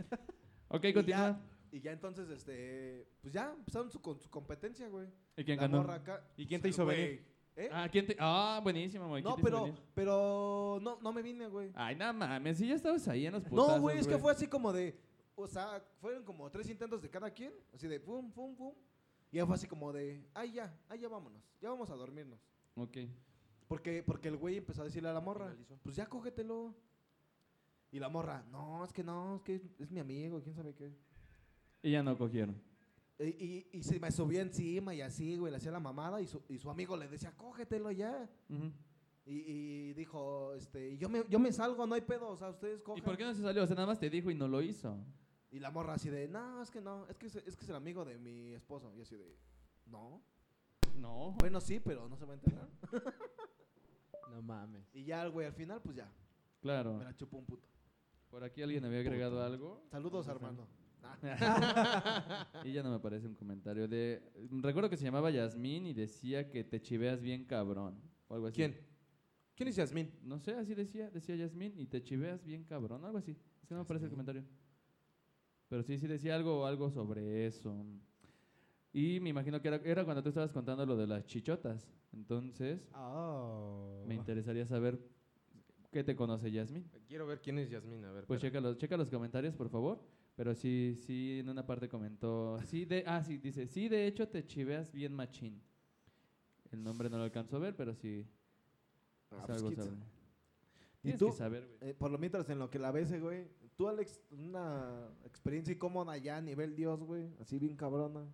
S4: Ok,
S3: Y
S4: continúa.
S3: Y ya entonces, este, pues ya empezaron su, con su competencia, güey.
S4: ¿Y quién
S3: La
S4: ganó?
S3: morra acá.
S7: ¿Y quién
S3: O
S7: te
S3: sea,
S7: hizo
S3: güey,
S7: venir?
S3: ¿Eh?
S4: Ah, ¿quién te...? Ah, buenísima, güey.
S3: no,
S4: ¿quién te hizo
S3: pero,
S4: venir? Ah,
S3: pero, no, no me vine, güey.
S4: Ay, nada mames, si ya estabas ahí en los putos.
S3: No, güey, es que fue así como de. O sea, fueron como tres intentos de cada quien. Así de pum, pum, pum. Y ya fue así como de. Ay, ya, ay, ya vámonos. Ya vamos a dormirnos.
S4: Ok.
S3: Porque, porque el güey empezó a decirle a la morra: Pues ya cógetelo. Y la morra: No, es que no, es que es mi amigo, quién sabe qué.
S4: Y ya no cogieron.
S3: Y, y- y se me subía encima y así, güey, le hacía la mamada. Y su, y su amigo le decía: Cógetelo ya.
S4: Ujú.
S3: Y, y dijo: este, yo, me, yo me salgo, no hay pedo. O sea, ustedes cojan.
S4: ¿Y por qué no se salió? O sea, nada más te dijo y no lo hizo.
S3: Y la morra así de, no, es que no, es que es, es que es el amigo de mi esposo. Y así de, no.
S4: No.
S3: Bueno, sí, pero no se va a enterar.
S6: No mames.
S3: Y ya el güey al final, pues ya,
S4: Claro.
S3: me la chupó un puto.
S4: Por aquí alguien había agregado algo.
S3: Saludos, Ah. Armando.
S4: Pues Y ya no me aparece un comentario de... Recuerdo que se llamaba Yasmín y decía que te chiveas bien cabrón. O algo así.
S1: ¿Quién? ¿Quién es Yasmín?
S4: No sé, así decía, decía Yasmín, y te chiveas bien cabrón, algo así. Es que no me aparece el comentario. Pero sí, sí decía algo, algo sobre eso. Y me imagino que era, era cuando tú estabas contando lo de las chichotas. Entonces,
S6: Oh.
S4: me interesaría saber qué te conoce Yasmín.
S1: Quiero ver quién es Yasmín, a ver.
S4: Pues
S1: espera.
S4: checa los, checa los comentarios, por favor. Pero sí, sí, en una parte comentó. Sí, de, ah, sí, dice, sí, de hecho te chiveas bien machín. El nombre no lo alcanzo a ver, pero sí.
S3: Ah,
S4: es
S3: pues,
S4: algo
S3: quita.
S4: sobre-
S3: ¿Y
S4: Tienes
S3: tú?
S4: que saber, güey.
S3: Eh, por lo mientras, en lo que la ves, eh, güey. Tú, Alex, una experiencia incómoda ya a nivel Dios, güey. Así bien cabrona,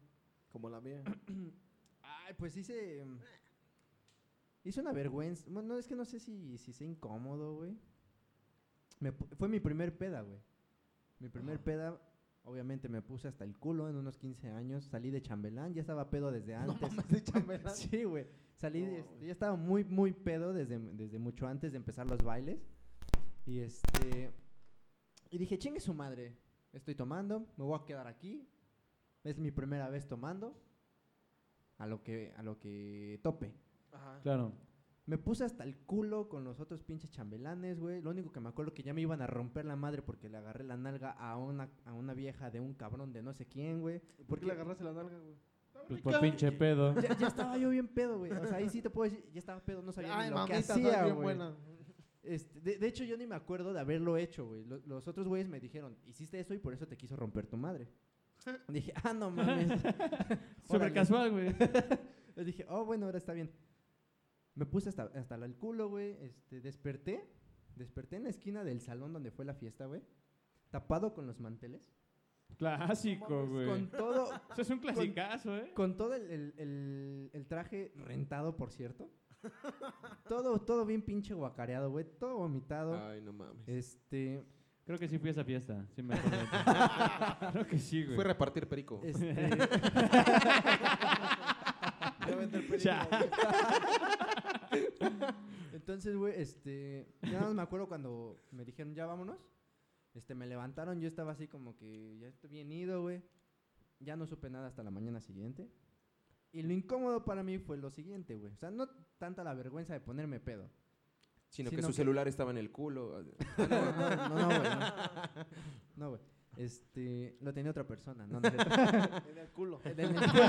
S3: como la mía.
S6: Ay, pues hice. mm, Hice una vergüenza. Bueno, es que no sé si, si sea incómodo, güey. Me pu- fue mi primer peda, güey. Mi primer peda, obviamente me puse hasta el culo en unos 15 años. Salí de chambelán, ya estaba pedo desde antes.
S3: de chambelán.
S6: Sí, güey. Salí, de-
S3: No,
S6: este, ya estaba muy, muy pedo desde, desde mucho antes de empezar los bailes. Y este. Y dije, chingue su madre. Estoy tomando, me voy a quedar aquí. Es mi primera vez tomando. A lo que, a lo que tope.
S3: Ajá.
S4: Claro.
S6: Me puse hasta el culo con los otros pinches chambelanes, güey. Lo único que me acuerdo que ya me iban a romper la madre porque le agarré la nalga a una, a una vieja de un cabrón de no sé quién, güey.
S3: ¿Por qué le agarraste la nalga, güey?
S4: Pues por pinche pedo.
S6: Ya, ya estaba yo bien pedo, güey. O sea, ahí sí te puedo decir, ya estaba pedo, no sabía ni lo que
S3: mamita,
S6: hacía,
S3: estás bien
S6: güey.
S3: buena.
S6: Este, de, de hecho, yo ni me acuerdo de haberlo hecho, güey. Lo- los otros güeyes me dijeron, hiciste eso y por eso te quiso romper tu madre. dije, ah, no mames.
S4: Súper
S6: Órale.
S4: casual, güey.
S6: Les dije, oh, bueno, ahora está bien. Me puse hasta, hasta el culo, güey. Este, desperté. Desperté en la esquina del salón donde fue la fiesta, güey. Tapado con los manteles.
S4: Clásico,
S6: Con
S4: güey.
S6: todo,
S4: Eso es un clasicazo, ¿eh?
S6: con todo el, el- el- el traje rentado, por cierto. todo, todo bien pinche guacareado, güey. Todo vomitado.
S1: Ay, no mames.
S4: Eh,
S6: Este,
S4: Creo que sí fui a esa fiesta. Sí me acuerdo. Creo que sí,
S1: Fue
S4: güey. Eh,
S1: repartir perico.
S6: este,
S3: Voy a vender perico,
S4: Ya.
S3: güey.
S6: Entonces, güey, este. Nada más me acuerdo cuando me dijeron, ya vámonos. Este, me levantaron, yo estaba así como que ya estoy bien ido, güey. Ya no supe nada hasta la mañana siguiente. Y lo incómodo para mí fue lo siguiente, güey. O sea, no tanta la vergüenza de ponerme pedo.
S1: Sino que
S6: sino
S1: su
S6: que-
S1: celular estaba en el culo.
S6: No, no, no, no, güey. No, No, güey. Este, lo tenía otra persona, no, no es cierto.
S3: En el culo.
S6: en el culo.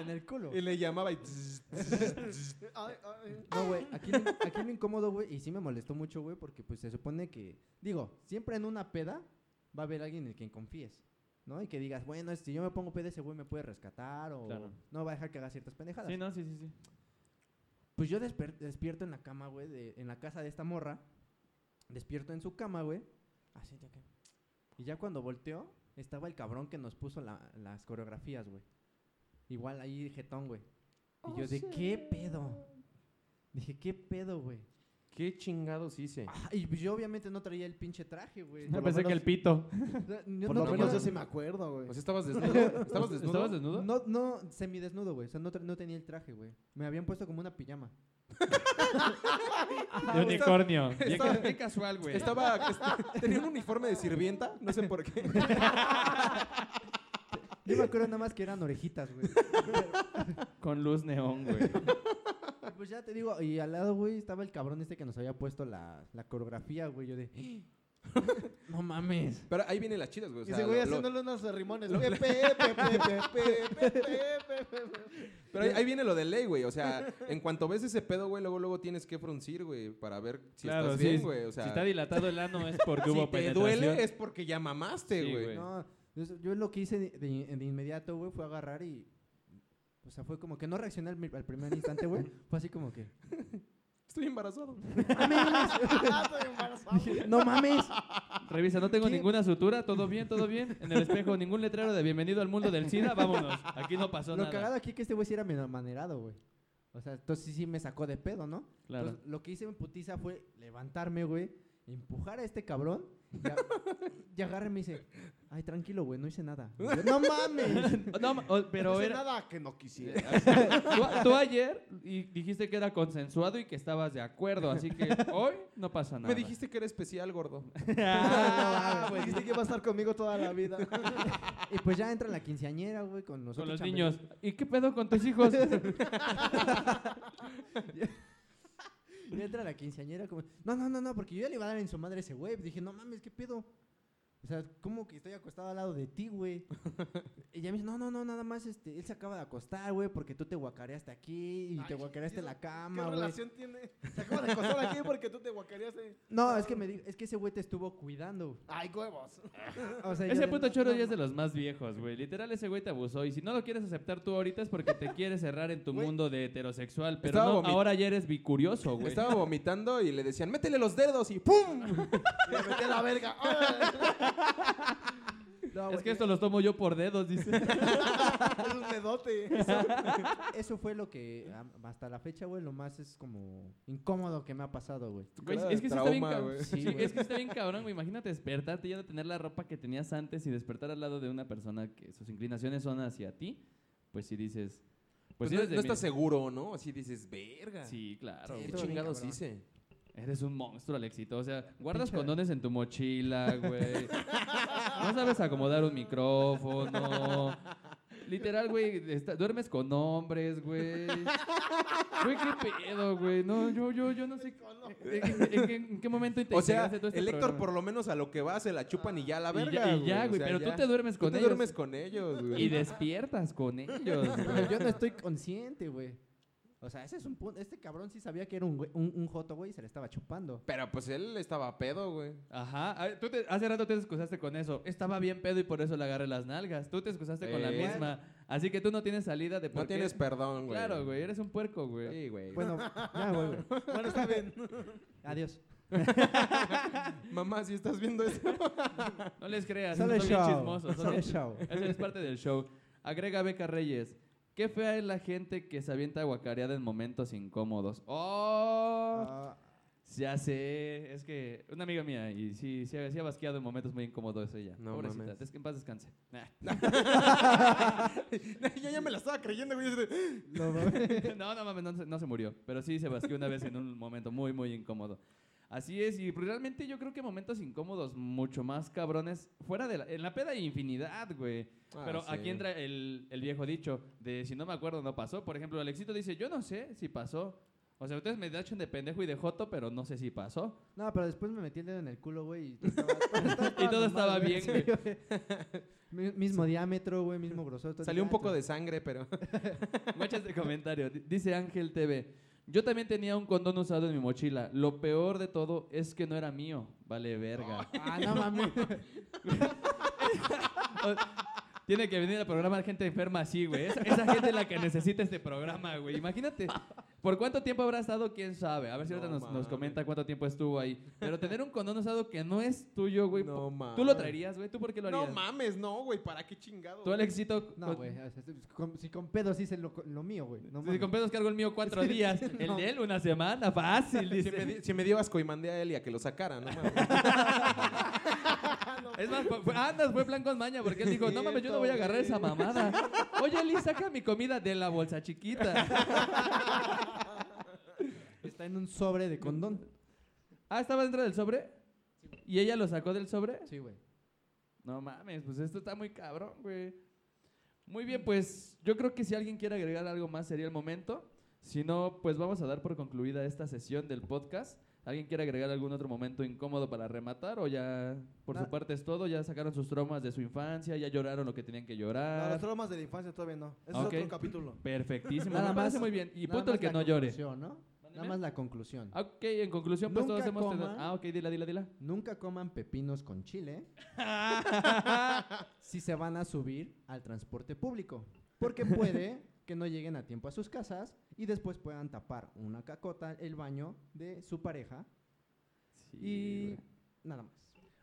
S6: en el culo.
S1: Y le llamaba y...
S3: Ay, ay.
S6: No, güey, aquí, lo- aquí lo incómodo, güey, y sí me molestó mucho, güey, porque pues se supone que, digo, siempre en una peda va a haber alguien en quien confíes, ¿no? Y que digas, bueno, si yo me pongo peda, ese güey me puede rescatar o
S4: Claro.
S6: no va a dejar que haga ciertas pendejadas.
S4: Sí, no, sí, sí, sí.
S6: Pues yo desper- despierto en la cama, güey, de- en la casa de esta morra, despierto en su cama, güey, así de que, Y ya cuando volteó, estaba el cabrón que nos puso la- las coreografías, güey. Igual ahí jetón, güey. Y yo de, ¿qué pedo? Dije, ¿qué pedo, güey?
S1: ¿Qué chingados hice?
S6: Ah, y pues yo obviamente no traía el pinche traje, güey.
S4: Yo pensé que el pito.
S6: Yo
S3: Por
S6: no
S3: lo menos
S6: tenía-
S3: yo sí me acuerdo, güey.
S1: O sea, estabas desnudo. ¿Estabas desnudo?
S4: ¿Estabas desnudo?
S6: No, no, semidesnudo, güey. O sea, no, tra- no tenía el traje, güey. Me habían puesto como una pijama.
S4: de unicornio.
S1: Bien ca- bien
S4: casual, güey.
S1: Estaba, est- tenía un uniforme de sirvienta, no sé por qué.
S6: Yo me acuerdo nada más que eran orejitas, güey.
S4: Con luz neón, güey.
S6: Y Pues ya te digo, y al lado, güey, estaba el cabrón este que nos había puesto la, la coreografía, güey. Yo de, "Ah, no mames.
S1: Pero ahí vienen las chidas, güey. O
S3: y
S1: sea,
S3: ese güey
S1: lo- lo-
S3: haciéndole unos rimones.
S1: lo-
S3: Pepe, pepe, pepe, pepe, pepe.
S1: pero ahí, ahí viene lo de ley, güey. O sea, en cuanto ves ese pedo, güey, luego luego tienes que fruncir, güey, para ver si
S4: Claro,
S1: estás
S4: sí,
S1: bien, güey. O sea,
S4: si está dilatado el ano es porque
S1: si
S4: hubo
S1: te
S4: penetración.
S1: duele es porque ya mamaste,
S4: Sí,
S1: güey.
S4: güey.
S6: No, yo, yo lo que hice de, de- de inmediato, güey, fue agarrar y... O sea, fue como que no reaccioné al, mi- al primer instante, güey. Fue así como que...
S1: Estoy embarazado.
S3: Ah,
S6: dije, "Ah, no mames.
S4: Revisa, no tengo
S6: ¿Qué?
S4: ninguna sutura, todo bien, todo bien. En el espejo ningún letrero de bienvenido al mundo del SIDA, vámonos. Aquí no pasó
S6: Lo
S4: nada.
S6: cagado aquí que este güey sí era medio manerado, güey. O sea, entonces sí, sí me sacó de pedo, ¿no?
S4: Claro.
S6: Entonces, lo que hice en putiza fue levantarme, güey, empujar a este cabrón y, a- y agarra y me dice, ay, tranquilo, güey, no hice nada. Y yo, no mames.
S1: Pues,
S4: Oh, No, ma- o- pero
S3: No hice
S4: era,
S3: nada que no quisiera.
S4: tú, tú ayer y dijiste que era consensuado y que estabas de acuerdo, así que hoy no pasa nada.
S1: Me dijiste que era especial, gordo.
S3: Ah, pues dijiste que va a estar conmigo toda la vida.
S6: y pues ya entra la quinceañera, güey, con
S4: con
S6: nosotros.
S4: los
S6: chambelán.
S4: niños. ¿Y qué pedo con tus hijos?
S6: Y entra la quinceañera como, no, no, no, no, porque yo ya le iba a dar en su madre a ese güey. Dije, no mames, ¿qué pedo? O sea, ¿cómo que estoy acostado al lado de ti, güey? y ella me dice, no, no, no, nada más, este, él se acaba de acostar, güey, porque tú te guacareaste aquí y te guacareaste en la
S4: Ah,
S6: cama, güey.
S3: tiene? Se acaba de acostar aquí porque tú te guacareaste.
S6: No, es que me di- es que ese güey te estuvo cuidando.
S3: Ay, huevos.
S6: O sea, yo
S4: ese
S6: de-
S4: puto
S6: no,
S4: choro
S6: no,
S4: ya es de los más viejos, güey. Literal, ese güey te abusó. Y si no lo quieres aceptar tú ahorita es porque te quieres cerrar en tu
S1: Güey.
S4: mundo de heterosexual. Pero
S1: Estaba
S4: no,
S1: vomit-
S4: ahora ya eres bicurioso, güey.
S1: Estaba vomitando y le decían, métele los dedos y ¡pum!
S3: Me metí a la verga. ¡Órale!
S6: No,
S4: Es
S6: güey,
S4: que esto los tomo yo por dedos, dice.
S3: Es un dedote.
S6: Eso fue lo que am- hasta la fecha, güey, lo más es como incómodo que me ha pasado, güey.
S4: Güey,
S1: cara
S4: es
S1: de
S4: que sí está bien
S1: trauma,
S4: cabrón.
S1: güey. Pues
S4: Sí,
S6: Sí, güey.
S4: es que está bien cabrón, güey. Imagínate despertarte y ya no tener la ropa que tenías antes y despertar al lado de una persona que sus inclinaciones son hacia ti. Pues si dices. Pues,
S1: Pues
S4: si
S1: no,
S4: eres de
S1: no
S4: mi-
S1: estás seguro, ¿no? Así dices, verga.
S4: Sí, claro.
S1: ¿Qué
S4: güey.
S6: Estuvo bien
S1: chingados
S6: cabrón.
S1: hice?
S4: Eres un monstruo, Alexito. O sea, guardas
S6: Pinche-
S4: condones en tu mochila, güey. No sabes acomodar un micrófono. Literal, güey, está- duermes con hombres, güey. Güey, qué pedo, güey. No, yo, yo, yo no sé. ¿En, en- en- en qué momento
S1: O sea,
S4: integraste tú este
S1: el Héctor
S4: programa?
S1: por lo menos a lo que va se la chupan y ya a la
S4: Y ya-
S1: verga,
S4: y ya,
S1: o
S4: güey,
S1: sea,
S4: pero
S1: ya.
S4: tú te duermes
S1: Tú
S4: con
S1: te
S4: ellos.
S1: duermes con ellos,
S4: Y
S1: güey.
S4: despiertas con ellos, güey.
S6: Pero yo no estoy consciente, güey. O sea, ese es un punto. Este cabrón sí sabía que era un, güey- un, un joto, güey, y se le estaba chupando.
S1: Pero pues él estaba pedo, güey.
S4: Ajá. A ver, Tú te- hace rato te excusaste con eso. Estaba bien pedo y por eso le agarré las nalgas. Tú te excusaste con la
S1: Eh.
S4: misma. Así que tú no tienes salida de por
S1: No
S4: qué-
S1: tienes perdón, güey.
S4: Claro, güey. Eres un puerco, güey.
S1: Sí, güey.
S6: Bueno, ya, güey, güey.
S3: Bueno, está bien.
S6: Adiós.
S1: Mamá, si estás viendo esto.
S4: No les creas.
S6: Sale
S4: son bien
S6: show.
S4: chismosos. son
S6: Sale
S4: bien-
S6: show.
S4: Eso es parte del show. Agrega Beca Reyes. Qué fea es la gente que se avienta guacareada en momentos incómodos. ¡Oh!
S6: Ah,
S4: Ya sé, es que una amiga mía, y sí, sí, sí ha basqueado en momentos muy incómodos ella.
S1: No
S4: Pobrecita,
S1: mames.
S4: des- que en paz descanse. Nah.
S1: yo ya me la estaba creyendo, güey.
S6: no, mames.
S4: no, no mames, no, se- no se murió, pero sí se basqueó una vez en un momento muy, muy incómodo. Así es, y pues realmente yo creo que momentos incómodos mucho más cabrones, fuera de la, en la peda hay infinidad, güey.
S1: Ah,
S4: Pero aquí entra el, el viejo dicho de si no me acuerdo no pasó. Por ejemplo, Alexito dice, yo no sé si pasó. O sea, ustedes me dachan de pendejo y de joto, pero no sé si pasó.
S6: No, pero después me metí el dedo en el culo, güey. Y todo estaba,
S4: Y todo estaba
S6: normal,
S4: bien, güey.
S6: Mi- mismo diámetro, güey, mismo grosor. todo
S1: Salió un
S6: ya,
S1: poco
S6: todo.
S1: de sangre, pero.
S4: Muchas de comentario. Di- Dice Ángel TV. Yo también tenía un condón usado en mi mochila. Lo peor de todo es que no era mío. Vale, verga.
S6: Ah, no mames.
S4: Tiene que venir al programa gente enferma así, güey. Esa, esa gente es la que necesita este programa, güey. Imagínate. ¿Por cuánto tiempo habrá estado? ¿Quién sabe? A ver si
S1: No
S4: ahorita nos, nos
S1: mames.
S4: comenta cuánto tiempo estuvo ahí. Pero tener un condón usado que no es tuyo, güey.
S1: No
S4: po-
S1: mames.
S4: ¿Tú lo traerías, güey? ¿Tú por qué lo harías?
S1: No mames, no, güey, ¿para qué chingado?
S4: Tú, Alexito,
S6: No,
S4: con-
S6: güey. o sea, es- con- si con pedos hice lo, lo mío, güey. No
S4: si
S6: mames.
S4: con pedos cargo el mío cuatro días, el de él una semana, fácil,
S1: Si me,
S4: dice.
S1: di- si me dio asco y mandé a él y a que lo sacaran, no mames.
S4: Es más, fue- fue- andas, fue plan con maña, porque él dijo, no mames, yo no voy a agarrar esa mamada. Oye, Eli, saca mi comida de la bolsa chiquita.
S6: Está en un sobre de condón.
S4: Ah, ¿estaba dentro del sobre? ¿Y ella lo sacó del sobre?
S6: Sí, güey.
S4: No mames, pues esto está muy cabrón, güey. Muy bien, pues yo creo que si alguien quiere agregar algo más sería el momento. Si no, pues vamos a dar por concluida esta sesión del podcast. ¿Alguien quiere agregar algún otro momento incómodo para rematar? ¿O ya por su
S3: Na-
S4: parte es todo? ¿Ya sacaron sus traumas de su infancia? ¿Ya lloraron lo que tenían que
S3: No, los
S4: llorar?
S3: traumas de la infancia todavía no. Ese
S4: Ok.
S3: es otro capítulo.
S4: Perfectísimo.
S6: Nada
S4: Nada más.
S6: más-
S4: muy bien. Y
S6: Nada
S4: punto el
S6: más
S4: que
S6: la
S4: no llore.
S6: conclusión, ¿no? Nada más la conclusión.
S4: Ah, Ok, en conclusión, pues
S6: Nunca
S4: todos hemos tenido-
S6: coman.
S4: Ah, ok, dila, dila, dila.
S6: Nunca coman pepinos con chile si se van a subir al transporte público, porque puede que no lleguen a tiempo a sus casas y después puedan tapar una cacota el baño de su pareja y
S4: Y...
S6: nada más.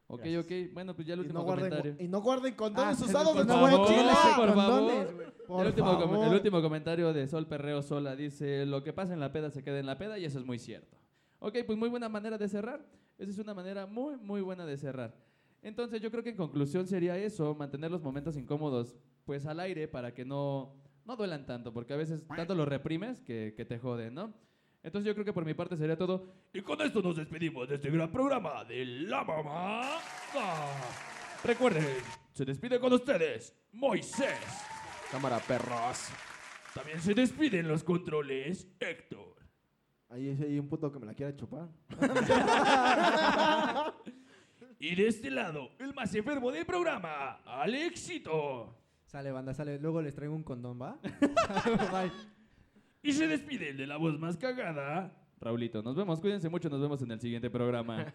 S4: Ok,
S6: Gracias.
S4: ok. Bueno, pues ya
S3: Y
S4: el último
S3: no,
S4: comentario.
S3: guarden, y no guarden condones
S6: Ah,
S3: usados
S4: por
S3: de su
S4: favor,
S3: mochila.
S4: por
S6: Condones,
S4: favor.
S6: güey,
S4: el,
S6: por
S4: último com-
S6: favor.
S4: el último comentario de Sol Perreo Sola dice, lo que pasa en la peda se queda en la peda y eso es muy cierto. Ok, pues muy buena manera de cerrar. Esa es una manera muy, muy buena de cerrar. Entonces yo creo que en conclusión sería eso, mantener los momentos incómodos pues al aire para que no, no duelan tanto, porque a veces tanto los reprimes que, que te joden, ¿no? Entonces yo creo que por mi parte sería todo.
S2: Y con esto nos despedimos de este gran programa de La Mamá. Recuerden, se despide con ustedes Moisés.
S1: Cámara, perros.
S2: También se despiden los controles Héctor.
S3: Ahí hay un puto que me la quiera chupar.
S2: Y de este lado, el más enfermo del programa, Alexito.
S6: Sale banda, sale. Luego les traigo un condón, ¿va? Bye.
S2: Y se despide el de la voz más cagada,
S4: Raulito, nos vemos, cuídense mucho, nos vemos en el siguiente programa.